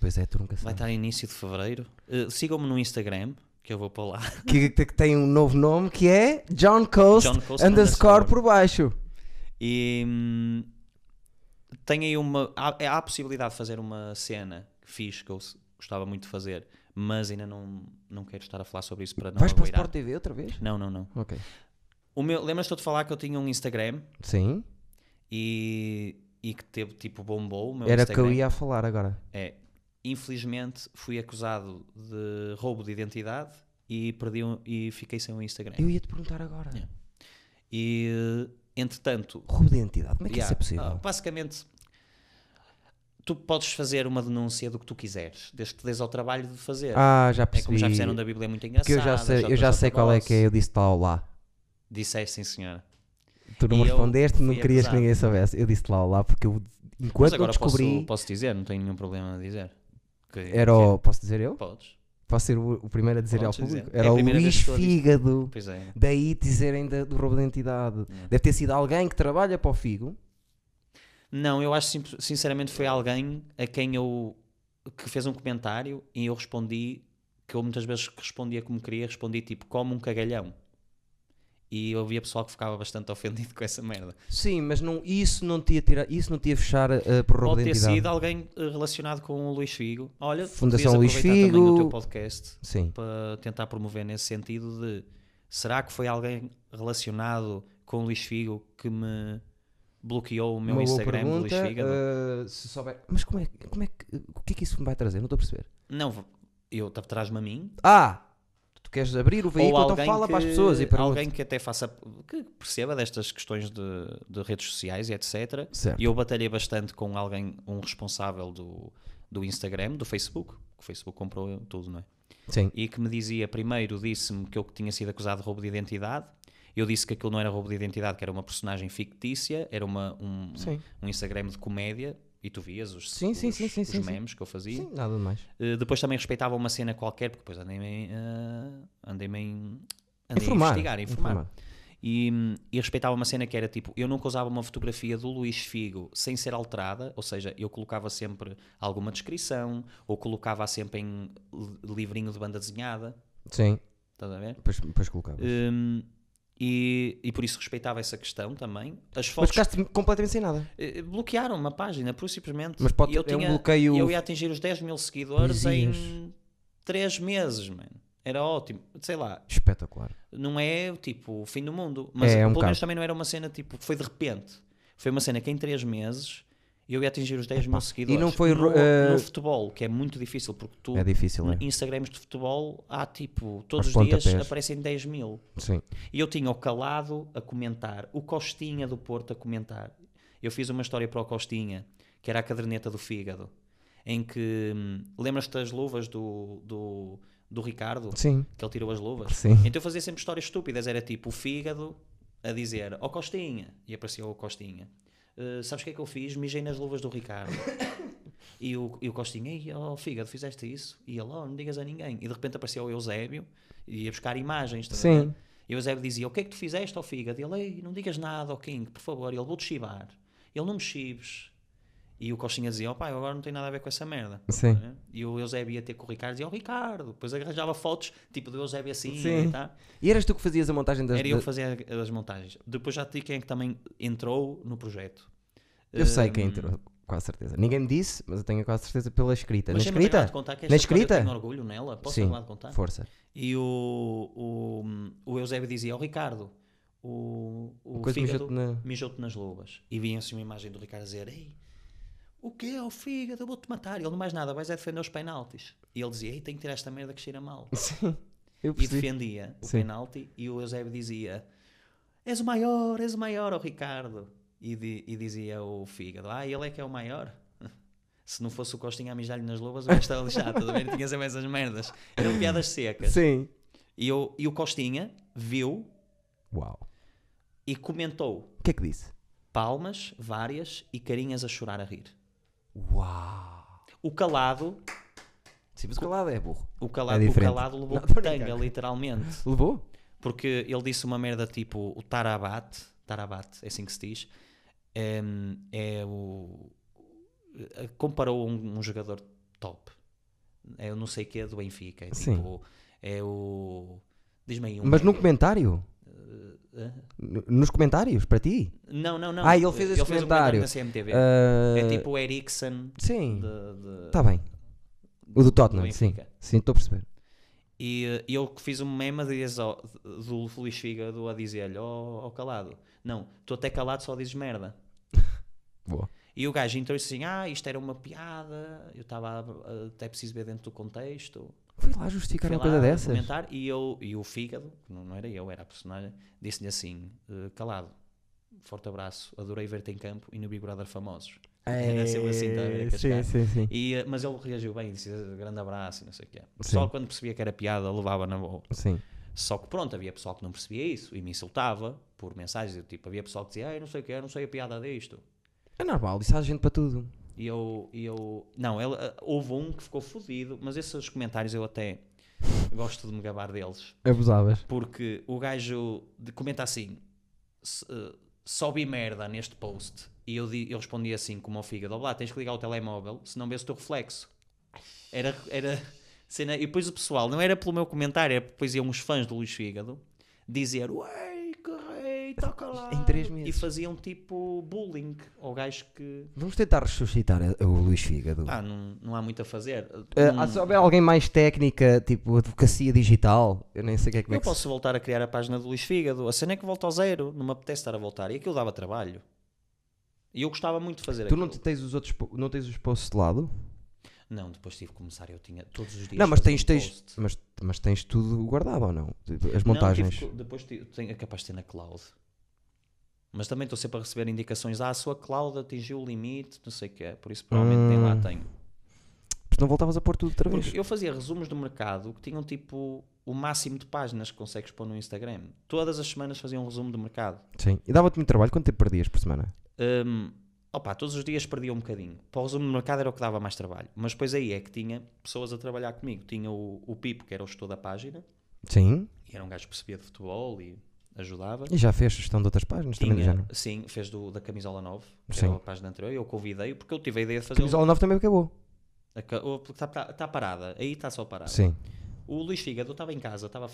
Speaker 1: Pois é, tu nunca
Speaker 2: vai [LAUGHS]
Speaker 1: sabes.
Speaker 2: estar início de fevereiro. Uh, Sigam-me no Instagram, que eu vou para lá. [LAUGHS]
Speaker 1: Que, que- que tem um novo nome que é John Coast,
Speaker 2: John
Speaker 1: underscore
Speaker 2: Coast underscore.
Speaker 1: por baixo.
Speaker 2: E hum, tem aí uma. Há, há a possibilidade de fazer uma cena que fiz, que eu s- gostava muito de fazer, mas ainda não, não quero estar a falar sobre isso para não
Speaker 1: vais para o
Speaker 2: agoirar.
Speaker 1: Sport TV outra vez?
Speaker 2: Não, não, não.
Speaker 1: Ok.
Speaker 2: O meu- Lembras-te de eu te falar que eu tinha um Instagram
Speaker 1: Sim,
Speaker 2: e, e que teve tipo bombou o meu
Speaker 1: era o que
Speaker 2: Instagram?
Speaker 1: eu ia a falar agora.
Speaker 2: É. Infelizmente fui acusado de roubo de identidade e perdi um- e fiquei sem o Instagram.
Speaker 1: Eu ia te perguntar agora.
Speaker 2: Yeah. E entretanto,
Speaker 1: Roubo de identidade, como é que
Speaker 2: yeah,
Speaker 1: isso é possível?
Speaker 2: ah, basicamente tu podes fazer uma denúncia do que tu quiseres, desde que te des ao trabalho de fazer.
Speaker 1: Ah, já
Speaker 2: é
Speaker 1: percebi.
Speaker 2: como já fizeram da Bíblia é muito
Speaker 1: Porque
Speaker 2: engraçada.
Speaker 1: eu já sei,
Speaker 2: J.
Speaker 1: eu já sei qual é
Speaker 2: Bolse.
Speaker 1: que é, eu disse tal lá.
Speaker 2: Disseste sim, senhora.
Speaker 1: Tu não
Speaker 2: E
Speaker 1: me
Speaker 2: eu
Speaker 1: respondeste, não
Speaker 2: fui
Speaker 1: querias que
Speaker 2: acusado.
Speaker 1: ninguém soubesse. Eu disse lá lá porque eu,
Speaker 2: Mas
Speaker 1: enquanto eu
Speaker 2: agora
Speaker 1: descobri,
Speaker 2: posso, posso dizer, não tenho nenhum problema a dizer. Que- é.
Speaker 1: era o, posso dizer eu?
Speaker 2: Podes.
Speaker 1: Posso ser o, o primeiro a dizer
Speaker 2: Podes
Speaker 1: ao público?
Speaker 2: dizer. É
Speaker 1: Era
Speaker 2: a
Speaker 1: o
Speaker 2: primeira vez
Speaker 1: Luís
Speaker 2: que eu disse.
Speaker 1: Fígado.
Speaker 2: Pois é.
Speaker 1: Daí dizerem da- do roubo de identidade.
Speaker 2: Yeah.
Speaker 1: Deve ter sido alguém que trabalha para o Figo.
Speaker 2: Não, eu acho sim- sinceramente foi alguém a quem eu que fez um comentário e eu respondi que eu muitas vezes respondia como queria, respondi tipo como um cagalhão. E eu havia pessoal que ficava bastante [LAUGHS] ofendido com essa merda.
Speaker 1: Sim, mas não, isso não tinha tirar, isso não tinha fechar eh, por roubo de
Speaker 2: Pode ter
Speaker 1: identidade.
Speaker 2: sido alguém eh, relacionado com o Luís Figo. Olha,
Speaker 1: Fundação
Speaker 2: podias
Speaker 1: Luís
Speaker 2: aproveitar também o
Speaker 1: Figo.
Speaker 2: teu podcast
Speaker 1: Sim.
Speaker 2: para tentar promover nesse sentido de Será que foi alguém relacionado com o Luís Figo que me bloqueou o meu
Speaker 1: Uma boa
Speaker 2: Instagram do Luís
Speaker 1: pergunta,
Speaker 2: Fígado?
Speaker 1: eh, se souber. Mas como é, como é que. O que é que isso me vai trazer? Não estou a perceber.
Speaker 2: Não, v- eu tá- traz-me a mim.
Speaker 1: Ah! Tu queres abrir o veículo, então fala para as pessoas e para
Speaker 2: alguém que até faça que perceba destas questões de, de redes sociais e etc.
Speaker 1: Certo.
Speaker 2: E eu batalhei bastante com alguém, um responsável do, do Instagram, do Facebook, que o Facebook comprou tudo, não é?
Speaker 1: Sim.
Speaker 2: e que me dizia, primeiro disse-me que eu tinha sido acusado de roubo de identidade, eu disse que aquilo não era roubo de identidade, que era uma personagem fictícia, era uma, um,
Speaker 1: Sim.
Speaker 2: um Instagram de comédia, e tu vias os,
Speaker 1: Sim, sim,
Speaker 2: os-
Speaker 1: sim, sim,
Speaker 2: os
Speaker 1: sim, sim.
Speaker 2: memes que eu fazia.
Speaker 1: Sim, nada de mais.
Speaker 2: Eh, depois também respeitava uma cena qualquer, porque depois andei-me em, ah, andei-me em- andei a investigar, a informar. E, e respeitava uma cena que era tipo, eu nunca usava uma fotografia do Luís Figo sem ser alterada, ou seja, eu colocava sempre alguma descrição, ou colocava sempre em li- livrinho de banda desenhada,
Speaker 1: Sim,
Speaker 2: estás a ver?
Speaker 1: depois, depois colocava.
Speaker 2: Hum, e, e por isso respeitava essa questão também. As
Speaker 1: Mas
Speaker 2: fotos
Speaker 1: ficaste completamente sem nada.
Speaker 2: eh, bloquearam-me a página, pura e simplesmente.
Speaker 1: Mas pode-
Speaker 2: E eu,
Speaker 1: é um
Speaker 2: tinha-
Speaker 1: bloqueio-
Speaker 2: eu ia atingir os 10 mil seguidores
Speaker 1: Poesias.
Speaker 2: em 3 meses, mano. Era ótimo, sei lá,
Speaker 1: Espetacular.
Speaker 2: não é tipo o fim do mundo, mas
Speaker 1: É, é um
Speaker 2: pelo
Speaker 1: bocado.
Speaker 2: menos também não era uma cena tipo, foi de repente. Foi uma cena que em 3 meses eu ia atingir os 10 mil
Speaker 1: e
Speaker 2: seguidores.
Speaker 1: não foi
Speaker 2: no,
Speaker 1: ro- eh,
Speaker 2: no futebol, que é muito difícil, porque tu
Speaker 1: É difícil, é?
Speaker 2: Instagrams de futebol há tipo, todos
Speaker 1: Aos
Speaker 2: os dias
Speaker 1: pontapés.
Speaker 2: aparecem 10 mil.
Speaker 1: Sim.
Speaker 2: E eu tinha o Calado a comentar, o Costinha do Porto a comentar. Eu fiz uma história para o Costinha, que era a caderneta do fígado, em que hum, lembras-te das luvas do, do, do Ricardo?
Speaker 1: Sim.
Speaker 2: Que ele tirou as luvas?
Speaker 1: Sim.
Speaker 2: Então eu fazia sempre histórias estúpidas, era tipo o fígado a dizer ó Costinha, e aparecia o Costinha. "Eh, sabes o que é que eu fiz? Mijei nas luvas do Ricardo. e, o, e o Costinha, "Ei, ó fígado, fizeste isso? E ele, oh, não digas a ninguém. E de repente aparecia o Eusébio e ia buscar imagens. estás a ver?
Speaker 1: Sim.
Speaker 2: E o Eusébio dizia: O que é que tu fizeste ao fígado? E ele, Ei, não digas nada ao King, por favor. E ele, vou-te chibar. Ele, não me chibes. E o Coxinha dizia: Opá, eu agora não tenho nada a ver com essa merda.
Speaker 1: Sim.
Speaker 2: Não é? E o Eusébio ia ter com o Ricardo e dizia: Ó Ricardo. Depois arranjava fotos tipo do Eusébio assim
Speaker 1: Sim.
Speaker 2: e tal.
Speaker 1: E eras tu que fazias a montagem das.
Speaker 2: Era eu que
Speaker 1: da-
Speaker 2: fazia as montagens. Depois já te digo quem é que também entrou no projeto.
Speaker 1: Eu sei quem
Speaker 2: Hum,
Speaker 1: entrou, com a certeza. Ninguém me disse, mas eu tenho quase certeza pela escrita.
Speaker 2: Mas
Speaker 1: Na
Speaker 2: sempre acabado
Speaker 1: escrita?
Speaker 2: de contar que
Speaker 1: Na
Speaker 2: esta história eu
Speaker 1: escrita?
Speaker 2: tenho orgulho nela. Posso
Speaker 1: Sim.
Speaker 2: acabar de contar?
Speaker 1: Força.
Speaker 2: E o, o, o Eusébio dizia ao Ricardo: o, o
Speaker 1: Coisa que
Speaker 2: fígado
Speaker 1: mijou-te na- [LAUGHS]
Speaker 2: mijou-te nas luvas. E vinha-se uma imagem do Ricardo a dizer: Ei, o que é o fígado? Eu vou-te matar. Ele não mais nada, vais é defender os penaltis. E ele dizia: Ei, tenho que tirar esta merda que cheira mal.
Speaker 1: Sim. Eu
Speaker 2: E
Speaker 1: percebi.
Speaker 2: defendia o
Speaker 1: Sim.
Speaker 2: penalti. E o Eusébio dizia: És o maior, és o maior, ao Ricardo. E, di- e dizia o fígado: Ah, ele é que é o maior. [LAUGHS] Se não fosse o Costinha a mijar-lhe nas luvas, eu ia estar lixado. Também tinha sempre essas merdas. Eram piadas secas.
Speaker 1: Sim.
Speaker 2: E, eu, e o Costinha viu
Speaker 1: Uau.
Speaker 2: e comentou
Speaker 1: O que é que disse?
Speaker 2: palmas várias e carinhas a chorar a rir.
Speaker 1: Uau.
Speaker 2: O calado,
Speaker 1: Sim, mas o calado é burro.
Speaker 2: o calado, o
Speaker 1: diferente.
Speaker 2: calado levou
Speaker 1: Não, tô
Speaker 2: tanga,
Speaker 1: brincando.
Speaker 2: literalmente.
Speaker 1: Levou?
Speaker 2: Porque ele disse uma merda tipo o Tarabat, Tarabat, é assim que se diz, é, é o. eh, Comparou um, um jogador top. É o não sei que do Benfica. É
Speaker 1: Sim.
Speaker 2: tipo. É o. Diz-me aí um.
Speaker 1: Mas num comentário?
Speaker 2: hã?
Speaker 1: N- Nos comentários, para ti?
Speaker 2: Não, não, não.
Speaker 1: Ah, ele fez esse
Speaker 2: um
Speaker 1: comentário.
Speaker 2: na CMTV.
Speaker 1: Ah,
Speaker 2: É tipo o Eriksen
Speaker 1: Sim.
Speaker 2: de- de-
Speaker 1: Está bem. O do Tottenham,
Speaker 2: do
Speaker 1: sim.
Speaker 2: Benfica.
Speaker 1: Sim, estou a perceber.
Speaker 2: E eh, eu que fiz um meme de exo- do Luís Fígado a dizer-lhe: Ó ó calado, não, tu até calado só dizes merda.
Speaker 1: [LAUGHS] Boa.
Speaker 2: E o gajo entrou assim: Ah, isto era uma piada, eu estava eh, até preciso ver dentro do contexto.
Speaker 1: Fui lá justificar
Speaker 2: Fui
Speaker 1: uma coisa
Speaker 2: lá
Speaker 1: dessas.
Speaker 2: argumentar E, eu, e o Fígado, que não não era eu, era a personagem, disse-lhe assim: eh, Calado, forte abraço, adorei ver-te em campo e no Big Brother Famosos. Era sempre assim, tá a ver, a
Speaker 1: É, sim,
Speaker 2: cascar.
Speaker 1: sim, sim.
Speaker 2: E, eh, mas ele reagiu bem, disse grande abraço e não sei o que é. O pessoal, quando percebia que era piada, levava na boa.
Speaker 1: Sim.
Speaker 2: Só que pronto, havia pessoal que não percebia isso e me insultava por mensagens. Tipo, havia pessoal que dizia, ai, não sei o que é, não sei a piada disto.
Speaker 1: É normal, isso há gente para tudo.
Speaker 2: E eu, e eu não, ele, ah, houve um que ficou fodido, mas esses comentários eu até gosto de me gabar deles.
Speaker 1: Abusavas.
Speaker 2: Porque o gajo de- comenta assim: "S- eh, só vi merda neste post. E eu, di- eu respondi assim, como ao fígado: Olá, tens que ligar o telemóvel, senão vês o teu reflexo. Era. era cena, e depois o é pessoal, não era pelo meu comentário, era porque depois iam uns fãs do Luís Fígado dizer: Ué, que rei, toca lá.
Speaker 1: Em três meses.
Speaker 2: E faziam tipo bullying ao gajo que.
Speaker 1: Vamos tentar ressuscitar a- o Luís Fígado.
Speaker 2: Ah, não, não há muito a fazer.
Speaker 1: Ah,
Speaker 2: Hum,
Speaker 1: ah, se houver alguém mais técnica, tipo advocacia digital, eu nem sei o que é que
Speaker 2: eu
Speaker 1: é que se-
Speaker 2: posso voltar a criar a página do Luís Fígado. A cena é que volta ao zero. Não me apetece estar a voltar. E aquilo dava trabalho. E eu gostava muito de fazer
Speaker 1: Tu não te-
Speaker 2: aquilo.
Speaker 1: tens os outros, po- não tens os posts de lado?
Speaker 2: Não, depois tive que começar. Eu tinha todos os dias.
Speaker 1: não, mas
Speaker 2: fazia
Speaker 1: tens,
Speaker 2: um
Speaker 1: tens
Speaker 2: post.
Speaker 1: mas, mas tens tudo guardado ou não? Tipo, As
Speaker 2: Não,
Speaker 1: montagens.
Speaker 2: tive que- depois ti- tenho, é capaz de ter na cloud. Mas também estou sempre a receber indicações. Ah, a sua cloud atingiu o limite, não sei o que é. Por isso provavelmente nem lá
Speaker 1: Hum.
Speaker 2: tenho.
Speaker 1: Porque não voltavas a pôr tudo outra vez.
Speaker 2: Porque eu fazia resumos do mercado que tinham tipo o máximo de páginas que consegues pôr no Instagram. Todas as semanas fazia um resumo do mercado.
Speaker 1: Sim. E dava-te muito trabalho. Quanto tempo perdias por semana?
Speaker 2: Hum, opa, todos os dias perdia um bocadinho. Para o resumo do mercado era o que dava mais trabalho. Mas depois aí é que tinha pessoas a trabalhar comigo. Tinha o, o Pipo, que era o gestor da página,
Speaker 1: Sim.
Speaker 2: e era um gajo que percebia de futebol e ajudava.
Speaker 1: E já fez gestão de outras páginas também do
Speaker 2: Tinha,
Speaker 1: género.
Speaker 2: sim, fez do, da camisola 9, que
Speaker 1: Sim.
Speaker 2: era a página anterior, eu convidei porque eu tive a ideia de fazer. um-
Speaker 1: Camisola 9 também acabou.
Speaker 2: Está tá, parada, aí está só parada.
Speaker 1: Sim.
Speaker 2: O Luís Fígado estava em casa, estava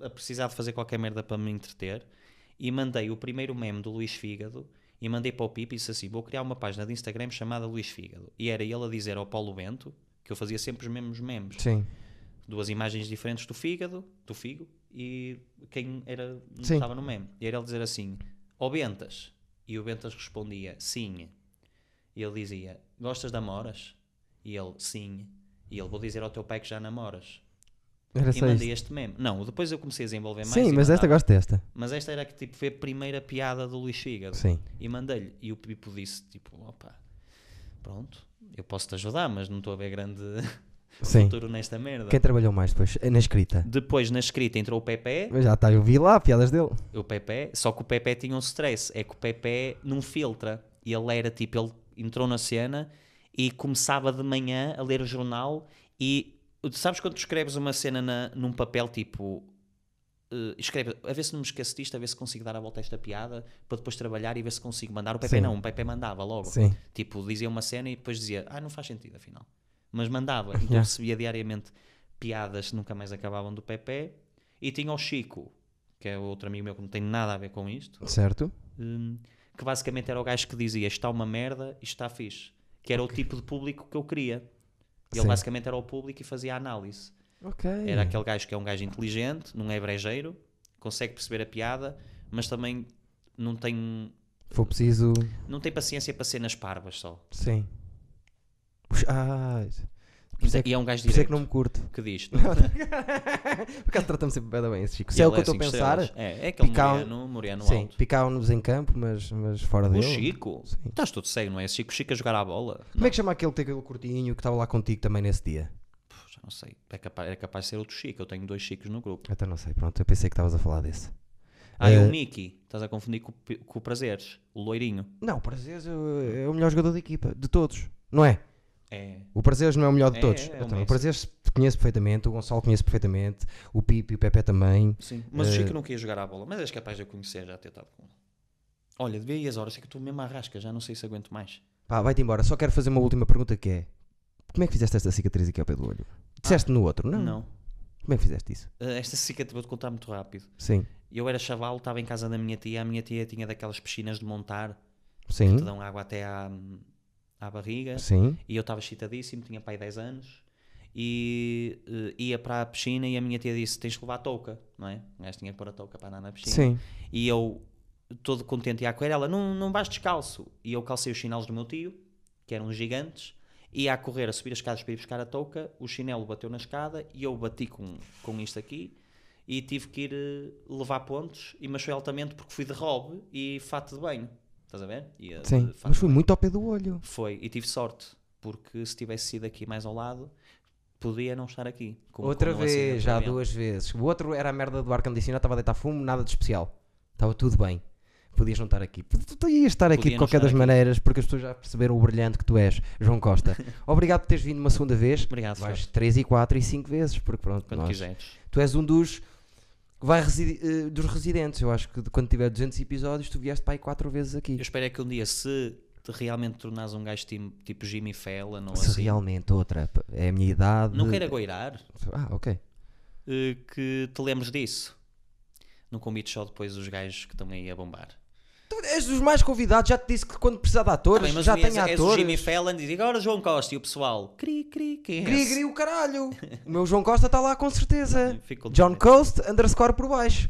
Speaker 2: a precisar de fazer qualquer merda para me entreter e mandei o primeiro meme do Luís Fígado e mandei para o Pipo e disse assim: Vou criar uma página de Instagram chamada Luís Fígado. E era ele a dizer ao Paulo Bento que eu fazia sempre os mesmos memes,
Speaker 1: Sim.
Speaker 2: duas imagens diferentes do fígado, do figo e quem era não
Speaker 1: Sim.
Speaker 2: estava no meme. E era ele dizer assim: Ó Bentas. E o Bentas respondia: Sim. E ele dizia: Gostas de amoras? E ele: Sim. E ele: Vou dizer ao teu pai que já namoras
Speaker 1: Era
Speaker 2: e
Speaker 1: só
Speaker 2: mandei
Speaker 1: isso.
Speaker 2: este meme. Não, depois eu comecei a desenvolver mais.
Speaker 1: Sim,
Speaker 2: e
Speaker 1: mas esta
Speaker 2: mandava.
Speaker 1: gosto desta.
Speaker 2: Mas esta era que tipo, foi a primeira piada do Luís Fígado.
Speaker 1: Sim.
Speaker 2: E mandei-lhe. E o Pipo disse: tipo, opa, pronto, eu posso te ajudar, mas não estou a ver grande
Speaker 1: Sim.
Speaker 2: futuro nesta merda.
Speaker 1: Quem trabalhou mais depois? Na escrita.
Speaker 2: Depois na escrita entrou o Pepe,
Speaker 1: Já está, eu vi lá piadas dele.
Speaker 2: o Pepe, só que o Pepe tinha um stress, é que o Pepe não filtra. E ele era tipo, ele entrou na cena e começava de manhã a ler o jornal e tu sabes quando tu escreves uma cena na- num papel tipo eh, escreve, a ver se não me esqueço disto, a ver se consigo dar a volta a esta piada para depois trabalhar e ver se consigo mandar. O Pepe
Speaker 1: Sim.
Speaker 2: não, o Pepe mandava logo.
Speaker 1: Sim.
Speaker 2: Tipo, dizia uma cena e depois dizia, ah, não faz sentido afinal. Mas mandava. Então
Speaker 1: Yeah.
Speaker 2: recebia diariamente piadas que nunca mais acabavam do Pepe. E tinha o Chico, que é outro amigo meu que não tem nada a ver com isto,
Speaker 1: Certo?
Speaker 2: hum, que basicamente era o gajo que dizia, está uma merda e está fixe. Que era o tipo de público que eu queria.
Speaker 1: Sim.
Speaker 2: Ele
Speaker 1: Hum.
Speaker 2: basicamente era o público e fazia a análise.
Speaker 1: Ok.
Speaker 2: Era aquele gajo que é um gajo inteligente, não é brejeiro, consegue perceber a piada, mas também não tem,
Speaker 1: Foi preciso.
Speaker 2: não tem paciência para cenas parvas só.
Speaker 1: Sim. Puxa, Ah. isso. Por isso é que,
Speaker 2: E é um gajo
Speaker 1: por isso é
Speaker 2: direito
Speaker 1: que não me curto.
Speaker 2: [LAUGHS] que
Speaker 1: [LAUGHS]
Speaker 2: diz. é?
Speaker 1: Por acaso tratamos sempre bem, bem esse Chico. Se é o
Speaker 2: Ele
Speaker 1: que eu estou a
Speaker 2: cinco
Speaker 1: pensar.
Speaker 2: estrelas. É, é aquele
Speaker 1: Picau-
Speaker 2: Moriano, Moriano
Speaker 1: Sim,
Speaker 2: alto.
Speaker 1: picavam-nos em campo, mas, mas fora
Speaker 2: O
Speaker 1: dele.
Speaker 2: Chico?
Speaker 1: Sim.
Speaker 2: Estás todo cego, não é? Chico, Chico a jogar à bola?
Speaker 1: Como é que chama aquele que tem aquele curtinho que estava lá contigo também nesse dia?
Speaker 2: Pô, já não sei. É capaz, era capaz de ser outro Chico. Eu tenho dois Chicos no grupo.
Speaker 1: Até não sei, pronto, eu pensei que estavas a falar desse.
Speaker 2: Ah, e
Speaker 1: Eh,
Speaker 2: o Mickey. Estás a confundir com, o P- com o Prazeres, o loirinho.
Speaker 1: Não, o Prazeres é o- é o melhor jogador da equipa, de todos, não é?
Speaker 2: É.
Speaker 1: O Prazeres não é o melhor de
Speaker 2: É,
Speaker 1: todos.
Speaker 2: é, é o
Speaker 1: Então, o
Speaker 2: Messi.
Speaker 1: Prazeres conheço perfeitamente, o Gonçalo conheço perfeitamente, o Pipo e o Pepe também.
Speaker 2: Sim. Mas o
Speaker 1: Eh,
Speaker 2: Chico não queria jogar à bola. Mas és capaz de eu conhecer já ter estado com ele. Olha, devia ir às horas. É que eu estou mesmo à rasca. Já não sei se aguento mais.
Speaker 1: Pá, vai-te embora, só quero fazer uma última pergunta que é: como é que fizeste esta cicatriz aqui ao pé do olho? Disseste no outro, não?
Speaker 2: Não.
Speaker 1: Como é que fizeste isso?
Speaker 2: Eh, Esta cicatriz, vou-te contar muito rápido.
Speaker 1: Sim,
Speaker 2: Eu era chaval, estava em casa da minha tia. A minha tia tinha daquelas piscinas de montar.
Speaker 1: sim,
Speaker 2: Te dão água até à, à barriga.
Speaker 1: Hum? sim,
Speaker 2: E eu estava excitadíssimo, tinha pai 10 anos e eh, ia para a piscina e a minha tia disse: Tens de levar a touca, não é? O gajo tinha que pôr a touca para andar na piscina.
Speaker 1: sim.
Speaker 2: E eu, todo contente, ia correr, ela: não, não vais descalço. E eu calcei os chinelos do meu tio, que eram gigantes, ia a correr, a subir as escadas para ir buscar a touca. O chinelo bateu na escada e eu bati com, com isto aqui. E tive que ir eh, levar pontos, e mas foi altamente porque fui de robe e fato de banho. Estás a ver? Ia
Speaker 1: sim.
Speaker 2: de fato
Speaker 1: Mas
Speaker 2: de
Speaker 1: foi muito ao pé do olho.
Speaker 2: foi, e tive sorte, porque se tivesse sido aqui mais ao lado, podia não estar aqui. com-
Speaker 1: Outra
Speaker 2: com um acidente
Speaker 1: vez, já
Speaker 2: de avião.
Speaker 1: duas vezes. O outro era a merda do ar-condicionado, estava a deitar fumo, nada de especial. Estava tudo bem. Podias não estar aqui. Tu tu ias estar aqui
Speaker 2: Podia
Speaker 1: de
Speaker 2: não
Speaker 1: qualquer
Speaker 2: estar
Speaker 1: das
Speaker 2: aqui.
Speaker 1: maneiras, porque as pessoas já perceberam o brilhante que tu és, João
Speaker 2: [LAUGHS]
Speaker 1: Costa. Obrigado por teres vindo uma segunda vez.
Speaker 2: Obrigado,
Speaker 1: Vais
Speaker 2: Vasco,
Speaker 1: 3 e 4 e 5 vezes, porque pronto,
Speaker 2: quando
Speaker 1: nós-
Speaker 2: quiseres.
Speaker 1: tu és um dos que vai residi- eh, dos residentes. Eu acho que de- quando tiver 200 episódios, tu vieste para aí 4 vezes aqui.
Speaker 2: Eu espero é que um dia, se te realmente tornares um gajo tim- tipo Jimmy Fallon ou
Speaker 1: Se
Speaker 2: assim,
Speaker 1: realmente outra p- é a minha idade.
Speaker 2: não queira goirar,
Speaker 1: Ah, ok.
Speaker 2: eh, que te lembres disso. Não convido só depois os gajos que estão aí a bombar.
Speaker 1: Tu és dos mais convidados, já te disse que quando precisar de
Speaker 2: Tá
Speaker 1: atores,
Speaker 2: bem, mas
Speaker 1: já
Speaker 2: o-
Speaker 1: tem
Speaker 2: és, és o
Speaker 1: atores.
Speaker 2: Jimmy Fallon e digo, agora João Costa e o pessoal. Cri, cri, quem é
Speaker 1: Gri,
Speaker 2: esse?
Speaker 1: gri, o caralho. O meu João Costa está lá com certeza.
Speaker 2: Fico contente.
Speaker 1: John Coast, underscore por [LAUGHS] baixo.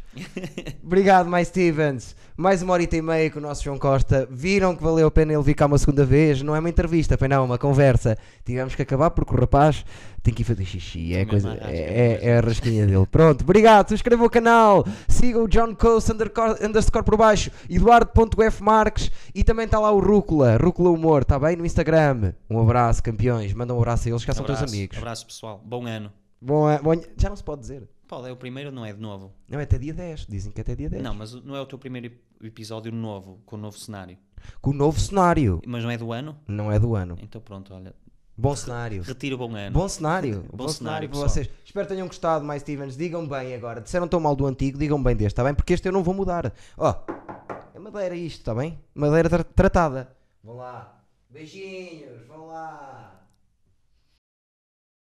Speaker 1: Obrigado, mais Stevens. Mais uma horita e meia com o nosso João Costa. Viram que valeu a pena ele vir cá uma segunda vez? Não é uma entrevista, foi não, uma conversa. Tivemos que acabar porque o rapaz tem que ir fazer xixi. É,
Speaker 2: Também
Speaker 1: coisa,
Speaker 2: não há rasca,
Speaker 1: é, é, é a rasquinha dele. Pronto, obrigado. Subscreva o canal. Siga o John Coast, undercor- underscore por baixo. Eduardo.f Marques. E também está lá o Rúcula, Rúcula Humor, está bem? No Instagram. Um abraço, campeões. Manda um abraço a eles, já são teus
Speaker 2: Abraço,
Speaker 1: amigos.
Speaker 2: Abraço pessoal, bom ano.
Speaker 1: Bom, é- bom- já não se pode dizer.
Speaker 2: Pode, é o primeiro, não é de novo.
Speaker 1: Não, é até dia 10. Dizem que é até dia 10.
Speaker 2: Não, mas não é o teu primeiro ep- episódio novo, com o novo cenário.
Speaker 1: Com o novo cenário.
Speaker 2: Mas não é do ano?
Speaker 1: Não é do ano.
Speaker 2: Então pronto, olha,
Speaker 1: Bom cenário.
Speaker 2: retiro o bom ano.
Speaker 1: Bom cenário. Bom, cenário
Speaker 2: cenário,
Speaker 1: para
Speaker 2: pessoal.
Speaker 1: vocês. Espero que tenham gostado, mais Stevens. Digam bem agora. Disseram tão mal do antigo, digam bem deste, está bem? Porque este eu não vou mudar. Ó, é madeira isto, está bem? Madeira tra- tratada. Vão lá. Beijinhos, vão lá.